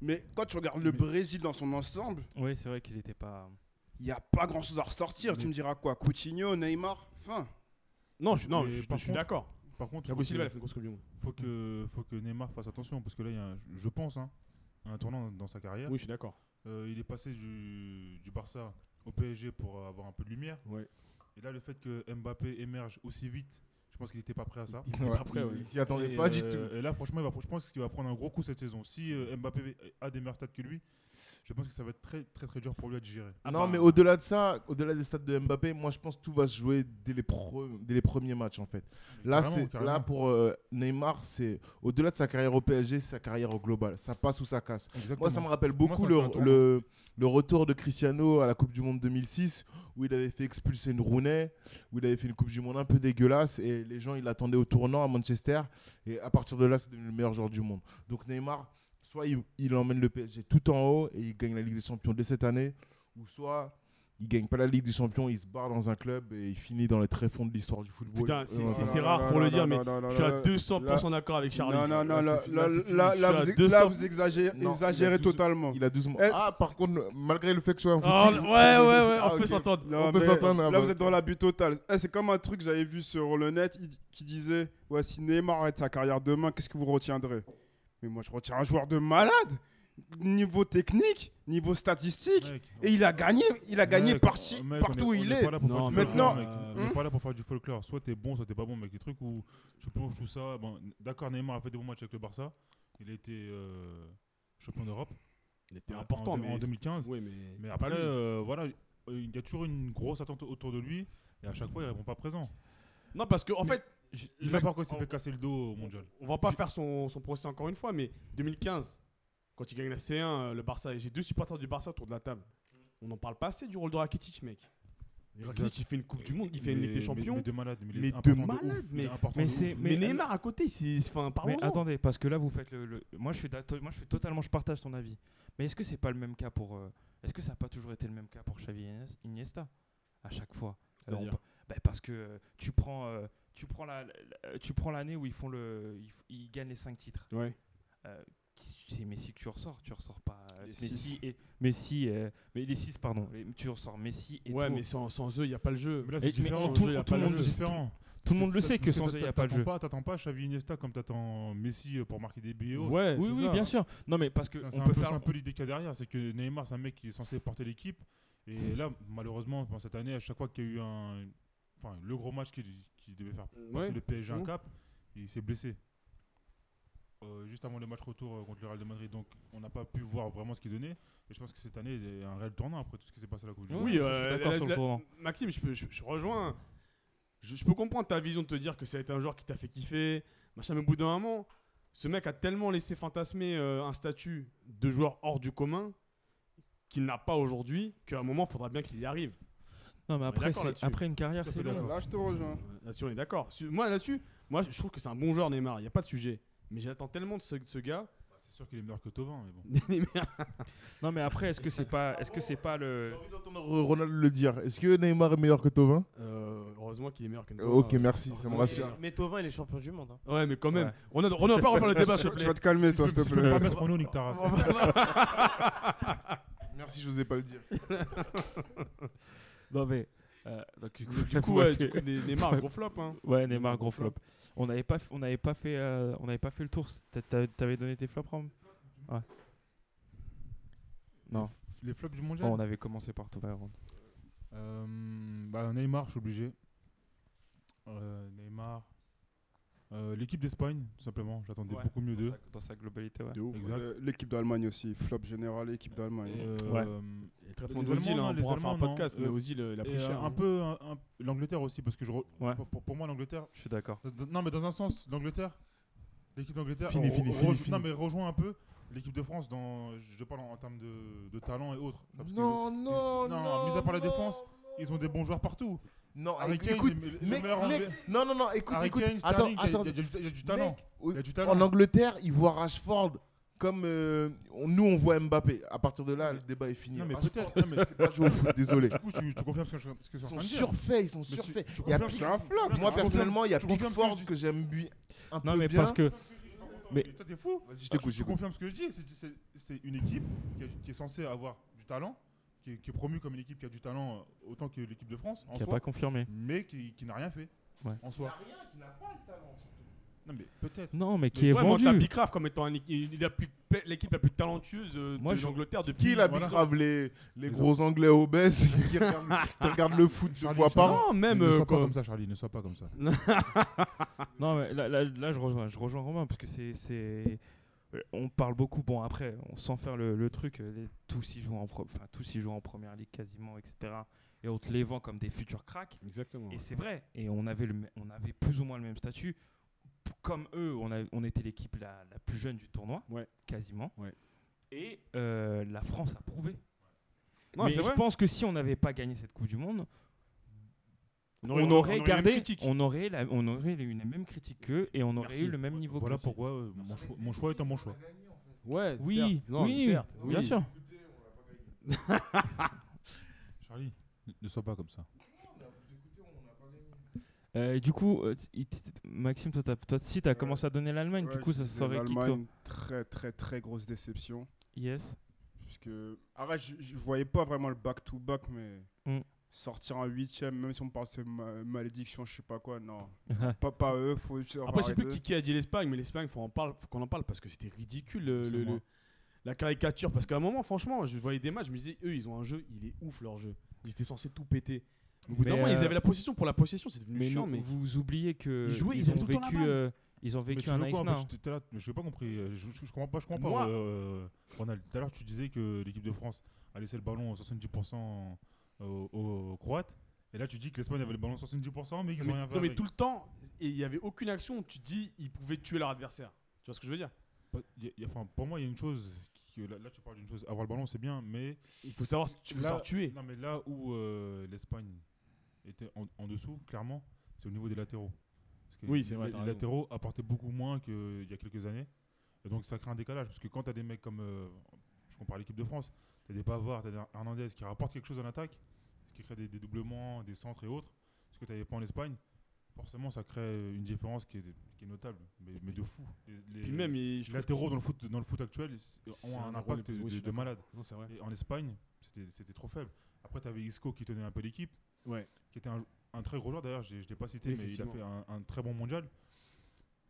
Mais quand tu regardes le
Mais-
Brésil dans son ensemble,
Oui, hein. c'est vrai qu'il n'était pas.
il n'y a pas grand chose à ressortir. Tu
Mais-
me diras quoi Coutinho, Neymar, fin.
Non, je, non,
Mais
je, je
par
suis
contre-
d'accord.
Par contre,
Thiago
faut
Silva, il a
que,
fait une grosse Coupe du Monde.
faut que faut que Neymar fasse attention parce que là, il y a un- je pense, hein, un tournant dans sa carrière.
Oui, je suis d'accord.
Euh, il est passé du, du Barça au PSG pour avoir un peu de lumière.
Ouais.
Et là, le fait que Mbappé émerge aussi vite, je pense qu'il n'était pas prêt à ça.
Ouais,
après,
il-
ouais.
Il s'y attendait
Et,
pas du
euh,
tout.
Et là, franchement, il va- je pense qu'il va prendre un gros coup cette saison. Si euh, Mbappé a des meilleurs stats que lui, je pense que ça va être très très très dur pour lui à digérer.
Ah
non,
bah,
mais au-delà de ça, au-delà des stats de Mbappé, moi je pense que tout va se jouer dès les, pre- dès les premiers matchs en fait. Là,
Carrément,
c'est,
carrément.
là pour euh, Neymar, c'est au-delà de sa carrière au PSG, c'est sa carrière au global. Ça passe ou ça casse.
Exactement.
Moi, ça me rappelle
Pour moi,
beaucoup
ça, c'est un
le,
tournant.
le, le retour de Cristiano à la Coupe du Monde 2006, où il avait fait expulser une Rooney, où il avait fait une Coupe du Monde un peu dégueulasse, et les gens, ils l'attendaient au tournant à Manchester, et à partir de là, c'est devenu le meilleur joueur du monde. Donc Neymar, soit il, il emmène le PSG tout en haut, et il gagne la Ligue des Champions dès cette année, ou soit il gagne pas la Ligue des Champions, il se barre dans un club, et il finit dans les tréfonds de l'histoire du football.
Putain, c'est-
Euh,
c'est-
voilà.
c'est rare pour le dire, mais je suis à
deux
200% d'accord avec Ah, Charlie.
Non, non, non,
Là,
là,
c'est fini, là,
là,
c'est fini.
là, là,
Je suis à
vous,
200.
là, vous exagérez,
Non, il a
exagérez
douze-
totalement.
Il a 12 mois.
Eh,
Ah, par contre, malgré le fait que ce soit un
Oh,
footix-
ouais, ouais, ouais,
Ah,
on
ok.
peut s'entendre.
Non,
on peut
mais
s'entendre, hein,
Là,
bah.
vous êtes dans l'abus total. Eh, c'est comme un truc que j'avais vu sur le net il- qui disait Ouais, si Neymar arrête sa carrière demain, qu'est-ce que vous retiendrez Mais moi, je retiens un joueur de malade, niveau technique, niveau statistique.
Mec,
Et il a gagné, il a gagné
mec,
parti-
oh, mec, on
partout où
on
il
est.
est.
pas là pour
Non,
faire du
mais
folklore,
non.
mec.
Euh,
On est
hmm.
pas là pour faire du folklore. Soit t'es bon, soit t'es pas bon, mec. Les trucs où tu plonges tout ça. Bon, d'accord, Neymar a fait des bons matchs avec le Barça. Il a été euh, champion d'Europe.
Il était
En-
important,
en-
mais.
en 2015.
Oui, mais.
Mais
pas
après,
lui.
euh, voilà, il y a toujours une grosse attente autour de lui. Et à chaque fois, il répond pas présent.
Non, parce que, en fait. je-
Il
je-
a pas encore s'est
on-
fait casser le dos au mondial.
On va pas
Je-
faire son, son procès encore une fois, mais 2015, quand il gagne la C1, euh, le Barça, et j'ai deux supporters du Barça autour de la table. On n'en parle pas assez du rôle de Rakitic, mec. Rakitic, il fait une Coupe du Monde, il fait une
Mais-
Ligue des
mais-
Champions.
Mais de malade. Mais, il est
Mais de
important ouf.
malade,
Il est
mais-
important
mais
de
c'est-
ouf.
Mais,
mais-
Neymar à côté, c'est. Enfin, parlons
Mais attendez, parce que là, vous faites le. le- Moi, je suis, d'ato- moi, je suis totalement. Je partage ton avis. Mais est-ce que c'est pas le même cas pour. euh, Est-ce que ça n'a pas toujours été le même cas pour Xavi Inies- Iniesta À chaque fois. Euh, on
C'est-à-dire
pa- bah, Parce que euh, tu prends. euh, tu prends la- la- tu prends l'année où ils font le, ils, f- ils gagnent les 5 titres.
Ouais.
Euh, c'est Messi que tu ressors, tu ressors pas euh,
Les
Messi
six.
et Messi, euh, mais les 6 pardon, Les- tu ressors Messi et
Ouais,
tout.
mais sans, sans eux, il n'y a pas le jeu.
Mais là,
Et-
c'est
mais
différent.
tout-
Tout le
tout le
monde
monde-
différent.
tout le monde le
Ça-
sait
parce
que sans eux, il
t'a-
n'y a pas le jeu.
t'attends T'attends pas Xavi Iniesta comme t'attends Messi euh, pour marquer des buts. et autres.
Ouais,
Oui,
c'est
oui,
ça.
bien sûr. Non, mais parce que
C'est un-
on
c'est un
peut
peu-
faire.
c'est un peu l'idée qu'il y a derrière, c'est que Neymar, c'est un mec qui est censé porter l'équipe. Et là, malheureusement, pendant cette année, à chaque fois qu'il y a eu un, enfin, le gros match qui, qui devait faire passer
Ouais.
le PSG un
Mhm.
cap, il s'est blessé. Euh, juste avant le match retour euh, contre le Real de Madrid, donc on n'a pas pu voir vraiment ce qu'il donnait. Et je pense que cette année, il y a un réel tournant après tout ce qui s'est passé à la Coupe du Monde.
Oui,
Ouais,
euh,
je suis
la-
d'accord
la-
sur le
la-
tournant.
Maxime, je, peux- je- je rejoins. Je, je peux comprendre ta vision de te dire que ça a été un joueur qui t'a fait kiffer, machin, mais au bout d'un moment, ce mec a tellement laissé fantasmer euh, un statut de joueur hors du commun qu'il n'a pas aujourd'hui, qu'à un moment, il faudra bien qu'il y arrive.
Non, mais après,
d'accord
c'est-
là-dessus.
après une carrière,
Tout à
c'est
fait
long.
d'accord.
Là, je te rejoins.
Là-dessus, on est d'accord. Su- Moi, là-dessus, moi, je trouve que c'est un bon joueur, Neymar, il n'y a pas de sujet. Mais j'attends tellement de ce, de ce gars.
Bah, C'est sûr qu'il est meilleur que Tovin, mais bon.
Non, mais après, est-ce que c'est pas, est-ce que c'est pas le.
J'ai envie d'entendre Ronald le dire. Est-ce que Neymar est meilleur que Tovin
Euh, heureusement qu'il est meilleur que
Euh,
nous.
Ok, merci, ça me
heureusement
rassure.
qu'il
Mais Tovin, il est champion du monde. hein.
Ouais, mais quand même.
Ouais.
On, a, on va pas refaire le débat, s'il te
Tu
plaît.
vas te calmer, toi,
Si
s'il
tu
te
peux- si tu peux
plaît.
pas mettre Renaud, nique ta race.
Merci, je n'osais pas le dire.
Non, mais. euh, donc, du coup,
Du coup, ouais, du coup, Ne- Neymar, gros flop. Hein.
Ouais, Neymar, gros flop. On n'avait pas, f- on n'avait pas fait, euh, on n'avait pas fait le tour. T'a- t'a- T'avais donné tes flops, Rome Ouais. Non.
Les flops du mondial
Bon, on avait commencé par Thomas Aaron.
Euh, bah, Neymar, je suis obligé. Euh, Neymar. Euh, L'équipe d'Espagne, tout simplement. J'attendais
Ouais.
beaucoup mieux d'eux.
Dans sa- Dans sa globalité, ouais.
De ouf.
Exact.
Euh, L'équipe d'Allemagne aussi, flop général, l'équipe
Et,
d'Allemagne.
euh,
Ouais.
Les traitements
traitements d'Ozil,
d'Ozil,
hein,
on
les
pourra faire un
Allemands,
podcast,
non.
mais Ozil, euh, il a
et,
pris
euh,
cher.
un
hein.
peu un- un- l'Angleterre aussi, parce que je re-
Ouais.
pour, pour- pour moi, l'angleterre. euh,
Je suis d'accord.
Non, mais dans un sens, l'Angleterre. L'équipe d'Angleterre.
Fini,
re-
fini,
re-
fini,
re-
fini.
Non, mais rejoint un peu l'équipe de France, dans, je parle en, en termes de, de talent et autres. Parce que
Non, non, non.
non, mis à part la
non,
défense,
non.
Ils ont des bons joueurs partout.
Non,
Harry
éc-
Kane,
écoute,
le- le
mec,
meilleur
mec,
anglais.
non, non, non, écoute,
Harry
écoute,
Kane,
attends,
Sterling, il y a-
attends,
il y a du- il y a du talent.
Mec, au-
Il y a du talent.
En Angleterre, ils voient Rashford comme euh, on- nous on voit Mbappé. À partir de là, le débat est fini.
Non, mais
Rashford,
peut-être. non, mais-
c'est pas jouer au foot, désolé.
Du coup, tu, tu confirmes ce que je, ce que je
Ils
suis en
sont
train de dire.
surfaits, ils sont
Mais tu-
surfaits.
tu
Il y a
confirmes que
plus-
C'est un flop.
Non,
Moi
mais tu confirmes-
personnellement, il y a
tu confirmes ce que je
Pickford
dis.
que j'aime bu- un peu
Non, mais
bien.
parce que. Mais-
mais toi t'es fou.
Vas-y, je
Bah,
t'écoute.
Je
je t'écoute.
confirme ce que je dis. C'est- c'est- C'est une équipe qui, a- qui est censée avoir du talent, qui est, qui est promue comme une équipe qui a du talent euh, autant que l'équipe de France en
qui a
soi,
pas confirmé.
mais qui, qui n'a rien fait
Ouais.
en soi.
rien qui n'a pas le talent.
Non mais peut-être.
Non, mais qui
Qui
est
vraiment
vendu.
Bicraft comme étant un équi- il a plus- l'équipe la plus talentueuse euh,
Moi,
de
je-
l'Angleterre depuis.
Qui la
voilà.
bicrave les, les gros anglais obèses qui regardent, qui regardent le foot deux
Charlie,
fois par
Charlie.
an
Non, même
ne
euh,
sois pas
quoi.
comme ça, Charlie. Ne sois pas comme ça.
Non, mais là, là, là, je rejoins, je rejoins Romain parce que c'est, c'est, euh, on parle beaucoup. Bon, après, on sans faire le, le truc, euh, les- tous y jouent en, pro- enfin, tous y jouent en première ligue quasiment, etc. Et on te les vend comme des futurs cracks.
Exactement.
Et c'est vrai. Et on avait le, m- on avait plus ou moins le même statut. P- Comme eux, on, a- on était l'équipe la, la plus jeune du tournoi,
Ouais.
quasiment.
Ouais.
Et euh, la France a prouvé.
Non,
mais
c'est
je
vrai.
pense que si on n'avait pas gagné cette Coupe du Monde,
On
on
on
aurait
eu une
gardé,
critique.
on aurait, la- on aurait eu les mêmes critiques qu'eux et on aurait
Merci.
eu le même niveau.
Voilà
qu'eux.
pourquoi euh, mon, choix, mon choix est un bon choix.
Ouais,
Oui,
certes. Non,
oui,
certes,
bien
oui.
sûr.
Charlie, ne sois pas comme ça.
Euh, du coup, euh, t- t- t- Maxime, toi, t'as- toi si t'as
Ouais.
commencé à donner l'Allemagne, du
Ouais,
coup,
je
ça
disais
serait qui toi
l'Allemagne, Très, très, très grosse déception.
Yes.
Puisque. Arrête, je, je voyais pas vraiment le back-to-back, mais.
Mm.
Sortir un huitième, même si on parle de ces ma- malédiction, je sais pas quoi, non. pas, pas eux, faut juste.
Après, je sais plus
arrêter.
qui, qui a dit l'Espagne, mais l'Espagne, faut en parle, faut qu'on en parle parce que c'était ridicule euh, le-
C'est
le-
moi.
le- la caricature. Parce qu'à un moment, franchement, je voyais des matchs, je me disais, eux, ils ont un jeu, il est ouf leur jeu. Ils étaient censés tout péter. Au bout d'un
Mais,
moment, ils
euh,
avaient la possession pour la possession, c'est devenu
Mais
chiant.
nous,
Mais
vous oubliez que
Ils jouaient, ils
ont
avaient tout le temps la
vécu,
balle.
euh, ils ont vécu
mais tu
un
veux
ice
quoi, en fait,
now.
tu- t'es là, mais Je n'ai pas compris. euh, Je, je, je comprends pas. Je comprends
Moi-
pas. euh, Ronald, tout à l'heure, tu disais que l'équipe de France a laissé le ballon 70% aux, aux Croates. Et là, tu dis que l'Espagne avait le ballon 70%, mais ils
mais-
ont rien fait.
non, mais
avec.
tout le temps, et il y avait aucune action. Tu te dis, ils pouvaient tuer leur adversaire. Tu vois ce que je veux dire
Pas- y a- y a- enfin, pour moi, il y a une chose. qui- Là, là, tu parles d'une chose. Avoir le ballon, c'est bien, mais
Il faut savoir, tu
Là-
veux tuer.
Non, mais là où euh, l'Espagne était en, en dessous, clairement, c'est au niveau des latéraux. Parce que
Oui, c'est vrai,
Les,
t'as
les
raison.
latéraux apportaient beaucoup moins qu'il y a quelques années. Et donc, ça crée un décalage. Parce que quand tu as des mecs comme. euh, je compare l'équipe de France. Tu as des Pavard, tu as des Hernandez qui rapportent quelque chose en attaque, ce qui crée des, des doublements, des centres et autres. Ce que tu n'avais pas en Espagne. Forcément, ça crée une différence qui est, qui est notable, mais, mais de fou. Les, les-
Puis même, il-
les
je trouve
latéraux
que-
dans le foot, dans le foot actuel c'est-
c'est
ont un,
des rôles les
impact
plus- oui,
de-
je suis
de
d'accord.
malade.
Non, c'est vrai.
Et en Espagne, c'était- c'était trop faible. Après, tu avais Isco qui tenait un peu l'équipe,
Ouais.
qui était un, un très gros joueur d'ailleurs, je ne l'ai pas cité,
Oui,
mais il a
effectivement.
fait un, un très bon mondial.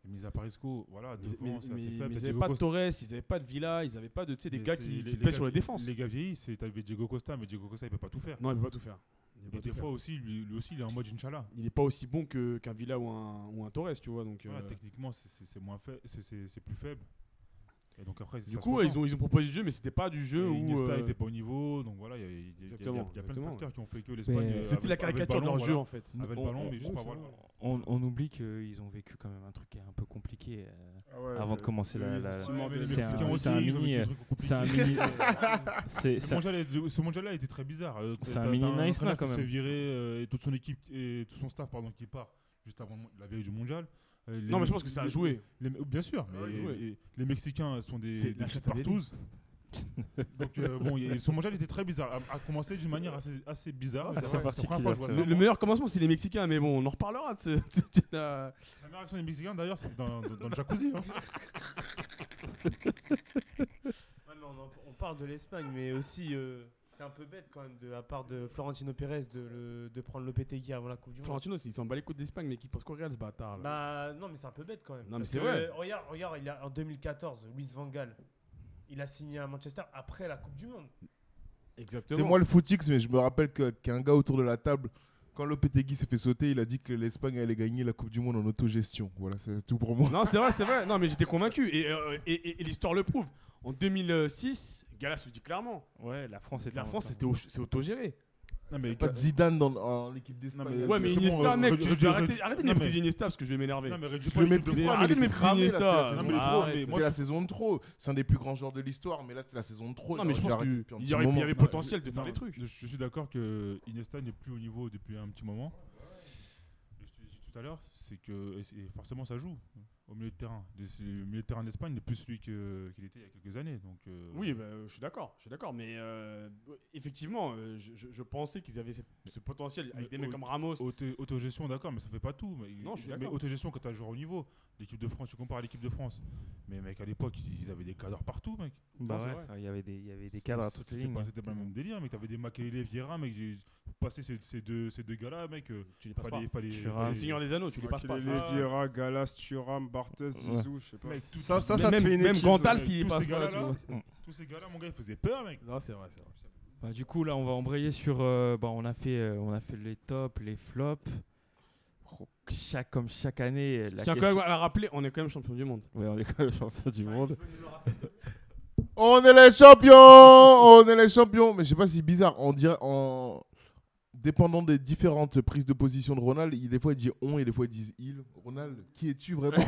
Et mis à part Isco, voilà,
Mais,
devant,
mais-
c'est
mais-
assez
mais
faible. T'as
ils avaient
Diego
pas de
Costa-
Torres, ils avaient pas de Villa, ils avaient pas de, tu sais, des
mais
gars
c'est-
qui,
les
qui
gars
pèsent sur la
qui-
défense.
Les gars vieillissent, tu avais Diego Costa, mais Diego Costa, il ne peut pas tout faire.
Non, il peut pas tout faire. Il peut
Et
pas
des
tout
fois
faire.
aussi, lui, lui aussi, il est en mode Inch'Allah.
il est pas aussi bon que qu'un Villa ou un ou un Torres, tu vois. Donc euh,
Voilà, techniquement, c'est- c'est c'est moins fait, c'est- c'est c'est plus faible. Et donc après,
du coup, ils ont ils ont proposé du jeu, mais c'était pas du jeu où
Iniesta
euh,
n'était pas au niveau, donc voilà, il y a- il y a- il y a- il y a- il y a
Exactement,
plein de
exactement.
facteurs qui ont fait que l'Espagne.
Mais
euh,
c'était la
avec- avec
caricature de
ballon,
leur jeu
voilà.
en fait.
Avec le
On-
ballon,
on-
mais juste
on-
pas avoir le ballon.
On, on oublie qu'ils ont vécu quand même un truc qui est un peu compliqué euh,
Ah ouais,
avant de
euh,
commencer la.
oui,
la-
c'est mort,
Ouais, mais
mais
les
c'est
merci.
un-
Mexicains
c'est un
aussi, ils ont
mini-
vécu des trucs compliqués.
C'est un mini. c'est
Ce
ça.
mondial est- ce mondial-là était très bizarre. Euh,
C'est
t'as-
un
t'as
mini nice,
entraîneur
là, quand
qui se
même.
fait virer, euh, et toute son équipe et tout son staff pardon qui part juste avant le- la veille du mondial. Euh, les
Non, mais je
Mex-
pense que ça a
les-
joué.
les- bien sûr, mais
ouais, joué.
et- les Mexicains sont des,
C'est
des
la
petites
Chatadélie.
partouzes. Donc euh, bon, y a- son mondial était très bizarre. A, a commencé d'une manière assez, assez bizarre.
c'est
vrai,
parti qu'il
la première fois
a
que je vois
fait.
ça.
Le, le meilleur commencement, c'est les Mexicains, mais bon, on en reparlera de ce. de- de la-
La meilleure action des Mexicains d'ailleurs, c'est dans, dans- dans le jacuzzi. hein.
Ouais, mais on, en- on parle de l'Espagne, mais aussi, euh, c'est un peu bête quand même, de, à part de Florentino Pérez, de, le- de prendre l'OPTG avant la Coupe du Monde.
Florentino, c'est- il s'en bat les coups d'Espagne, mais qui pense qu'au Real ce bâtard. là.
Bah non, mais c'est un peu bête quand même.
Non, mais
Parce
c'est
que,
vrai.
euh, regarde, regarde il a, en 2014, Luis Van Gaal, il a signé à Manchester après la Coupe du Monde.
Exactement.
C'est moi le footix, mais je me rappelle que- qu'un gars autour de la table, quand Lopetegui s'est fait sauter, il a dit que l'Espagne allait gagner la Coupe du Monde en autogestion. Voilà, c'est tout pour moi.
Non, c'est vrai, c'est vrai. Non, mais j'étais convaincu. Et, euh, et, et- et l'histoire le prouve. En 2006, Galas se dit clairement
Ouais, la France était
la
en
France,
retard.
c'était au- c'est autogéré.
Non, mais,
Pas de Zidane dans, en l'équipe d'Espagne.
Non, mais-
Ouais, mais
c'est bon,
Iniesta,
euh,
mec,
je-
tu-
je-
tu-
je-
arrêtez arrêtez de
non, mais-
mépriser Iniesta parce que je vais m'énerver.
non, mais réduis
Je
pas
le
l'équipe de
méprise.
France.
Ah,
arrêtez
il
de
est
mépriser
cramé, là,
Iniesta.
c'est la
Non, mais les
Ah,
trois,
arrête.
mais moi,
c'est la
je-
saison de trop. C'est un des plus grands joueurs de l'histoire, mais là, c'est la saison de trop.
Non,
Il
mais je
aurait
pense
dû arrêter
qu'il
depuis un
il y
petit
aurait- il y
moment.
avait
Non,
potentiel de
je-
faire
non,
des trucs.
Je, je suis d'accord que Iniesta n'est plus au niveau depuis un petit moment. Et je te l'ai dit tout à l'heure, c'est que et c'est- et forcément ça joue. au milieu de terrain. De- c'est- Le milieu de terrain d'Espagne n'est plus celui que- qu'il était il y a quelques années. Donc, euh,
Oui, bah, euh, je suis d'accord, je suis d'accord, mais euh, effectivement, euh, je, je- je pensais qu'ils avaient cette- ce potentiel avec des
Mais
mecs
au-
comme Ramos.
auto- autogestion, d'accord, mais ça fait pas tout. Mais,
Non, je suis
mais
d'accord.
autogestion quand t'as le joueur au niveau. L'équipe de France, tu compares à l'équipe de France. Mais mec, à l'époque, ils avaient des cadres partout, mec.
Bah
Non, c'est
ouais,
vrai.
ça, il y avait des, il y avait des
C'était-
cadres à toutes
c'était
les lignes.
pas- C'était pas le même délire, mec. T'avais des Makélélé, Vieira, mec. j'ai- Passé ces, ces deux, ces deux gars-là, mec. euh,
Tu les passes pas.
Fallait, fallait,
Thuram.
C'est
fallait-
le Seigneur des Anneaux, tu les passes pas. Ah.
Les
ça.
Vieira, Galas, Thuram, Barthez, Zizou, je sais pas.
Mec, tout-
Ça, ça,
Mais
ça te
même,
fait une
même
équipe.
Gandalf,
euh,
il les
tous
passe
ces
pas. tu
gars-là,
vois.
Tous ces gars-là, mon gars, ils faisaient peur, mec.
Non, c'est vrai, c'est vrai.
Bah, du coup, là, on va embrayer sur. euh, bah, on, a fait, euh, on a fait les tops, les flops. Oh, Chaque, comme chaque année, euh,
Je
la
tiens quand
question-
même à rappeler, on est quand même champion du monde.
Ouais, on est quand même champion du monde.
On est les champions On est les champions Mais je sais pas si c'est bizarre, on dirait en dépendant des différentes prises de position de Ronald, il- des fois il dit on et des fois il dit il. Ronald, qui es-tu vraiment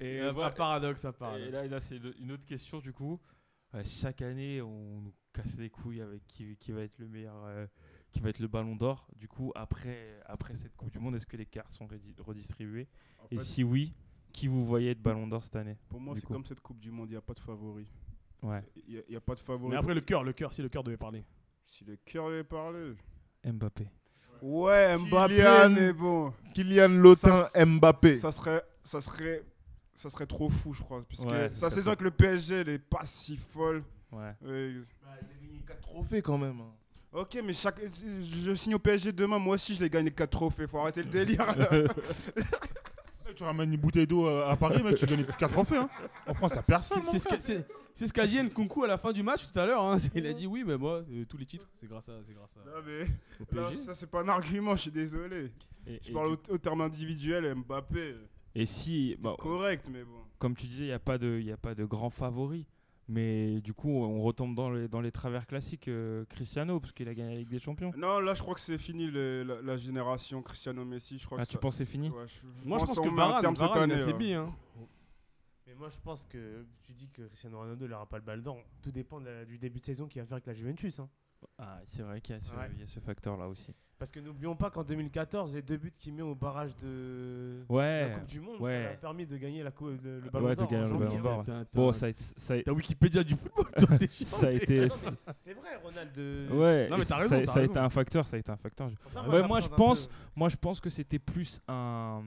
Et,
Un
voilà.
paradoxe, un
Et
paradoxe.
là, là, c'est le- une autre question du coup. Euh, chaque année, on nous casse les couilles avec qui, qui va être le meilleur, euh, qui va être le Ballon d'Or. Du coup, après, après cette Coupe du Monde, est-ce que les cartes sont redi- redistribuées
En
Et
fait,
si oui, qui vous voyez être Ballon d'Or cette année
Pour moi,
du
c'est
coup.
comme cette Coupe du Monde, il n'y a pas de favori.
Ouais.
Il n'y a, pas de favori.
Mais après, le cœur, le cœur, si le cœur devait parler.
si le cœur avait parlé.
Mbappé.
Ouais, Mbappé,
Kylian.
mais bon.
Kylian Lotin
Ça, c'est-
Mbappé.
Ça serait, ça serait, ça serait trop fou, je crois. Parce
Ouais, ça
que sa
serait
saison avec le PSG, elle est pas si folle.
Ouais.
Ouais.
Quatre trophées quand même. hein.
Ok, mais chaque, je signe au PSG demain, moi aussi je les gagne les 4 trophées. Faut arrêter le délire. là.
Mec, Eh, tu ramènes une bouteille d'eau euh, à, à Paris, mec, tu gagnes 4 trophées. Hein. On prend ça à personne.
C'est- C'est ce qu'a- c'est- c'est ce qu'a dit Nkunku à la fin du match tout à l'heure. hein. Il a dit oui, mais moi, euh, tous les titres, c'est grâce à, c'est grâce à
Non, mais,
au
là,
PSG.
ça c'est pas un argument, je suis désolé.
Et,
Je parle au, au terme individuel, Mbappé.
si, bah,
Correct, mais bon.
comme tu disais, il n'y a, pas de- y a pas de grand favori. Mais du coup, on retombe dans les, dans les travers classiques euh, Cristiano, parce qu'il a gagné la Ligue des Champions.
Non, là je crois que c'est fini le- la, la génération Cristiano Messi. Je crois
Ah,
que
tu penses que c'est fini
Ouais,
Moi, je pense
qu'on
que
met un
Varane,
terme cette
Varane, il a
année,
ses
là.
billes, hein.
Mais moi, je pense que tu dis que Cristiano Ronaldo n'aura pas le ballon d'or. Tout dépend de la- du début de saison qu'il va faire avec la Juventus. hein.
Ah, c'est vrai qu'il y a ce,
Ouais.
il y a ce facteur-là aussi.
Parce que n'oublions pas qu'en 2014, les deux buts qu'il met au barrage de
Ouais.
la Coupe du Monde,
ouais.
ça lui a permis de gagner la coupe, le, le ballon
Ouais, de
d'or. en
gagner le
janvier.
Ballon d'Or, ouais.
T'as- t'as-
Bon, ça a été- ça a-
T'as Wikipédia du football, toi, t'es chiant.
ça a été.
Ah non, mais c'est vrai, Ronald. euh,
Ouais,
Non, mais
et
t'as
ça-
raison, t'as
ça, a été
raison.
un facteur, ça a été un facteur.
pour ça,
Ouais,
ça
moi,
me
je
tarde un
pense-
peu.
Moi, je pense que c'était plus un,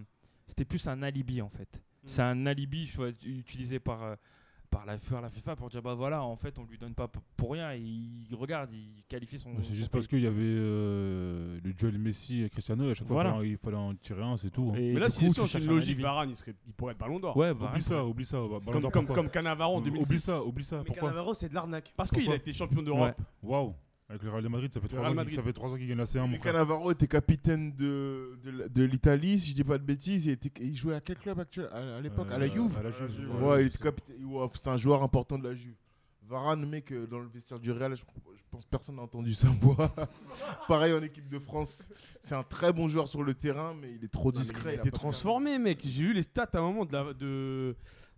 c'était plus un alibi en fait.
Mm.
C'est un alibi je vois, utilisé par euh, par la par la FIFA pour dire bah voilà, en fait, on lui donne pas p- pour rien. Et il regarde, il qualifie son.
C'est
son
juste
pays.
parce qu'il y avait euh, le duel Messi et Cristiano, et à chaque fois
Voilà.
il fallait- il fallait en tirer un, c'est tout. hein.
Et
Mais là,
du
si
coup,
si
tu
on suit
cherches
une
un
logique,
alibi.
Varane, il, serait, il pourrait être ballon d'or.
Ouais, bah,
Oublie ça, oublie ça. Ballon
comme,
d'Or,
comme,
pourquoi Mm,
comme Cannavaro en 2006.
Oublie ça, oublie ça.
Mais
Pourquoi
Cannavaro, c'est de l'arnaque.
Parce qu'il a
Pourquoi
été champion d'Europe.
Waouh Avec le Real de Madrid, ça fait
Le Real
3 ans, qu'il-
Madrid.
ça fait trois ans qu'il gagne la C1, mon
Et
frère.
Cannavaro était capitaine de, de, l- de l'Italie, si je dis pas de bêtises. Il, était, il jouait à quel club actuel à, à l'époque À la
Euh,
Juve
À la
À la
Juve.
Juve,
Ouais, il était capitaine. ouais, c'est un joueur important de la Juve. Varane, mec, euh, dans le vestiaire du Real, je, je pense que personne n'a entendu sa voix. Pareil en équipe de France. C'est un très bon joueur sur le terrain, mais il est trop
Non, mais
discret.
il a
a
été
pas de
transformé, mec. J'ai vu les stats à un moment de, la- de,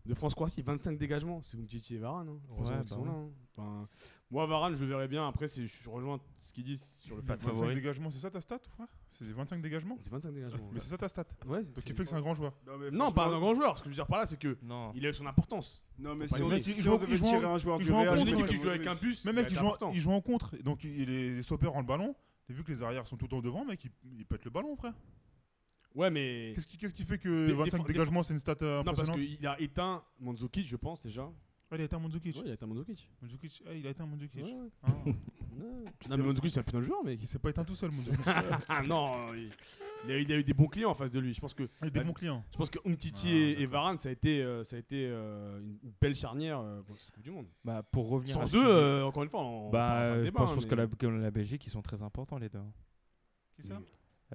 de France-Croatie, 25 dégagements. C'est Umtiti et Varane. Hein. Heureusement
Ouais,
qu'ils sont
bah
là. hein. Enfin, moi, Varane, je le verrais bien. Après, c'est- je rejoins ce qu'ils disent sur le fait
Pas
que
de favori.
25 dégagements, c'est ça ta stat, frère C'est 25 dégagements
C'est 25 dégagements.
Mais c'est ça ta stat.
ouais,
Donc
c'est-
il fait que c'est un grand joueur.
Non, mais
Non, pas un
franchement,
grand joueur. Ce que je veux dire par là, c'est que
Non.
il a eu son importance.
Non, mais
Faut
si
pas
on,
aimer.
si
Ils
on
jouent-
devait
ils jouent
tirer
en-
un joueur
ils
du
jouent en
Real,
contre,
je
Une
dirais
équipe qui joue
Modric.
avec un bus.
Mais mec,
il
ils
est
jouent, en,
important.
ils jouent en contre. Et donc il- les, les stoppeurs ont le ballon. Et vu que les arrières sont tout le temps devant, mec, ils, ils pètent le ballon, frère.
Ouais, mais.
Qu'est-ce qui, qu'est-ce qui fait que
Dé-
25
défend-
dégagements, c'est une stat euh,
Non, parce
impressionnante
qu'il a éteint Mandzukic, je pense déjà.
Ah, Il a été un Mandzukic.
Ouais, il a éteint Mandzukic.
Mandzukic, ah, il a été un
Ouais,
Mandzukic.
ouais.
Ah,
Non, mais Mandzukic, c'est un putain de joueur, mec.
il s'est pas éteint tout seul, Mandzukic.
Ah non, il il a, eu, il a eu des bons clients en face de lui. Je pense que,
Il était bon client.
je pense que Umtiti
Ah,
et, et
d'accord.
Varane, ça a été, euh, ça a été euh, une une belle charnière euh, pour cette Coupe du Monde.
Bah, pour revenir à
Sans
ce que
eux,
je disais-
euh, encore une fois, on
bah,
on peut en faire
euh,
un
je
débat,
pense,
hein,
je pense
mais-
que la, que la Belgique, ils sont très importants les deux. hein.
Qui ça
Mais-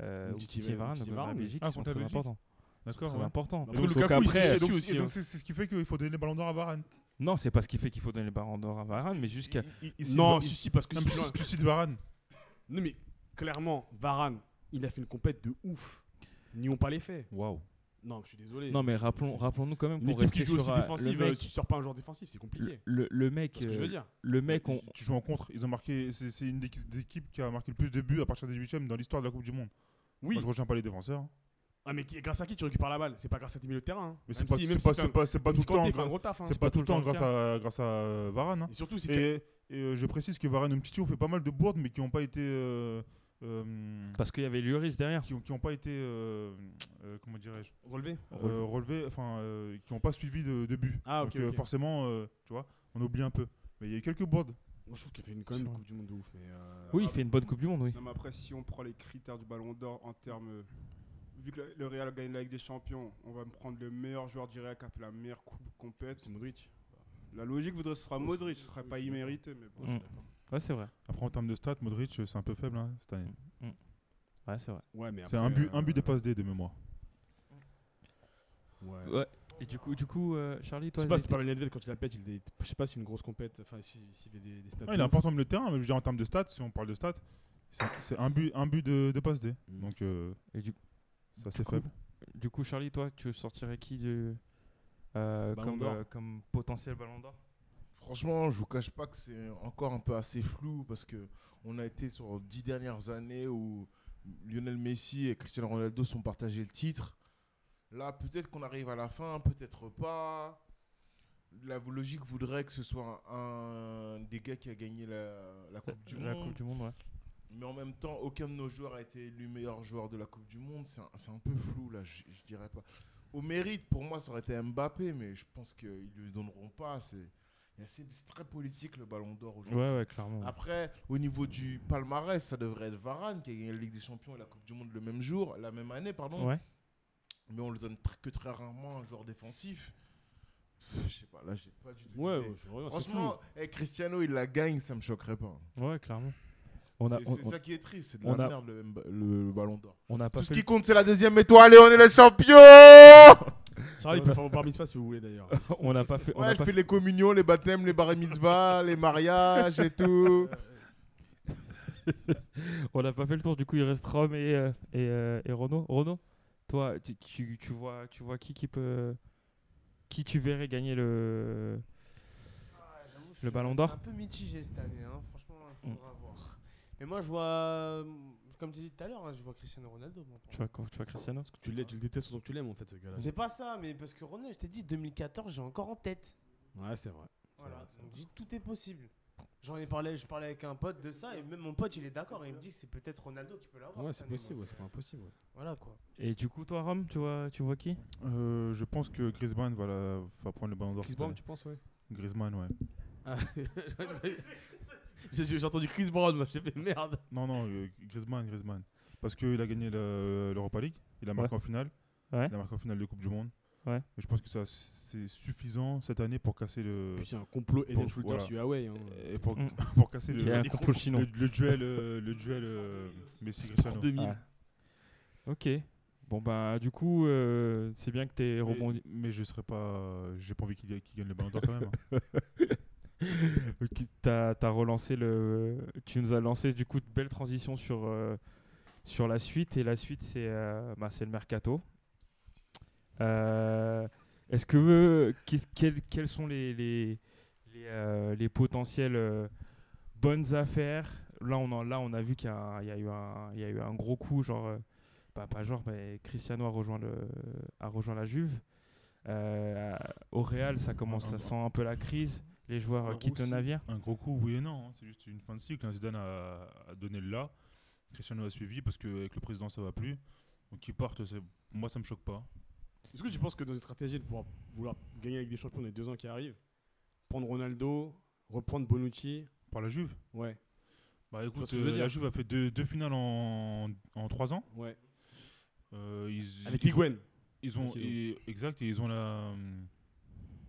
Euh,
Umtiti
Umtiti
et
et Varane,
Umtiti et
même la
Varane.
Belgique,
Ah,
ils sont
contre la
très
Belgique.
importants. Ils sont
D'accord.
très
ouais.
importants.
Parce
Et
que
donc,
Lukaku, il
Lukaku, il s'est
s'est chié
chié dessus
aussi, hein.
aussi, et donc, c'est c'est ce qui fait qu'il faut donner le ballon d'or à Varane.
Non, c'est pas ce qui fait qu'il faut donner le Ballon d'Or à Varane, mais juste qu'à
Il- il- il-
Non,
il-
si, si, parce que.
Non, mais
si-
tu- tu cites Varane.
Non, mais clairement, Varane, il a fait une compète de ouf. N'y ont pas les faits.
Waouh.
Non, je suis désolé.
Non, mais rappelons, rappelons-nous quand même
une
pour
équipe
rester
qui joue
sur
aussi
euh,
défensive,
le
euh,
mec.
si tu sors pas un joueur défensif, c'est compliqué.
le, le- le mec,
C'est ce que je veux
euh,
dire.
le mec, on,
Tu joues en contre. Ils ont marqué. C'est c'est une des des équipes qui a marqué le plus de buts à partir des huitièmes dans l'histoire de la Coupe du Monde.
Oui,
Moi, je retiens pas les défenseurs. hein.
Ah, mais qui- grâce à qui tu récupères la balle C'est pas grâce à tes milieux de terrain. hein.
Mais c'est
Même
pas,
si-
c'est
même
pas,
si
c'est pas- c'est pas tout le temps.
Kanté fait un
gra-
gros taf. hein.
C'est pas tout le temps
le
grâce à, grâce à Varane. hein.
Et surtout, si
Et, et, euh, je précise que Varane Umtiti ont fait pas mal de bourdes, mais qui n'ont pas été. euh, euh,
Parce qu'il y avait Lloris derrière.
qui ont, qui ont pas été. euh, euh, comment dirais-je
relevé.
euh, relevés, enfin, euh, qui n'ont pas suivi de, de but.
Ah, ok,
Donc, euh,
ok.
forcément, euh, tu vois, on oublie un peu. Mais il y a eu quelques bourdes.
Moi, je trouve qu'il a fait une, quand même une
Sûrement.
Coupe du Monde de ouf. Mais euh,
Oui, il fait une bonne Coupe du Monde, oui.
Non, mais après, si on prend les critères du Ballon d'Or en termes. euh, Vu que le Real gagne la Ligue des Champions, on va me prendre le meilleur joueur du Real qui a fait la meilleure coupe compète.
c'est Modric.
La logique voudrait que ce sera
Oui,
Modric,
je-
ce serait
oui,
pas
je suis
immérité, mais bon.
Mm. Ouais, c'est vrai.
Après, en termes de stats, Modric, euh, c'est un peu faible hein, cette année.
Ouais, c'est vrai.
Ouais, mais
C'est
après,
un but,
euh,
un but de passe D de mémoire.
Ouais.
Et du coup, du coup euh, Charlie,
Je
toi,
sais pas,
les-
c'est pas Medved quand il la pète, il est- je sais pas si une grosse compète, enfin si- s'il fait des, des stats.
Ah, il
de
est
ouf.
important de le terrain, mais je veux dire en termes de stats, si on parle de stats, c'est c'est un but, un but de, de passe D.
Mm.
Donc euh,
Et du-
c'est assez
coup,
faible.
du coup, Charlie, toi, tu sortirais qui du, euh,
Ballon
comme,
d'or.
euh, comme potentiel Ballon d'Or
Franchement, je vous cache pas que c'est encore un peu assez flou parce que on a été sur dix dernières années où Lionel Messi et Cristiano Ronaldo sont partagés le titre. Là, peut-être qu'on arrive à la fin, peut-être pas. La logique voudrait que ce soit un des gars qui a gagné la, la Coupe du
La
Monde.
Coupe du Monde, ouais.
Mais en même temps, aucun de nos joueurs a été élu meilleur joueur de la Coupe du Monde. C'est un, c'est un peu flou, là, je, je dirais pas. Au mérite, pour moi, ça aurait été Mbappé, mais je pense qu'ils ne lui donneront pas. C'est il y a- c'est- c'est très politique, le ballon d'or aujourd'hui.
Ouais, ouais, clairement. ouais.
Après, au niveau du palmarès, ça devrait être Varane qui a gagné la Ligue des Champions et la Coupe du Monde le même jour, la même année, pardon.
Ouais.
Mais on le donne tr- que très rarement à un joueur défensif. Pff, Je sais pas, là, j'ai pas du tout.
Ouais,
d'idée.
ouais, je regarde, c'est
Franchement, eh, Cristiano, il la gagne, ça me choquerait pas.
Ouais, clairement. On a,
Ah. C'est-
on,
c'est ça qui est triste, c'est de
on
la
a-
merde le, Mba- le- le ballon d'or.
on a pas
Tout ce
fait.
qui
le-
compte, c'est la deuxième étoile et on est les champions
flou. Charlie peut faire vos bar mitzvahs si vous voulez d'ailleurs.
on n'a pas fait. on
Ouais,
a
je
pas
fais les communions, les baptêmes, les bar mitzvahs, les mariages et tout.
On n'a pas fait le tour, du coup il reste Rome et, euh, et, euh, et Renault. Renault, toi, tu, tu, tu vois, tu vois qui, qui peut. Qui tu verrais gagner le.
Ah,
Le Ballon d'Or Mm.
C'est un peu mitigé cette année, hein. franchement, il faudra voir. Mais moi, je vois, euh, comme tu dis tout à l'heure, hein, je vois Cristiano Ronaldo. moi, pour
Tu
moi.
vois, tu vois Cristiano
Tu le, tu le détestes autant que tu l'aimes en fait, ce gars-là.
C'est pas ça, mais parce que Ronaldo, je t'ai dit, 2014, j'ai encore en tête.
Ouais, c'est vrai. C'est
Voilà,
vrai, c'est
donc
vrai.
je dis, tout est possible. J'en ai parlé, je parlais avec un pote de ça, et même mon pote, il est d'accord, et il me dit que c'est peut-être Ronaldo qui peut l'avoir.
Ouais,
cette
c'est
année, moi.
possible, ouais, c'est pas impossible. ouais.
Voilà quoi.
Et du coup, toi, Rome, tu vois, tu vois qui
Euh, je pense que Griezmann va, la- va prendre le ballon d'or.
Chris
cette
Brown,
année.
tu penses, ouais
Griezmann, ouais.
Ah, J'ai j'ai entendu Chris Brown, moi, j'ai fait merde.
Non, non, euh, Griezmann, Griezmann. Parce qu'il a gagné le- l'Europa League, il a marqué en finale.
Ouais.
Il a marqué en finale de Coupe du Monde.
Ouais.
Et je pense que ça c'est suffisant cette année pour casser le.
Puis c'est un complot Eden
Pour-
Shooter
voilà.
sur Huawei. hein.
Et pour,
Mm.
pour casser le,
Il y a un
le-
complot chinois.
le- le duel, euh, le duel euh,
En
Messi-Cristiano.
2000.
Ok. Bon, bah, du coup, euh, c'est bien que t'aies
Mais-
rebondi.
Mais, je serais pas. J'ai pas envie qu'il qu'il gagne le ballon d'or quand même. hein.
que T'as as relancé le. Tu nous as lancé, du coup, de belles transitions sur, euh, sur la suite. Et la suite, c'est euh, bah, c'est le mercato. Euh, Est-ce que. euh, qu'est- quels- quels sont les, les, les, euh, les potentielles euh, bonnes affaires Là, on, en, là, on a vu qu'il y, a un- il y, a eu un- il y a eu un gros coup, genre. euh, bah, pas genre, mais Cristiano a rejoint, le, a rejoint la Juve. Euh, au Real, ça
Ah,
commence,
bah.
ça sent un peu la crise. Les joueurs
un
euh, quittent le
roussi.
navire.
Un gros coup, oui et non. hein. C'est juste une fin de cycle. hein. Zidane a, a donné le là. Cristiano a suivi parce qu'avec le président ça va plus. Donc qu'ils partent, c'est- moi ça me choque pas.
Est-ce que tu penses que dans une stratégie de pouvoir vouloir gagner avec des champions dans les deux ans qui arrivent, prendre Ronaldo, reprendre Bonucci,
Par la Juve
ouais,
Bah
vois
écoute,
ce que je veux
euh,
dire
la Juve a fait deux, deux finales en, en trois ans.
ouais,
Euh, ils,
avec
ils-
Higuain.
Ils ont,
Ah, s'ils ont.
et- exact, et ils ont la, hum,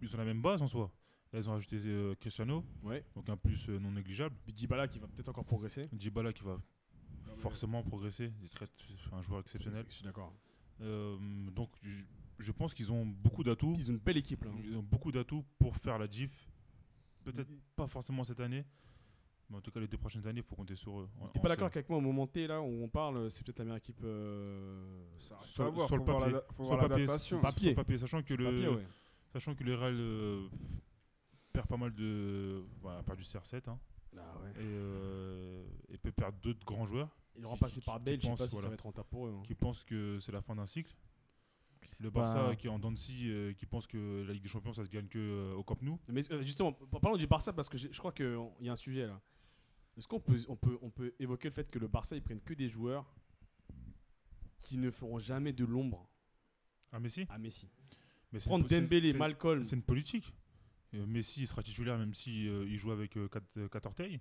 ils ont la même base en soi. Là, ils ont rajouté euh, Cristiano,
Ouais.
donc un plus euh, non négligeable.
Dybala qui va peut-être encore progresser.
Dybala qui va forcément progresser, il est très- un joueur exceptionnel.
Je suis d'accord.
Euh, donc je, je pense qu'ils ont beaucoup d'atouts,
Ils ont une belle équipe là. hein.
ils ont beaucoup d'atouts pour faire la diff. Peut-être
Mm-hmm.
pas forcément cette année, mais en tout cas les deux prochaines années, il faut compter sur eux. En-
T'es
en
pas d'accord
série.
qu'avec moi au moment T là où on parle, c'est peut-être la meilleure équipe euh,
Ça reste
Sur-
à voir,
sur le
faut voir
papier.
la- faut
Sur
voir
le papier,
l'adaptation.
sur
Papier.
le papier, sachant que
sur
le
papier, ouais.
Sachant que le Real euh, perd pas mal de. Bah, perd du CR7 hein,
Ah ouais.
et, euh, et peut perdre d'autres grands joueurs.
Et le remplacer
qui-
par
qui
Bale, je sais
pense,
pas si ça
voilà.
va être rentable pour eux. hein.
qui pense que c'est la fin d'un cycle. Le
Bah.
Barça qui est en dents de scie, euh, qui pense que la Ligue des Champions, ça se gagne que euh, au Camp Nou.
Mais euh, justement, par- parlons du Barça parce que j'ai- je crois qu'il y a un sujet là. Est-ce qu'on peut, on peut, on peut évoquer le fait que le Barça, ils prennent que des joueurs qui ne feront jamais de l'ombre
Ah Messi
à Messi
Mais c'est
Prendre
une po- c'est-
Dembélé,
c'est-
Malcolm,
C'est une politique. Euh, Messi il sera titulaire même si euh, il joue avec 4 orteils.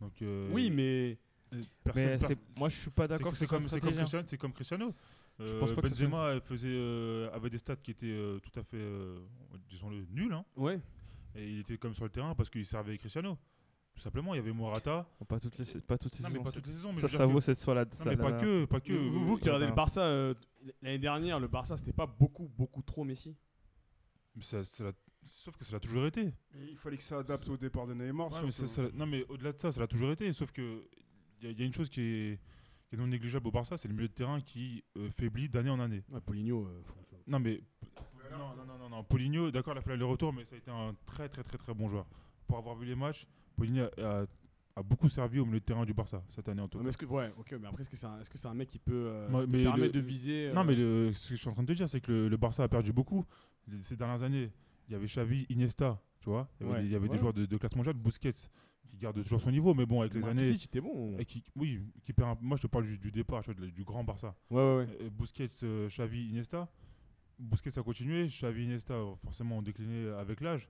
Donc euh,
oui, mais
euh,
Mais
personne-
c'est-
per-
moi, je suis pas
c'est-
d'accord. que ce
C'est
soit
comme,
une
c'est comme
stratégie, hein.
Cristiano. c'est comme Cristiano.
Je
Euh,
pense pas que ce soit une-
Benzema elle faisait, euh, avait des stats qui étaient euh, tout à fait, euh, disons-le, nuls. hein.
ouais.
Et il était comme sur le terrain parce qu'il servait Cristiano. Tout simplement, il y avait Morata.
Bon, Pas toutes les, pas toutes ces
Non, mais
saisons,
pas
c'est-
toutes les saisons. Mais je
Ça,
veux
ça
dire
vaut
que-
cette soit là.
Non, mais pas que, pas que. bah,
vous, vous qui
euh,
regardez le
euh,
Barça euh, l'année dernière, le Barça, c'était pas beaucoup, beaucoup trop Messi.
Mais ça- ça l'a- Sauf que ça l'a toujours été.
Et il fallait que ça adapte au départ de Neymar.
Ouais, mais ça-
surtout.
ça l'a- non, mais au-delà de ça, ça l'a toujours été. Sauf que il y, a- y a une chose qui est, qui est non négligeable au Barça, c'est le milieu de terrain qui euh, faiblit d'année en année.
Ouais, Poligno. euh,
Non, mais non, non, non, non, non. Poligno, d'accord, il a fait le retour, mais ça a été un très, très, très, très bon joueur. Pour avoir vu les matchs, Poligno a, a- a beaucoup servi au milieu de terrain du Barça cette année en tout.
Ouais,
cas.
mais est-ce que, ouais, ok, mais après, est-ce que c'est un, est-ce que c'est un mec qui peut euh,
Ouais,
te
mais
permettre
le-
de viser euh,
Non, mais le- ce que je suis en train de te dire, c'est que le, le Barça a perdu beaucoup ces dernières années. Il y avait Xavi, Iniesta, tu vois. Il y avait,
Ouais,
des, il y avait des
ouais.
joueurs de, de classe mondiale, Busquets, qui garde toujours son niveau, mais bon, avec les
Rakitic,
années.
il était bon.
Et qui, oui, qui perd un- moi je te parle du, du départ, tu vois, de la- du grand Barça.
Ouais, ouais, ouais.
Euh, Busquets, euh, Xavi, Iniesta. Busquets a continué, Xavi, Iniesta euh, forcément ont décliné avec l'âge.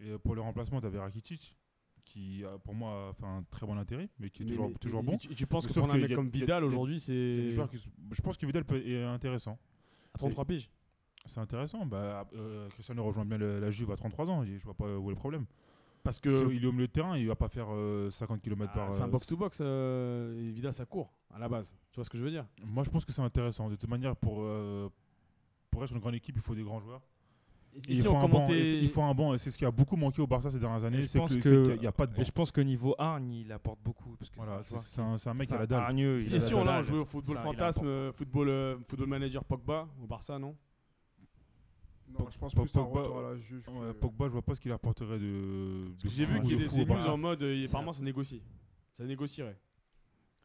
Et euh, pour le remplacement, tu avais Rakitic, qui a, pour moi a fait un très bon intérêt, mais qui est
Mais-
toujours,
mais-
toujours
mais-
bon.
mais Tu, tu penses
Mais
que
sauf
prendre un
qu'il
mec
y a-
comme
il y a-
Vidal
il y a-
aujourd'hui, c'est.
Il y a des joueurs qui sont- je pense que Vidal peut- est intéressant.
À 33 piges.
C'est intéressant. Bah, euh, Cristiano rejoint bien le- la Juve à 33 ans. Je vois pas où est le problème.
Parce que.
C'est- il est au milieu de terrain, il va pas faire euh, 50 km
Ah,
par.
c'est un
euh,
box-to-box, euh, et Vidal ça court à la base. Tu vois ce que je veux dire
Moi, je pense que c'est intéressant. De toute manière, pour, euh, pour être une grande équipe, il faut des grands joueurs.
Ici,
Il faut,
on
un banc,
commentait-
et c'est- il faut un banc. Et c'est ce qui a beaucoup manqué au Barça ces dernières
Et
années.
je
C'est que-
pense
c'est
que-
qu'il n'y a, pas de banc.
Et je pense qu'au niveau hargne, il apporte beaucoup. Parce que
Voilà,
c'est un
c'est
joueur
c'est un, c'est un mec
qui-
à la
c'est un
dalle.
hargneux, il
Si,
a
si,
la
on a
dalle.
joué au football
Ça, il est
fantasme,
important.
euh, football, euh, football manager Pogba au Barça, non
Non, je pense
Pogba-
plus à un retour à la juge.
Ouais,
que-
Pogba, je vois pas ce qu'il apporterait de. de
J'ai
fou-
vu qu'il y
de
a
fou
des
au Barça.
news en mode, euh, il-
C'est
apparemment ça négocie. Ça négocierait.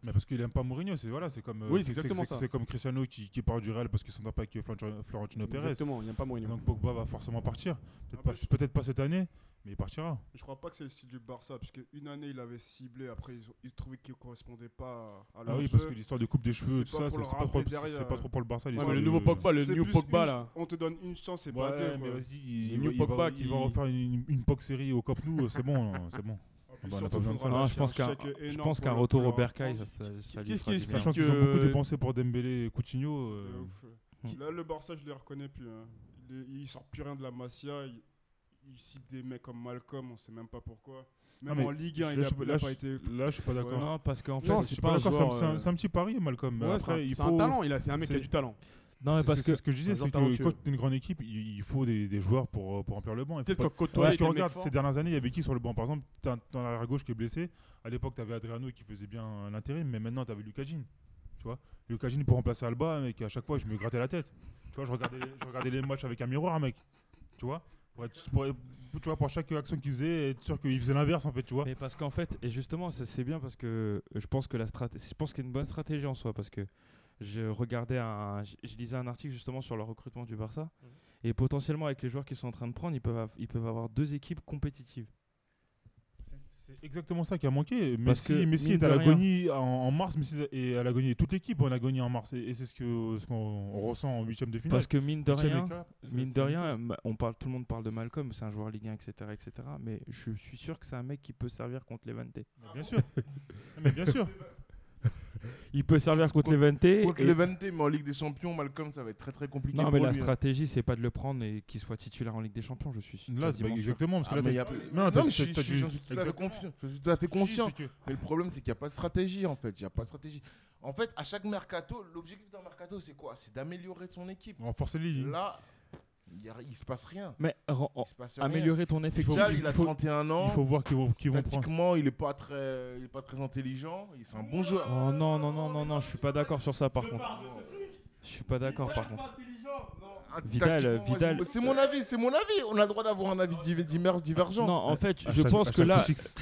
Mais parce qu'il aime pas Mourinho, c'est voilà, c'est comme. euh,
Oui, c'est exactement ça.
C'est comme Cristiano qui, qui part du Real parce qu'il s'entend pas avec Florentino Florentino Pérez.
Exactement, il n'y a pas moyen.
Donc Pogba va forcément partir. Peut-être
Ah,
pas,
parce-
peut-être pas cette année, mais il partira.
Je crois pas que c'est le style du Barça, parce qu'une année il avait ciblé, après ils, ont- ils trouvaient qu'il correspondait pas à leur
Ah oui,
jeu.
parce que l'histoire de coupe des cheveux, tout
c'est pas
ça,
pour
c'est
le
c'est pas, trop-
rappeler
c'est-
derrière.
c'est pas trop pour le Barça.
Ouais,
l'histoire
mais le
de-
nouveau Pogba, le
C'est
new
plus
Pogba
une-
là.
On te donne une chance, c'est
Ouais,
pas deux.
mais
quoi.
vas-y, il,
mieux
il
Pogba
va, il
qui-
va refaire une, une POC série au Camp Nou, c'est bon, hein, c'est bon. on
En
n'a
plus,
pas
surtout,
besoin de
faudra
Non,
lâcher
je pense
un
qu'un
chèque
je
énorme
pense
pour
qu'un
le- hein.
retour
pour
au
le
Bercail,
remplacer.
ça, ça, ça lui
qu'est-ce
fera
qui
du
est-
bien.
Sachant
que-
qu'ils ont beaucoup dépensé pour Dembélé et Coutinho.
De
euh,
ouf.
Qui-
Là, le Barça, je les reconnais plus. hein. Il, est- il sort plus rien de la Masia. Il, il cite des mecs comme Malcolm, on sait même pas pourquoi.
Non,
Même
mais
en Ligue
je-
1, il
je-
a, il a
là,
pas
je-
été.
Là, je suis pas d'accord.
Non, parce qu'en fait,
Non,
Je
c'est
suis
pas
pas
un
d'accord, c'est un-
joueur,
c'est un,
euh,
c'est un petit pari, Malcolm.
Ouais, c'est un-
Après, il
c'est
faut.
un talent, il a- c'est un mec qui a
c'est-
du talent.
non, mais parce
c'est- c'est-
que
c'est ce que je disais,
un joueur
c'est que
talentueux.
quand t'es une grande équipe, il il faut des, des joueurs pour, euh, pour remplir le banc. Il faut
Peut-être
pas-
que Cotoy
Parce
était
que
le mec
regarde,
fort.
ces dernières années, il y avait qui sur le banc Par exemple, t'as un- dans l'arrière gauche qui est blessé. À l'époque, t'avais Adriano qui faisait bien l'intérim, mais maintenant, t'avais Lucas Jean. Tu vois Lucas Jean pour remplacer Alba, mec, à chaque fois, je me grattais la tête. Tu vois, je regardais, je regardais les matchs avec un miroir, mec. Tu vois pour être- pour- tu vois, pour chaque action qu'il faisait, être sûr qu'il faisait l'inverse, en fait, tu vois.
Mais parce qu'en fait, et justement, ça, c'est bien parce que euh, je pense que la stratégie, je pense qu'il y a une bonne stratégie en soi parce que je regardais un, je, je lisais un article justement sur le recrutement du Barça
Mhm.
et potentiellement avec les joueurs qu'ils sont en train de prendre, ils peuvent, av- ils peuvent avoir deux équipes compétitives.
C'est exactement ça qui a manqué.
Parce
Messi,
que,
Messi
mine
est à
de
l'agonie en, en mars, Messi est à l'agonie. Toute l'équipe est en agonie en mars. Et, et c'est ce qu'on ce qu'on on ressent en huitième de finale.
Parce que mine de
Huitième
rien,
et quart, c'est-
mine
c'est
de
la même
rien,
chose.
ma- on parle, tout le monde parle de Malcolm, c'est un joueur Ligue 1, etc., etc. Mais je suis sûr que c'est un mec qui peut servir contre Levante.
Mais Bien sûr. Mais bien sûr.
Il peut servir contre,
Contre-
Levante.
Contre
et-
Levante, mais en Ligue des Champions, Malcolm, ça va être très très compliqué
Non,
pour
mais
lui.
la
hein.
stratégie, c'est pas de le prendre et qu'il soit titulaire en Ligue des Champions, je suis
Là, c'est
quasiment
pas
sûr.
exactement. Parce
Ah,
que là,
mais il y a-
t'as-
Non,
t'as-
mais
t'as-
je,
t'as
je-
du-
j'en suis tout à fait
Exactement.
confiant. Je suis tout à fait conscient.
C'est que-
Mais le problème, c'est qu'il n'y a pas de stratégie, en fait. Il n'y a pas de stratégie. En fait, à chaque mercato, l'objectif d'un mercato, c'est quoi C'est d'améliorer son équipe.
Renforcer les lignes.
Là, il y a- il se passe rien.
Mais ren-
Il se passe rien.
améliorer ton effectif.
Vidal, il a
il faut-
31 ans.
Il faut voir qui vont, qui vont prendre.
Tactiquement, il n'est pas, très- il est pas très intelligent. Il- C'est un bon joueur.
Oh non, non, non, non, non, je suis pas d'accord sur ça par contre. Je suis pas d'accord par contre.
Un-
Vidal, euh,
tactiquement,
Vidal-
vas-y. C'est mon avis, c'est mon avis. On a le droit d'avoir un avis div- divers- divergent.
Non, en fait, je
Hashtag-
pense que
hashtag
là,
six.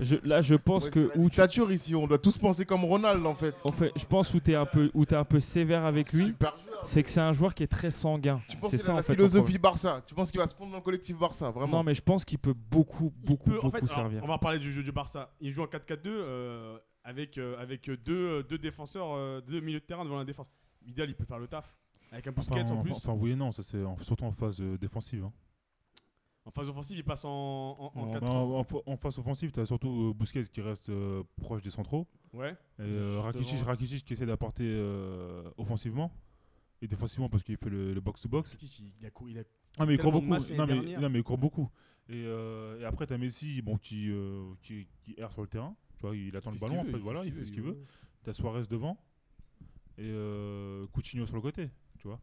je- là, je pense
Ouais,
que
c'est la
où tu,
dictature ici, on doit tous penser comme Ronald en fait.
en fait, je pense où t'es un peu, où t'es un peu sévère avec lui,
Super joueur.
c'est que c'est un joueur qui est très sanguin.
Tu penses
C'est
qu'il
ça
a
en
la
fait. son
philosophie Barça Tu penses qu'il va se fondre dans le collectif Barça
problème.
Vraiment
Non, mais je pense qu'il peut beaucoup, beaucoup,
peut- en
beaucoup
fait, alors,
servir.
on va parler du jeu du Barça. Il joue en 4-4-2 euh, avec, euh, avec deux, euh, deux défenseurs, euh, deux milieux de terrain devant la défense. Vidal, il peut faire le taf. Avec un Busquets
Enfin,
en plus.
Enfin, oui et non, ça c'est en- surtout en phase euh, défensive. hein.
En phase offensive, il passe en, en, en
En,
4
en- en fa- en phase offensive, t'as surtout euh, Busquets qui reste euh, proche des centraux.
Ouais.
Et euh,
Juste
Rakitic,
devant, ouais.
Rakitic qui essaie d'apporter euh, offensivement. Et défensivement parce qu'il fait le le box-to-box.
Rakitic, il, il a cou- il a-
Ah mais il court
tellement de
beaucoup.
matchs l'année
non, mais,
dernière.
non mais il court beaucoup. Et, euh, et après t'as Messi bon qui, euh, qui qui erre sur le terrain. Tu vois il attend
Il
le
fait ce
ballon en
qu'il
fait
veut,
voilà il fait ce qu'il veut. T'as Suarez devant et euh, Coutinho sur le côté. Tu vois.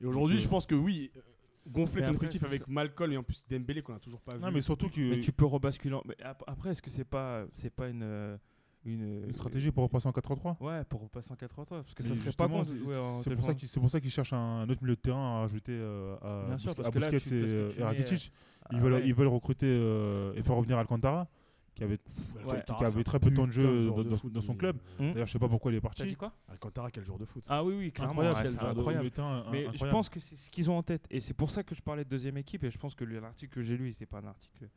Et aujourd'hui,
Donc, euh,
je pense que oui, euh, gonfler
Mais
ton
après,
effectif
faut
avec
sa-
Malcolm et en plus Dembélé qu'on a toujours pas vu.
Non mais surtout
Ah, Mais
que
tu peux rebasculer. en- mais ap- après, est-ce que c'est pas, c'est pas une, euh, une,
une stratégie pour repasser en 4-3-3.
Ouais, pour repasser en 83, parce que ça
Mais
serait pas
justement,
con
c'est-
de jouer en
c'est pour, ça
défense.
qu'il- c'est pour ça qu'ils cherchent un, un autre milieu de terrain à ajouter euh, à,
Bien sûr,
Bus-
parce
à
que là,
Busquets
tu-
et,
parce que
euh,
tu
et
mets,
Rakitic. Ils,
Ah
veulent,
ouais.
ils veulent recruter euh, et faire revenir Alcantara qui avait,
Alcantara,
Ouais.
c'est
qui
un
avait très peu de temps de
putain
jeu
joueur
dans,
de
dans-
foot,
dans son
mais,
club.
euh,
Hum
D'ailleurs, je sais pas pourquoi il est
T'as dit
parti.
quoi
Alcantara, quel joueur de foot.
Ah oui, oui, clairement,
Incroyable,
ouais,
quel
c'est
joueur de
incroyable.
milieu de terrain, un-
Mais je
incroyable.
pense que c'est ce qu'ils ont en tête. Et c'est pour ça que je parlais de deuxième équipe. Et je pense que le- l'article que j'ai lu, c'était pas un article.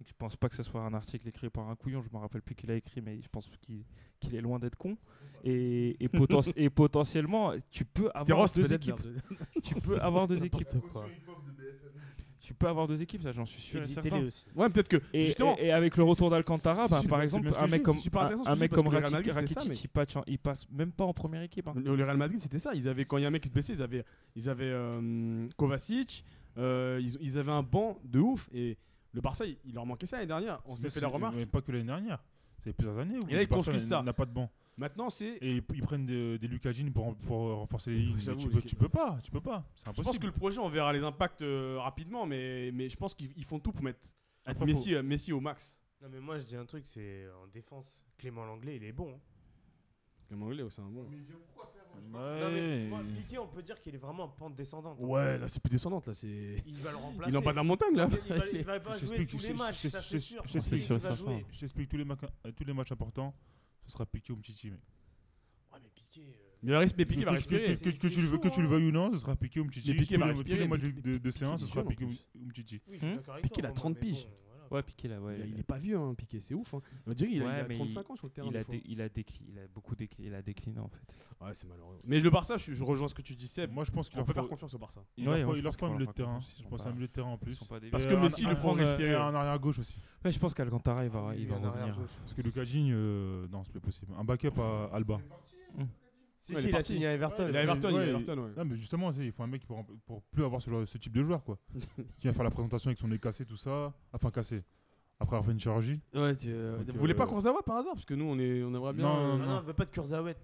et que Je pense pas que ce soit un article écrit par un couillon. Je me rappelle plus qui l'a écrit, mais je pense qu'il qu'il est loin d'être con. Et, et, poten- et potentiellement, tu peux avoir
Ross,
deux
peut-être,
équipes.
merde.
Tu peux avoir deux équipes.
quoi.
Tu peux avoir deux équipes, ça j'en suis sûr
Et
et
les
certain.
télés aussi.
Ouais, peut-être que.
Et,
justement,
et- et avec le
c'est-
retour
c'est-
d'Alcantara,
c'est-
bah,
c'est-
par
c'est-
exemple,
c'est-
un mec
c'est
comme,
super
un,
intéressant ce
un
que tu
mec
dis, parce
comme
que le Real
Rakitic,
Madrid, c'était ça,
Rakitic,
mais-
il passe, en- il passe même pas en première équipe. hein.
Le le Real Madrid, c'était ça. Ils avaient quand il y a un mec qui se blessait, ils avaient, ils avaient euh, Kovacic. euh, ils, ils avaient un banc de ouf. Et le Barça, il, il leur manquait ça l'année dernière. On s'est
Mais
fait la
c'est-
remarque.
Mais pas que l'année dernière. C'est plusieurs années où
Et là,
le
ils construisent
Barça
ça.
n'a pas de banc.
Maintenant, c'est.
Et ils, ils prennent des, des Lucagines pour, pour renforcer les lignes. Mais
J'avoue,
tu peux,
les-
tu peux pas, tu peux pas. C'est
Je
impossible.
pense que le projet, on verra les impacts euh, rapidement, mais, mais je pense qu'ils ils font tout pour mettre
Après,
Messi, euh, Messi au max.
Non, mais moi je dis un truc, c'est euh, en défense, Clément Langlais, il est bon. hein.
Comme anglais, c'est un bon.
Non, mais
Ouais.
moi, Piqué, on peut dire qu'il est vraiment en pente descendante.
Ouais, là, c'est plus descendante. Là, c'est.
Il va le remplacer.
Il est en bas de la montagne, là.
Il va, il va pas
Je
jouer
t'explique,
tous
je-
les
je-
matchs,
je-
ça
je-
c'est
je-
sûr.
je
On sait
t'explique,
qu'il va
ça, ça.
jouer.
Je t'explique tous les, maca- euh, tous les matchs importants. Ce sera piqué au petit team.
Ouais, mais Piqué. euh,
Mais, risque, mais
Que,
Piqué va
que- que-
respiquer.
que-
C'est-
que tu le
c'est
veux- que
chaud,
tu le
hein.
veuilles ou non, ce sera piqué au petit
Mais
team.
Piqué
Tous
va
les-
respirer,
tous les
mais
matchs de,
Piqué-
de- de
Piqué
séance,
est
ce sera
jeune, en
piqué au
plus.
au petit team.
Oui, je suis
Hum
d'accord avec
hmm? Piqué,
toi,
il a
moi,
30
mais
piges.
bon, voilà,
Ouais,
quoi.
Piqué là, ouais.
Il,
il a-
est pas vieux, hein, Piqué, c'est ouf. Hein. On dirait qu'il a,
Ouais,
il a
mais
35 ans sur le terrain.
Il
des
a,
fois.
dé- il, a décli- il a beaucoup décli- il a décliné en fait.
Ouais, c'est malheureux. Mais le Barça, je, je rejoins ce que tu dis, Seb.
Moi, je pense qu'il
On
leur
peut faire
faut
confiance au Barça.
il leur
Ouais,
faut-
moi,
il
je
leur
pense
faut un
qu'il
milieu de
leur fera
terrain.
confiance, ils
Je
sont
pense à
pas-
un milieu de terrain en plus.
Parce
Et
que
un-
Messi,
un-
le prend
un-
respirer. hein.
et Un arrière-gauche aussi.
Ouais, je pense qu'Alcantara il
Ah,
va, il va
Les arrières
revenir.
gauche.
Parce que Lucas Digne, euh, non, c'est pas possible. Un backup à Alba.
Si,
Ouais, il
si,
est
il a
parti.
signé à Everton.
Il
c'est-
a Everton, il a
ouais,
Everton, ouais.
Non, mais justement, c'est- il faut un mec pour, pour plus avoir ce, genre- ce type de joueur, quoi. qui va faire la présentation avec son nez cassé, tout ça. Enfin, cassé. Après avoir fait une chirurgie.
Ouais,
Donc,
vous voulez pas
euh,
Kurzawa par hasard Parce que nous, on, est, on aimerait bien.
Non,
euh,
Ah non, on veut pas de Kurzawa.
Et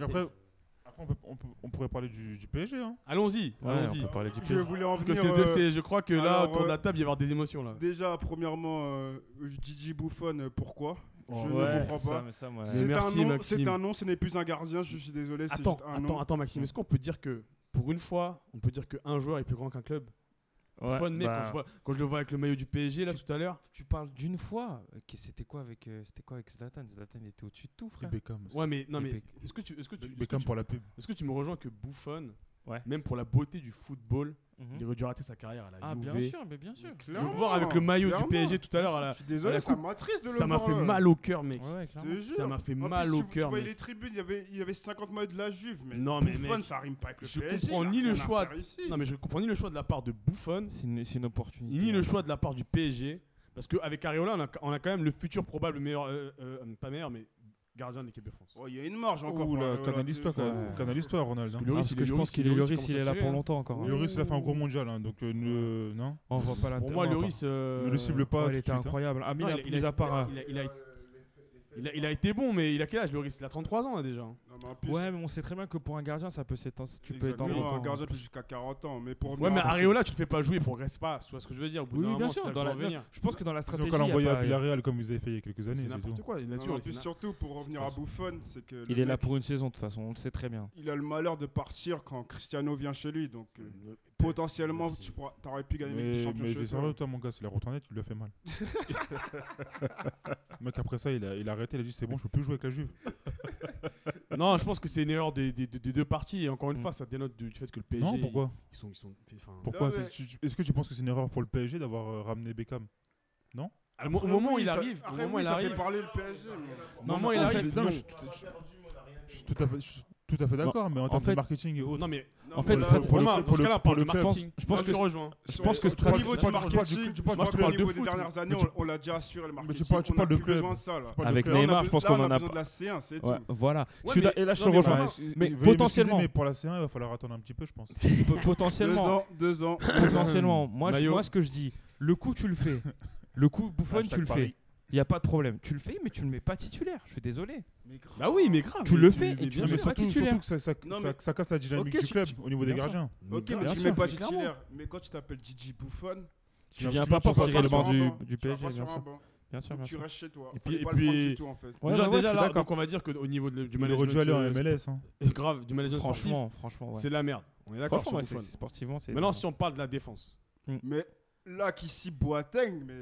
après, après on, peut- on peut- on pourrait parler du, du PSG. Hein.
Allons-y,
Ouais,
allons-y.
on peut parler du
Je
PSG.
voulais en
Parce que
venir.
c'est-
euh,
c'est- je crois que là,
alors,
autour de
euh,
la table, il va y avoir des émotions là.
Déjà, premièrement, euh, Gigi Buffon, euh, pourquoi Je
Oh, Ouais,
ne comprends
ça,
pas.
mais ça, moi,
C'est un,
merci,
nom,
Maxime.
c'est un nom, ce n'est plus un gardien, je suis désolé, c'est
Attends,
juste un
attends,
nom. Mm.
attends, Maxime, est-ce qu'on peut dire que pour une fois, on peut dire qu'un joueur est plus grand qu'un club
ouais,
Fun, mec,
bah,
quand, je vois- quand je le vois avec le maillot du PSG là
Tu-
tout à l'heure.
Tu parles d'une fois. euh, que C'était quoi avec euh, c'était quoi avec Zlatan Zlatan il était au-dessus de tout,
Et
frère.
Beckham. aussi.
Ouais, mais non,
Et
mais
Beck-
est-ce que tu, est-ce que tu, est-ce que
Beckham
tu,
pour la pub.
est-ce que tu me rejoins que Buffon,
Ouais.
même pour la beauté du football,
Mhm.
il aurait dû rater sa carrière à la
Ah
Juve.
bien sûr, mais bien sûr.
Le
Clairement,
voir avec le maillot du
clairement.
PSG tout à l'heure, à la-
Je suis désolé,
la
ça
coupe.
m'attriste de le
ça m'a
voir,
fait
euh,
mal au cœur, mec.
Ouais, ouais,
je
clairement.
te jure.
Ça m'a fait
En plus,
mal
tu-
au
tu
cœur,
voyais
mec.
les tribunes, il y avait- il y avait 50 maillots de la Juve. Mais
Non, mais
Buffon,
mec,
ça rime pas avec le
je
PSG.
comprends
il a
ni le
hein. rien à
choix-
faire ici.
Non, mais je comprends ni le choix de la part de Buffon,
C'est une, c'est une opportunité.
ni le
ouais.
choix de la part du PSG. Parce qu'avec Areola, on a, on a quand même le futur probable meilleur, euh, euh, pas meilleur, mais gardien de l'équipe de France.
Oh, il y a une marge encore.
Ouh
pour
là,
Areola,
canalise-toi,
tu-
quoi. canalise-toi, Ronald. hein.
que
Ah,
Lloris,
parce
il
que
est
je
Lloris,
pense qu'il
il
est
est Lloris,
Lloris,
il
il est
commence à
là pour
tirer, hein.
longtemps encore. hein.
Lloris, il a fait un gros mondial, hein, donc euh, ne- non.
On voit pas la
Pour moi, Lloris. euh,
Ne le cible pas.
Ouais,
tout
il
de
était
suite, hein.
incroyable. Ah, mis
non,
à-
il a- il
mis
a-
à part. euh,
il a- il a- il a- il a été bon, mais il a quel âge, Lloris Il a 33 ans, là, déjà.
Non, mais en plus,
Ouais, mais on sait très bien que pour un gardien, ça peut s'étendre. Tu peux
exactement,
étendre.
un
encore.
gardien depuis jusqu'à 40 ans. Mais pour
Ouais, mais
revenir à-
Areola, tu le fais pas jouer, il progresse pas. Tu vois ce que je veux dire Au bout
Oui,
d'un
oui, bien
moment, c'est
sûr.
là que
dans
je veux
la-
en venir.
Je pense que dans la
Ils ont
stratégie.
qu'à
il y
l'envoyer
a
à
pas-
Villarreal comme ils avaient fait il y a quelques années.
C'est
c'est
n'importe
tout.
quoi, bien
Non,
sûr.
mais en
et
plus,
c'est
surtout pour revenir à
façon.
Buffon, c'est que
Il
le
est là
mec,
pour une saison, de toute façon, on le sait très bien.
il a le malheur de partir quand Cristiano vient chez lui. Donc, euh,
na-
potentiellement,
Merci.
tu aurais pu gagner
Mais,
les champions
mais
chez
t'es
toi.
sérieux, toi, mon gars, c'est la retournette qui lui a fait mal. le mec, après ça, il a, il a arrêté, il a dit c'est bon, je peux plus jouer avec la Juve.
Non, je pense que c'est une erreur des, des- des- des deux parties. Et encore une
Mm.
fois, ça dénote du, du fait que le PSG.
non, pourquoi
ils, ils sont, ils sont, enfin,
Pourquoi
Non, mais-
C'est- tu- tu- Est-ce que tu penses que c'est une erreur pour le PSG d'avoir euh, ramené Beckham
Alors, Au
Après,
moment où
oui,
il
ça-
arrive, au
après,
moment où
oui,
il
ça
arrive,
fait parler le PSG. mais-
Au moment où il arrive,
non,
non.
mais je suis tout- je suis- je suis tout à fait- je suis tout à fait d'accord, mais en termes de
fait-
marketing et autres.
non mais
Non,
En
mais
fait,
voilà,
c'est-
pour-
pour
le-
moi,
pour
pour
le-
là, on
pour
parle de
le club,
marketing.
je pense
Moi,
que
te Ah, rejoins.
Je pense que
au
strat-
niveau du
je parle- je parle du-
marketing,
je
moi
parle-
je
je parle
parle
de
au niveau des
foot,
dernières
mais
années,
tu-
on, on l'a déjà assuré le
tu
marketing.
parles- tu
on a
parles de
plus
club.
besoin de ça là.
Pas de
Avec
club.
Là, on a
Neymar,
be-
je pense
là,
qu'on
on
en
a
a
besoin
pas-
de la C1, c'est
Ouais,
tout.
voilà. Je
Ouais,
suis
mais-
d'a- et là, je
non,
te
mais
rejoins.
vraiment,
Est-ce-
Mais
mais
veuillez
potentiellement,
m'excuser, mais pour la C1, il va falloir attendre un petit peu, je pense.
po- potentiellement,
Deux ans, deux ans.
potentiellement. Moi, je-
Maillot.
moi, ce que je dis, le coup, tu le fais. Le coup, Bouffon, tu
Hashtag
le fais.
Paris.
Il n'y a pas de problème. Tu le fais, mais tu ne le mets pas titulaire. Je suis désolé.
Bah oui, mais grave.
Tu
mais
le fais et
mais
tu
bien
Non,
le
mais
mets pas
sûr.
surtout,
titulaire.
surtout que ça, ça-
Non,
ça-
mais-
ça casse la dynamique
Ok,
du
tu-
club au niveau des
Bien sûr.
gardiens.
Ok,
Bien
mais tu
sûr,
le mets pas
mais clairement.
titulaire. Mais quand tu t'appelles Gigi Buffon,
Tu viens pas
vas
pour
pas
tirer le
sur
banc
un
du,
banc.
du
Tu vas
PSG,
pas sur
bien
un
sûr.
banc.
Bien sûr,
Donc
bien
tu
sûr.
restes chez toi.
Et
puis-
Fallait pas
et
le prendre
puis-
du tout en fait.
Ouais,
Genre,
ouais, ouais, je
déjà
suis
là,
d'accord.
donc on va dire que au niveau de- du
Il aurait
management.
dû aller en
euh,
MLS. hein.
sportif- Grave, du management sportif,
Franchement, franchement, ouais.
c'est de la merde. On est d'accord
Franchement,
sur
ouais, c'est-
Buffon.
c'est- sportivement, c'est.
Maintenant, si on parle de la défense,
Mais là, qu'ici Boateng, mais.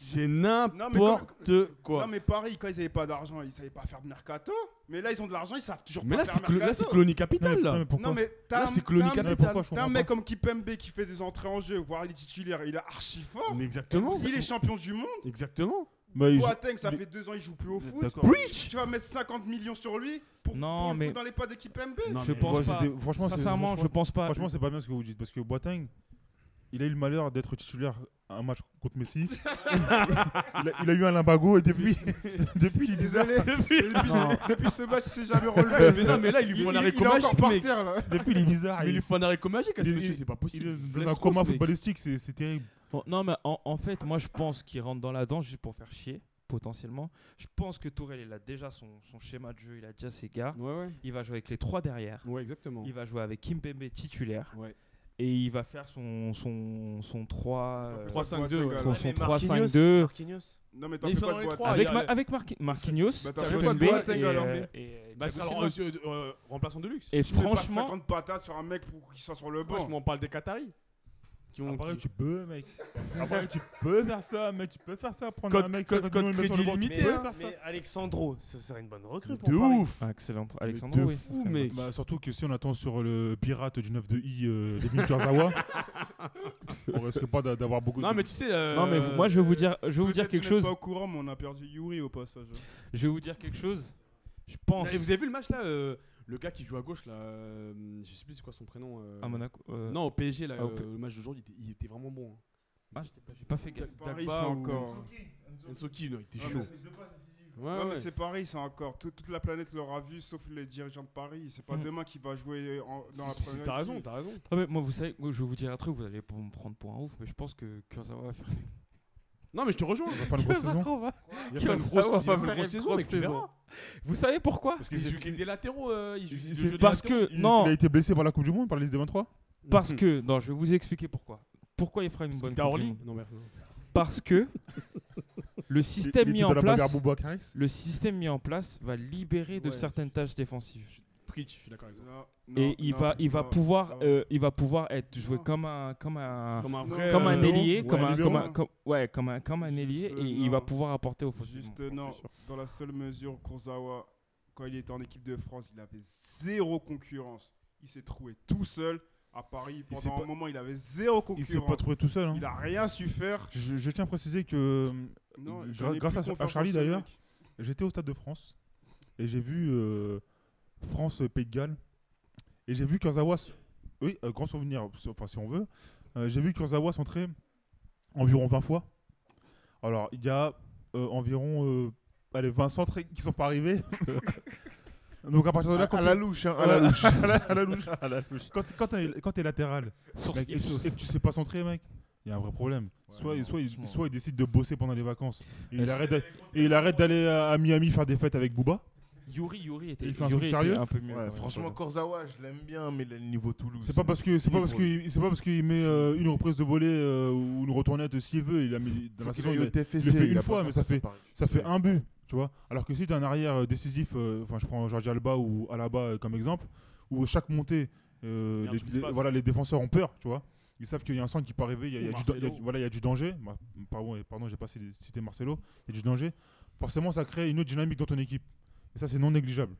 c'est
mais quand-
n'importe quoi.
Non, mais Paris, quand ils n'avaient pas d'argent, ils savaient pas faire de mercato. Mais là, ils ont de l'argent, ils savent toujours
Mais
pas
là,
faire
c'est clo- là,
mercato.
c'est colonie
Non,
capitale
mais- non,
là.
mais pourquoi
Non, mais t'as
Là,
un-
c'est colonie
t'as un
Non, mais
mec-
capitale.
pourquoi je
T'as un
comprends
mec
pas
comme Kipembe qui fait des entrées en jeu, voire il est titulaire, il est archi fort.
Mais Exactement.
Il est champion du monde.
Exactement.
Bah, il joue-
Boateng, ça
mais-
fait deux ans, il joue plus au foot.
D'accord.
Preach
Tu vas mettre 50 millions sur lui pour,
Non,
pour le
mais-
foutre dans les pas d'équipe MB.
Non,
Je
mais-
pense
Ouais,
pas.
c'était- Franchement, c'est-
Sincèrement, je
franchement-
pense pas.
Franchement, c'est pas bien ce que vous dites parce que Boateng, il a eu le malheur d'être titulaire un match contre Messi. il, a, il a eu un limbago et depuis, depuis il est bizarre.
Désolé, depuis, ce- depuis ce match, il s'est jamais relevé.
Mais non, mais là, il lui faut un arrêt
il est encore
comagique,
par
mec.
terre là.
Depuis il est bizarre.
Mais il
il,
lui faut un arrêt comagique à ce
il-
monsieur,
il-
c'est pas
il
possible.
est
Blesse
dans un
trop,
coma
ce mec.
footballistique, c'est c'est terrible.
Bon, non, mais en, en fait, moi, je pense qu'il rentre dans la danse juste pour faire chier, potentiellement. Je pense que Tourelle, il a déjà son, son schéma de jeu, il a déjà ses gars.
Ouais, ouais.
Il va jouer avec les trois derrière.
Ouais, exactement.
Il va jouer avec Kimpembe titulaire.
Ouais.
Et il va faire son, son, son 3... euh,
3-5-2, ouais.
Trop- sont
mais
3, 5,
Marquinhos-
2.
Marquinhos.
Non, mais t'as
Mais ils
fait
sont
quoi
dans
de
les
boîte
trois.
avec
Ah,
Ma-
il y a-
avec Marqui- Marquinhos,
Bah, t'as
Thiago
fait quoi de
Kimpembe
Boateng,
et,
alors
euh, et
Bah, c'est
Thiago
alors,
Silva.
euh, euh, remplaçant de luxe.
Et
Tu mets pas
franchement,
50 patates sur un mec pour qu'il soit sur le banc.
Franchement, on parle des Qataris. Qui ont.
Après,
qui-
Ah, tu peux, mec. Après, tu peux faire ça, mec. Tu peux faire ça. Prendre
Code-
un mec,
code-
50
code
millions, le mettre sur le
crédit
banc, tu
limité,
peux
hein.
faire ça.
Mais Alexandro, ce serait une bonne recrue pour
De
Paris.
ouf
Ah, excellente.
Mais
Alexandre,
de
oui. ça
fou,
serait
mec
Bah, surtout que si on attend sur le pirate du 9-2i, euh, David Kurzawa, on risque pas d'a- d'avoir beaucoup
Non,
de.
mais tu sais. euh,
bon. Non, mais vous- moi, je vais vous dire, je vais vous dire
Peut-être
quelque
qu'on est
chose.
pas au courant, mais on a perdu Yuri au passage.
Je vais vous dire quelque chose. Je pense...
Et vous avez vu le match là euh, Le gars qui joue à gauche là, euh, je sais plus c'est quoi son prénom. euh,
À Monaco... euh,
Non, au PSG là,
Ah, au
euh,
P-
le match d'aujourd'hui, il, était- il était vraiment bon. hein.
Ah, je l'ai pas- j'ai pas fait gaffe.
Paris,
Dagba
c'est
ou-
encore.
Ensoki, non, hein, il était
Ah,
chaud.
mais c'est-
Ouais,
Ouais,
ouais.
mais c'est Paris, c'est encore. Tout- toute la planète l'aura vu, sauf les dirigeants de Paris. C'est pas
Mm.
demain qu'il va jouer en- dans la
C'est- c'est-
première.
T'as
équipe.
raison, t'as raison.
Ah ouais, moi, vous savez, moi, je vais vous dire un truc, vous allez pas me prendre pour un ouf, mais je pense que Kurzawa va faire
Non, mais je te rejoins.
On va faire une grosse saison.
Kurzawa
Il a fait une
Kurzawa
grosse,
va
il a fait une
faire
grosse
une
saison,
grosse
mec, tu
saison.
verras.
Vous savez pourquoi
Parce qu'il joue avec des latéraux. euh, il joue- il joue des
Parce
latéraux.
que,
Il-
non,
Il a été blessé par la Coupe du Monde, par la liste des 23
parce que, non, je vais vous expliquer pourquoi. Pourquoi il fera une
Parce qu'il
bonne
était à
Coupe du
Orly.
Monde.
Non, merde, non.
Parce que le système
Il- il
mis
était
en
dans la bagarre
place,
Boubacaris.
le système mis en place va libérer de
Ouais.
certaines tâches défensives
Pritch, je suis d'accord avec toi.
Non,
et
non,
il
non,
va, il va
non.
pouvoir,
non.
euh, il va pouvoir être joué
Non.
comme un, comme un,
Comme un
Non.
vrai.
Ah. comme un
euh,
libéraux,
ailier,
ouais,
comme un,
libéraux.
comme un, comme- ouais, comme un, comme un
Juste,
ailier, et
euh,
il va
non.
pouvoir apporter au
Juste non, dans la seule mesure, Kurzawa, quand il était en équipe de France, il avait zéro concurrence. Il s'est trouvé tout seul à Paris.
Il s'est
Pendant
pas-
un moment, il avait zéro
Il s'est pas
concurrence.
trouvé tout seul. hein.
Il a rien su faire.
Je, je tiens à préciser que hum,
Non,
Gra-
j'en ai
grâce
plus
à- à
confiance en
Charlie,
ce
d'ailleurs.
mec.
j'étais au Stade de France et j'ai vu euh, France euh, Pays de Galles et j'ai vu Kurzawa, s- oui, euh, grand souvenir, enfin si on veut, Euh, j'ai vu Kurzawa s'entrer environ 20 fois. Alors il y a euh, environ euh, allez, 20 centres qui sont pas arrivés. Donc à partir de là, quand
À la louche, hein,
t'es-
à la louche.
à la- à la louche. Quand, quand t'es- quand t'es latéral
Source
mec, et, tu, et tu sais pas centrer, mec. Il y a un vrai problème. soit,
non,
soit, il,
franchement.
soit il décide de bosser pendant les vacances. Et il,
Et
arrête d'a- et il arrête d'aller à, à Miami faire des fêtes avec Booba.
Yuri, Yuri était,
Il fait un
Yuri
truc sérieux
était un peu mieux. quand
Ouais,
même.
franchement, Corzawa, je l'aime bien, mais il a le niveau Toulouse.
C'est pas parce que c'est pas
Fini
parce
pour lui.
que c'est pas parce qu'il met euh, une reprise de volée euh, ou une retournette s'il veut. Il a mis
Faut
dans la
qu'il
saison.
aille
il
au
met-
TFC,
il le fait
il
une
a
fois,
pas
mais ça
à
fait-
Paris.
ça fait un but, tu vois. Alors que si t'es un arrière euh, décisif, euh, enfin je prends Jordi Alba ou Alaba euh, comme exemple, où chaque montée Euh,
Il y a un
les,
truc qui
les-
se passe.
voilà, les défenseurs ont peur, tu vois. Ils savent qu'il y a un sang qui peut arriver, il y a, il y a
Ou
du, da- il y a
Marcelo.
du- voilà, il y a du danger. Ma- Pardon, et pardon j'ai pas cité cité Marcelo. Il y a du danger. Forcément, ça crée une autre dynamique dans ton équipe. Et ça, c'est non négligeable.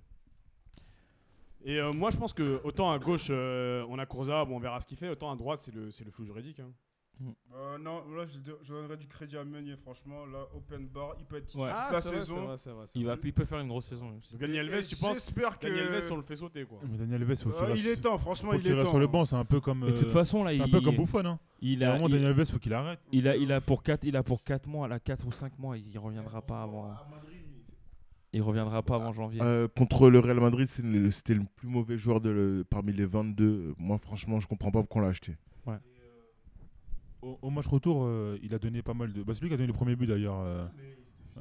Et euh, moi, je pense que autant à gauche, euh, on a Courza, bon, on verra ce qu'il fait, autant à droite, c'est le, c'est le flou juridique. hein.
Euh, non, là, je, je donnerais du crédit à Meunier, franchement. Là, open bar, il peut être
Ouais.
titulaire
Ah,
Ah,
toute la saison.
Il, va, il peut faire une grosse saison. lui aussi.
Donc, Daniel Alves,
Et
tu penses
J'espère que.
Daniel Alves, on le fait sauter, quoi.
Mais Daniel Alves, faut
Euh,
qu'il
il est
reste,
temps, franchement,
faut
il
qu'il
est
reste
temps. hein.
sur le banc. C'est un peu comme,
Mais de toute
euh,
façon, là,
c'est
il,
un peu comme Buffon. Hein.
il a,
Vraiment,
il,
Daniel Alves, faut qu'il arrête.
il a, il a pour 4 il a pour quatre mois, là, 4 ou 5 mois, il reviendra pas avant. Il reviendra pas avant janvier.
Euh, contre le Real Madrid, c'est le- c'était le plus mauvais joueur de le- parmi les 22. Moi, franchement, je comprends pas pourquoi on l'a acheté.
Au, au match retour, euh, il a donné pas mal de. Bah, c'est lui qui a donné le premier but d'ailleurs, euh,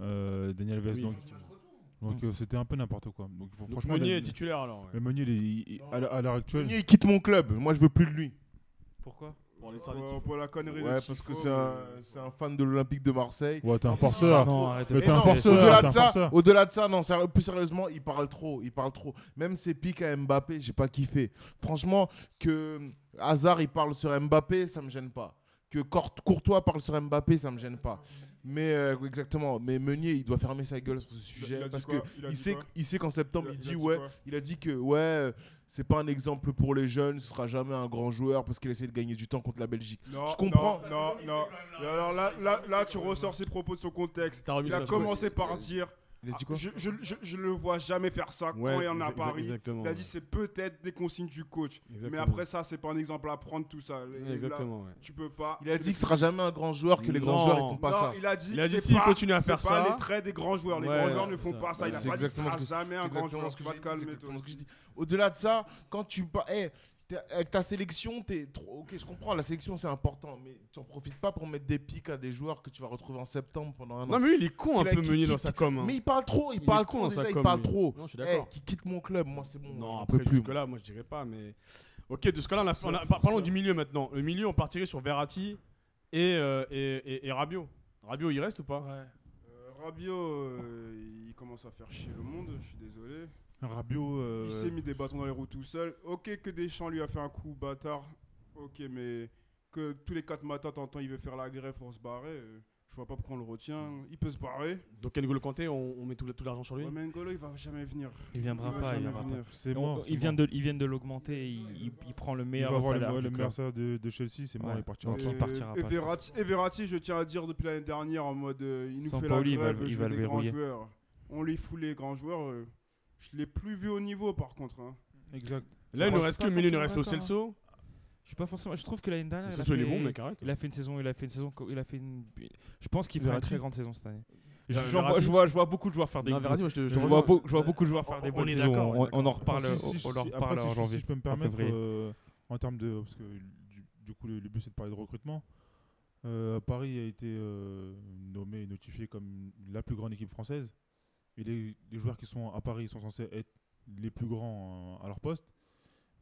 euh, Daniel Alves.
Oui,
donc donc, euh, c'était un peu n'importe quoi. Donc, faut-
Donc,
franchement,
Meunier est
Daniel-
titulaire, alors. ouais.
mais Meunier, il est- il- il- à la- à l'heure actuelle,
Il quitte mon club. Moi, je veux plus de lui.
Pourquoi
Pour
Pour,
l'histoire des
pour la connerie
Ouais,
de
parce
Tifo,
que c'est un,
euh,
c'est un fan de l'Olympique de Marseille.
ouais, t'es un
Et
forceur.
non,
arrête.
Mais
Et
t'es un
non,
forceur,
Au-delà
t'es
de
un
ça,
forceur.
au-delà de ça, non, sérieux- plus sérieusement, il parle trop, il parle trop. Même ses pics à Mbappé, j'ai pas kiffé. Franchement, que Hazard il parle sur Mbappé, ça me gêne pas. Que Cour- Courtois parle sur Mbappé, ça me gêne pas. Mais euh, exactement, mais Meunier, il doit fermer sa gueule sur ce sujet
il a dit
parce que
quoi Il a
il
dit
sait,
quoi
il sait qu'en septembre,
Il a-
il,
il a
dit,
dit
ouais,
quoi
il a dit que ouais, euh, c'est pas un exemple pour les jeunes, ce sera jamais un grand joueur parce qu'il essaie de gagner du temps contre la Belgique.
Non,
Je comprends.
Non, non, non. Mais alors là, là, là, tu ressors ses propos de son contexte.
T'as remis
Il a
Ah, ça,
commencé par dire
Il a dit
ah,
quoi
je, je, je, je le vois jamais faire ça
Ouais,
quand il en a à
exa- exa-
Paris.
Exactement.
Il a dit c'est peut-être des consignes du coach.
Exactement.
Mais après ça, c'est pas un exemple à prendre tout ça. Et là,
Exactement, ouais.
tu peux pas.
Il a dit que ce sera jamais un grand joueur, que les grands
Non.
joueurs ils font pas
non,
ça.
il a dit,
Il a dit
c'est
s'il
pas-
continue à
c'est
faire
pas
ça-
les traits des grands joueurs. Les
Ouais,
grands joueurs ne
c'est
font
ça.
pas ça. Il a
C'est
pas dit
exactement
sera
ce que-
jamais
C'est
un grand
exactement
joueur.
ce
Tu
que
vas
j'ai
te
dit, c'est
calmer.
exactement
toi
ce que
aussi.
j'ai dit. Au-delà de ça, quand tu pa- eh, t'es- avec ta sélection, t'es trop. Ok, je comprends, la sélection c'est important, mais tu n'en profites pas pour mettre des pics à des joueurs que tu vas retrouver en septembre pendant un
Non,
an.
mais lui, Ah, il est con un
Qu'il a-
peu
qu'il-
Meunier
qu'il-
dans sa com. hein.
Mais il parle trop, il,
Il est
parle
con
trop,
dans
déjà,
sa
il
com,
parle
lui.
trop.
Non, je suis
Eh,
d'accord.
qui quitte mon club, moi c'est bon.
Non,
j'en
après,
peux plus.
jusque-là, moi, je dirais pas, mais... Ok, de ce cas-là, on a- on a- par- parlons du milieu, maintenant. Le milieu, on partirait sur Verratti et, euh, et, et, et Rabiot. Rabiot, il reste ou pas
Euh, Rabiot, euh, il commence à faire chier le monde. Je suis désolé.
Rabiot, euh,
Il s'est mis des bâtons dans les roues tout seul. Ok que Deschamps lui a fait un coup bâtard. Ok mais que tous les quatre matins t'entends il veut faire la grève pour se barrer. euh, Je vois pas pourquoi on le retient.
Mm.
Il peut se barrer.
Donc, N'Golo Kanté, on, on met tout, tout l'argent sur lui
Ouais, mais N'Golo, il va jamais venir.
Il
Il
viendra
va
pas. Il,
jamais
viendra pas.
venir.
c'est
On-
mort. c'est
ils, viennent
mort.
de, ils viennent de l'augmenter et il, il- il prend le
Il
meilleur
va avoir le,
salaire
ouais,
du
le
club.
meilleur salaire de, de Chelsea, c'est mort,
Ouais.
il partira.
Donc,
pas.
il partira
et
pas, je
Verratti, et Verratti, je tiens à dire depuis l'année dernière en mode euh, il nous fait
Sampaoli, il
la
va
grève,
le- il
je
va
veux
le
des grands
verrouiller.
joueurs. On les fout les grands joueurs. euh, Je l'ai plus vu au niveau par contre. hein.
Exact.
Là,
Moi,
il nous
je suis
reste que
pas
Meunier, il nous
forcément
reste au
d'accord, hein.
Celso.
Je suis pas forcément. Je trouve que l'année dernière,
Le
il a,
Celso, il est bon,
fait,
mec, arrête.
il a fait une saison, il a fait une saison, co- il a fait une. Je pense qu'il fera une
Verratti.
très grande saison cette année.
Euh,
J'en vois-
Verratti.
je, vois, je vois beaucoup de joueurs faire des.
Non, Verratti, moi, je te- je
je
te
vois,
rejoins.
beau- je vois beaucoup de joueurs faire des
on
bonnes
est
saisons.
d'accord, on
On,
est
on en
d'accord.
reparle,
Enfin,
on-
si- si-
on leur
si-
reparle
après, si-
en
si-
janvier.
Si je peux me
en
permettre,
février.
euh, en termes de. Parce que du, du coup, le, le but c'est de parler de recrutement. Euh, Paris a été euh, nommé et notifié comme la plus grande équipe française. Et les, les joueurs qui sont à Paris sont censés être les plus grands euh, à leur poste.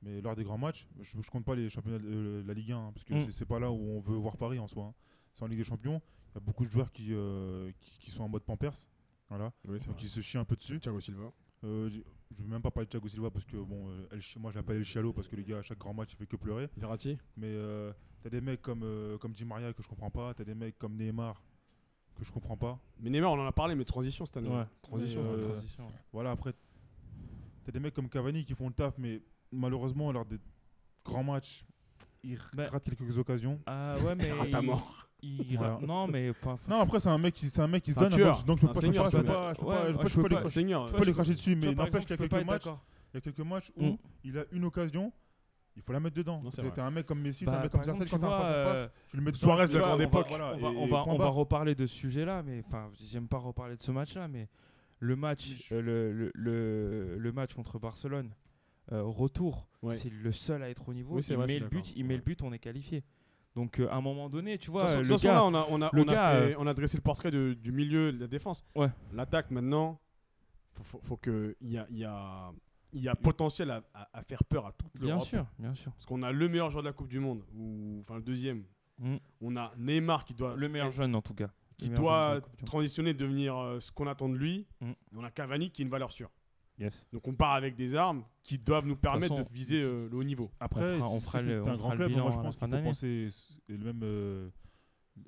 Mais lors des grands matchs, je, je compte pas les championnats de euh, la Ligue 1, hein, parce que
Mm.
c'est- c'est pas là où on veut voir Paris en soi. hein. C'est en Ligue des Champions. Il y a beaucoup de joueurs qui, euh, qui, qui sont en mode pampers. Voilà, qui se chient un peu dessus.
Thiago Silva.
Euh, j- je vais même pas parler de Thiago Silva parce que bon, euh, El Chi- moi je l'appelle El Chialo parce que le gars à chaque grand match il fait que pleurer.
Verratti.
Mais euh, t'as des mecs comme euh, comme Di Maria que je comprends pas, t'as des mecs comme Neymar que je comprends pas.
Mais Neymar, on en a parlé, mais transition cette année.
Ouais.
Transition.
Mais,
cette
euh,
année.
Transition, ouais.
Voilà après t'as des mecs comme Cavani qui font le taf mais malheureusement lors des grands matchs ils
Bah.
ratent quelques occasions.
Ah ouais, mais.
rate à
il-
mort.
il ra-
Voilà.
Non, mais pas.
Non après c'est un mec qui c'est un mec qui se
C'est un
donne
tueur.
donc, je- donc je peux
Un
pas je peux
seigneur,
pas- je peux
celui-là.
pas je peux
Ouais,
pas- je
ouais,
peux-
je
je peux
peux
les
pas-
cracher-
Seigneur.
je peux pas les
je-
cracher dessus
Tu vois,
mais
par
n'empêche
exemple, je
qu'il y
peux
a
pas être
quelques matchs
d'accord.
il y a quelques matchs où
Mm.
il a une occasion, il faut la mettre dedans.
Non, c'est
T'as
vrai.
t'as un mec comme Messi,
Bah,
t'as un mec
par
comme Zarcel, quand
exemple,
t'as un
tu
face à
vois,
face, tu le mets
Tu vois,
Suarez de
tu
la
vois,
grande
on va-
époque. voilà,
On va,
et-
on
et
va,
point
on va
barre.
reparler de ce sujet-là, mais enfin, j'aime pas reparler de ce match-là, mais le match, euh, le, le, le- le match contre Barcelone, euh, retour,
Ouais.
c'est le seul à être au niveau.
Oui, c'est
il
vrai,
met
je suis
le but,
d'accord.
il met
Ouais.
le but, on est qualifié. Donc euh, à un moment donné, tu
De
vois,
toute façon-
euh,
de
le
toute façon,
gars,
là, on a, on a,
le
on a
gars, euh,
fait- on a dressé le portrait de- du milieu, de la défense.
Ouais.
L'attaque, maintenant, faut, faut, faut que il y a, il y a, il y a potentiel à, à- à faire peur à toute l'Europe.
bien sûr, bien sûr.
Parce qu'on a le meilleur joueur de la Coupe du Monde, ou enfin le deuxième.
Mm.
On a Neymar qui doit,
Le meilleur jeune en tout cas.
qui
Le meilleur jeune de
doit
la Coupe du Monde.
transitionner, devenir euh, ce qu'on attend de lui.
Mm.
Et on a Cavani qui est une valeur sûre.
Yes.
Donc on part avec des armes qui doivent nous permettre
façon,
de viser euh, le haut niveau.
Après,
On fera- on
si
fera
c'était
le- on
un
fera
grand
le
club. hein,
bilan
Moi, je
à la
pense
fin
qu'il faut
d'année.
penser et le même, euh,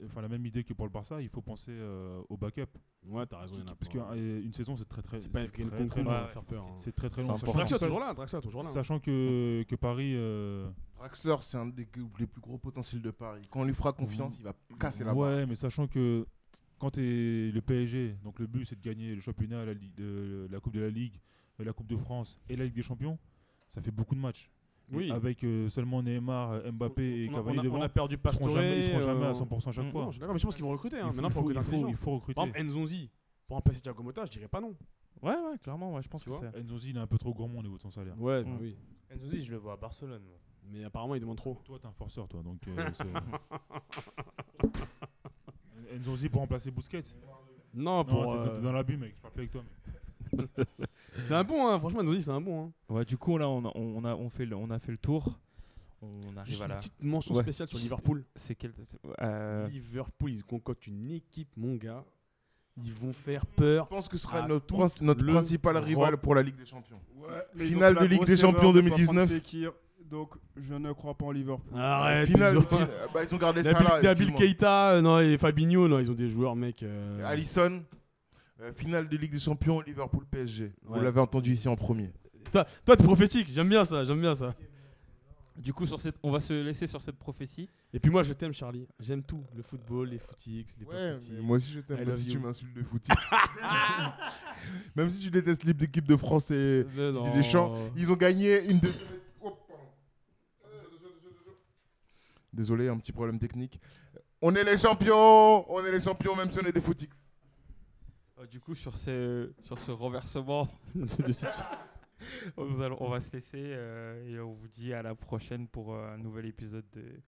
enfin la même idée que pour le Barça. Il faut penser euh, au backup.
Ouais, t'as raison. il y en a
Parce
pas.
qu'une saison, c'est très très,
euh, c'est pas
c'est
les
très,
prix de
très,
concours,
long,
on va
ouais.
faire peur. hein.
C'est très très
C'est
long.
important.
Sachant-
Draxler toujours là, Draxler toujours là. hein.
Sachant que, que Paris, euh,
Draxler, c'est un des cou- les plus gros potentiels de Paris. Quand on lui fera confiance, il va casser la barre.
ouais, mais sachant que quand t'es le PSG, donc le but c'est de gagner le championnat, la, Ligue de- la Coupe de la Ligue, euh, la Coupe de France et la Ligue des Champions, ça fait beaucoup de matchs.
Oui.
Avec euh, seulement Neymar, euh, Mbappé et
on, a, on
Cavani
a- on
devant,
a perdu
ils seront
Pastore.
jamais, ils seront jamais
euh,
à 100% à chaque
non,
fois.
Non, je suis d'accord, mais je pense qu'ils vont recruter. hein.
il, faut,
Maintenant,
il faut-
recruter
il faut-
intelligent.
il faut recruter.
Par exemple, Nzonzi, pour remplacer Thiago Motta, je dirais pas non.
Ouais, ouais, clairement, ouais, je pense
Tu
que
vois
c'est.
Nzonzi, il est un peu trop gourmand au niveau de son salaire.
Ouais,
bah
oui.
Nzonzi, je le vois à Barcelone. moi.
Mais apparemment, il demande trop.
Toi, t'es un forceur, toi. Donc, euh, c'est- Nzonzi pour remplacer Busquets.
Non,
Non,
pour.
t'es- t'es
euh,
dans l'abus, mec. Je parle plus avec toi. mec.
C'est un bon, hein. franchement, Nzonzi, c'est un bon. hein.
Ouais, du coup, là, on a, on a, on fait le, on a fait le tour. On arrive
Juste
à
une
la.
petite mention
Ouais.
spéciale sur Liverpool.
C'est quel. c'est- euh,
Liverpool, ils concoctent une équipe, mon gars. Ils vont faire peur.
Je pense que ce sera
Ah,
notre,
tout
prin- notre
le
principal rival
rock.
pour la Ligue des Champions.
Ouais, mais ils ont
Finale
fait
de
la
Ligue
grosse
des
erreur
Champions
de pas prendre
2019.
Fekir, donc je ne crois pas en Liverpool.
Arrête.
Finale,
ils ont-
fin- bah, ils ont gardé ça
Nabil,
là.
Nabil Keita, euh, non, et Fabinho, non, ils ont des joueurs, mec. euh,
Allison, euh, finale de Ligue des Champions, Liverpool PSG. Vous
Ouais.
l'avez entendu ici en premier.
Toi, toi, t'es prophétique, j'aime bien ça, j'aime bien ça.
Du coup, sur cette, on va se laisser sur cette prophétie.
Et puis moi, je t'aime, Charlie. J'aime tout. Le football, les footix, les
Ouais,
post-footix.
mais moi aussi je
I
t'aime, même
love
si
you.
tu m'insultes de footix. même si tu détestes l'équipe de France
Mais
et Didier
Euh, non.
Deschamps, ils ont gagné une deuxième. Oh, pardon. Désolé, un petit problème technique. On est les champions, on est les champions, même si on est des footix.
Euh, du coup, sur ce, sur ce renversement de situation, nous allons- on va se laisser euh, et on vous dit à la prochaine pour euh, un nouvel épisode de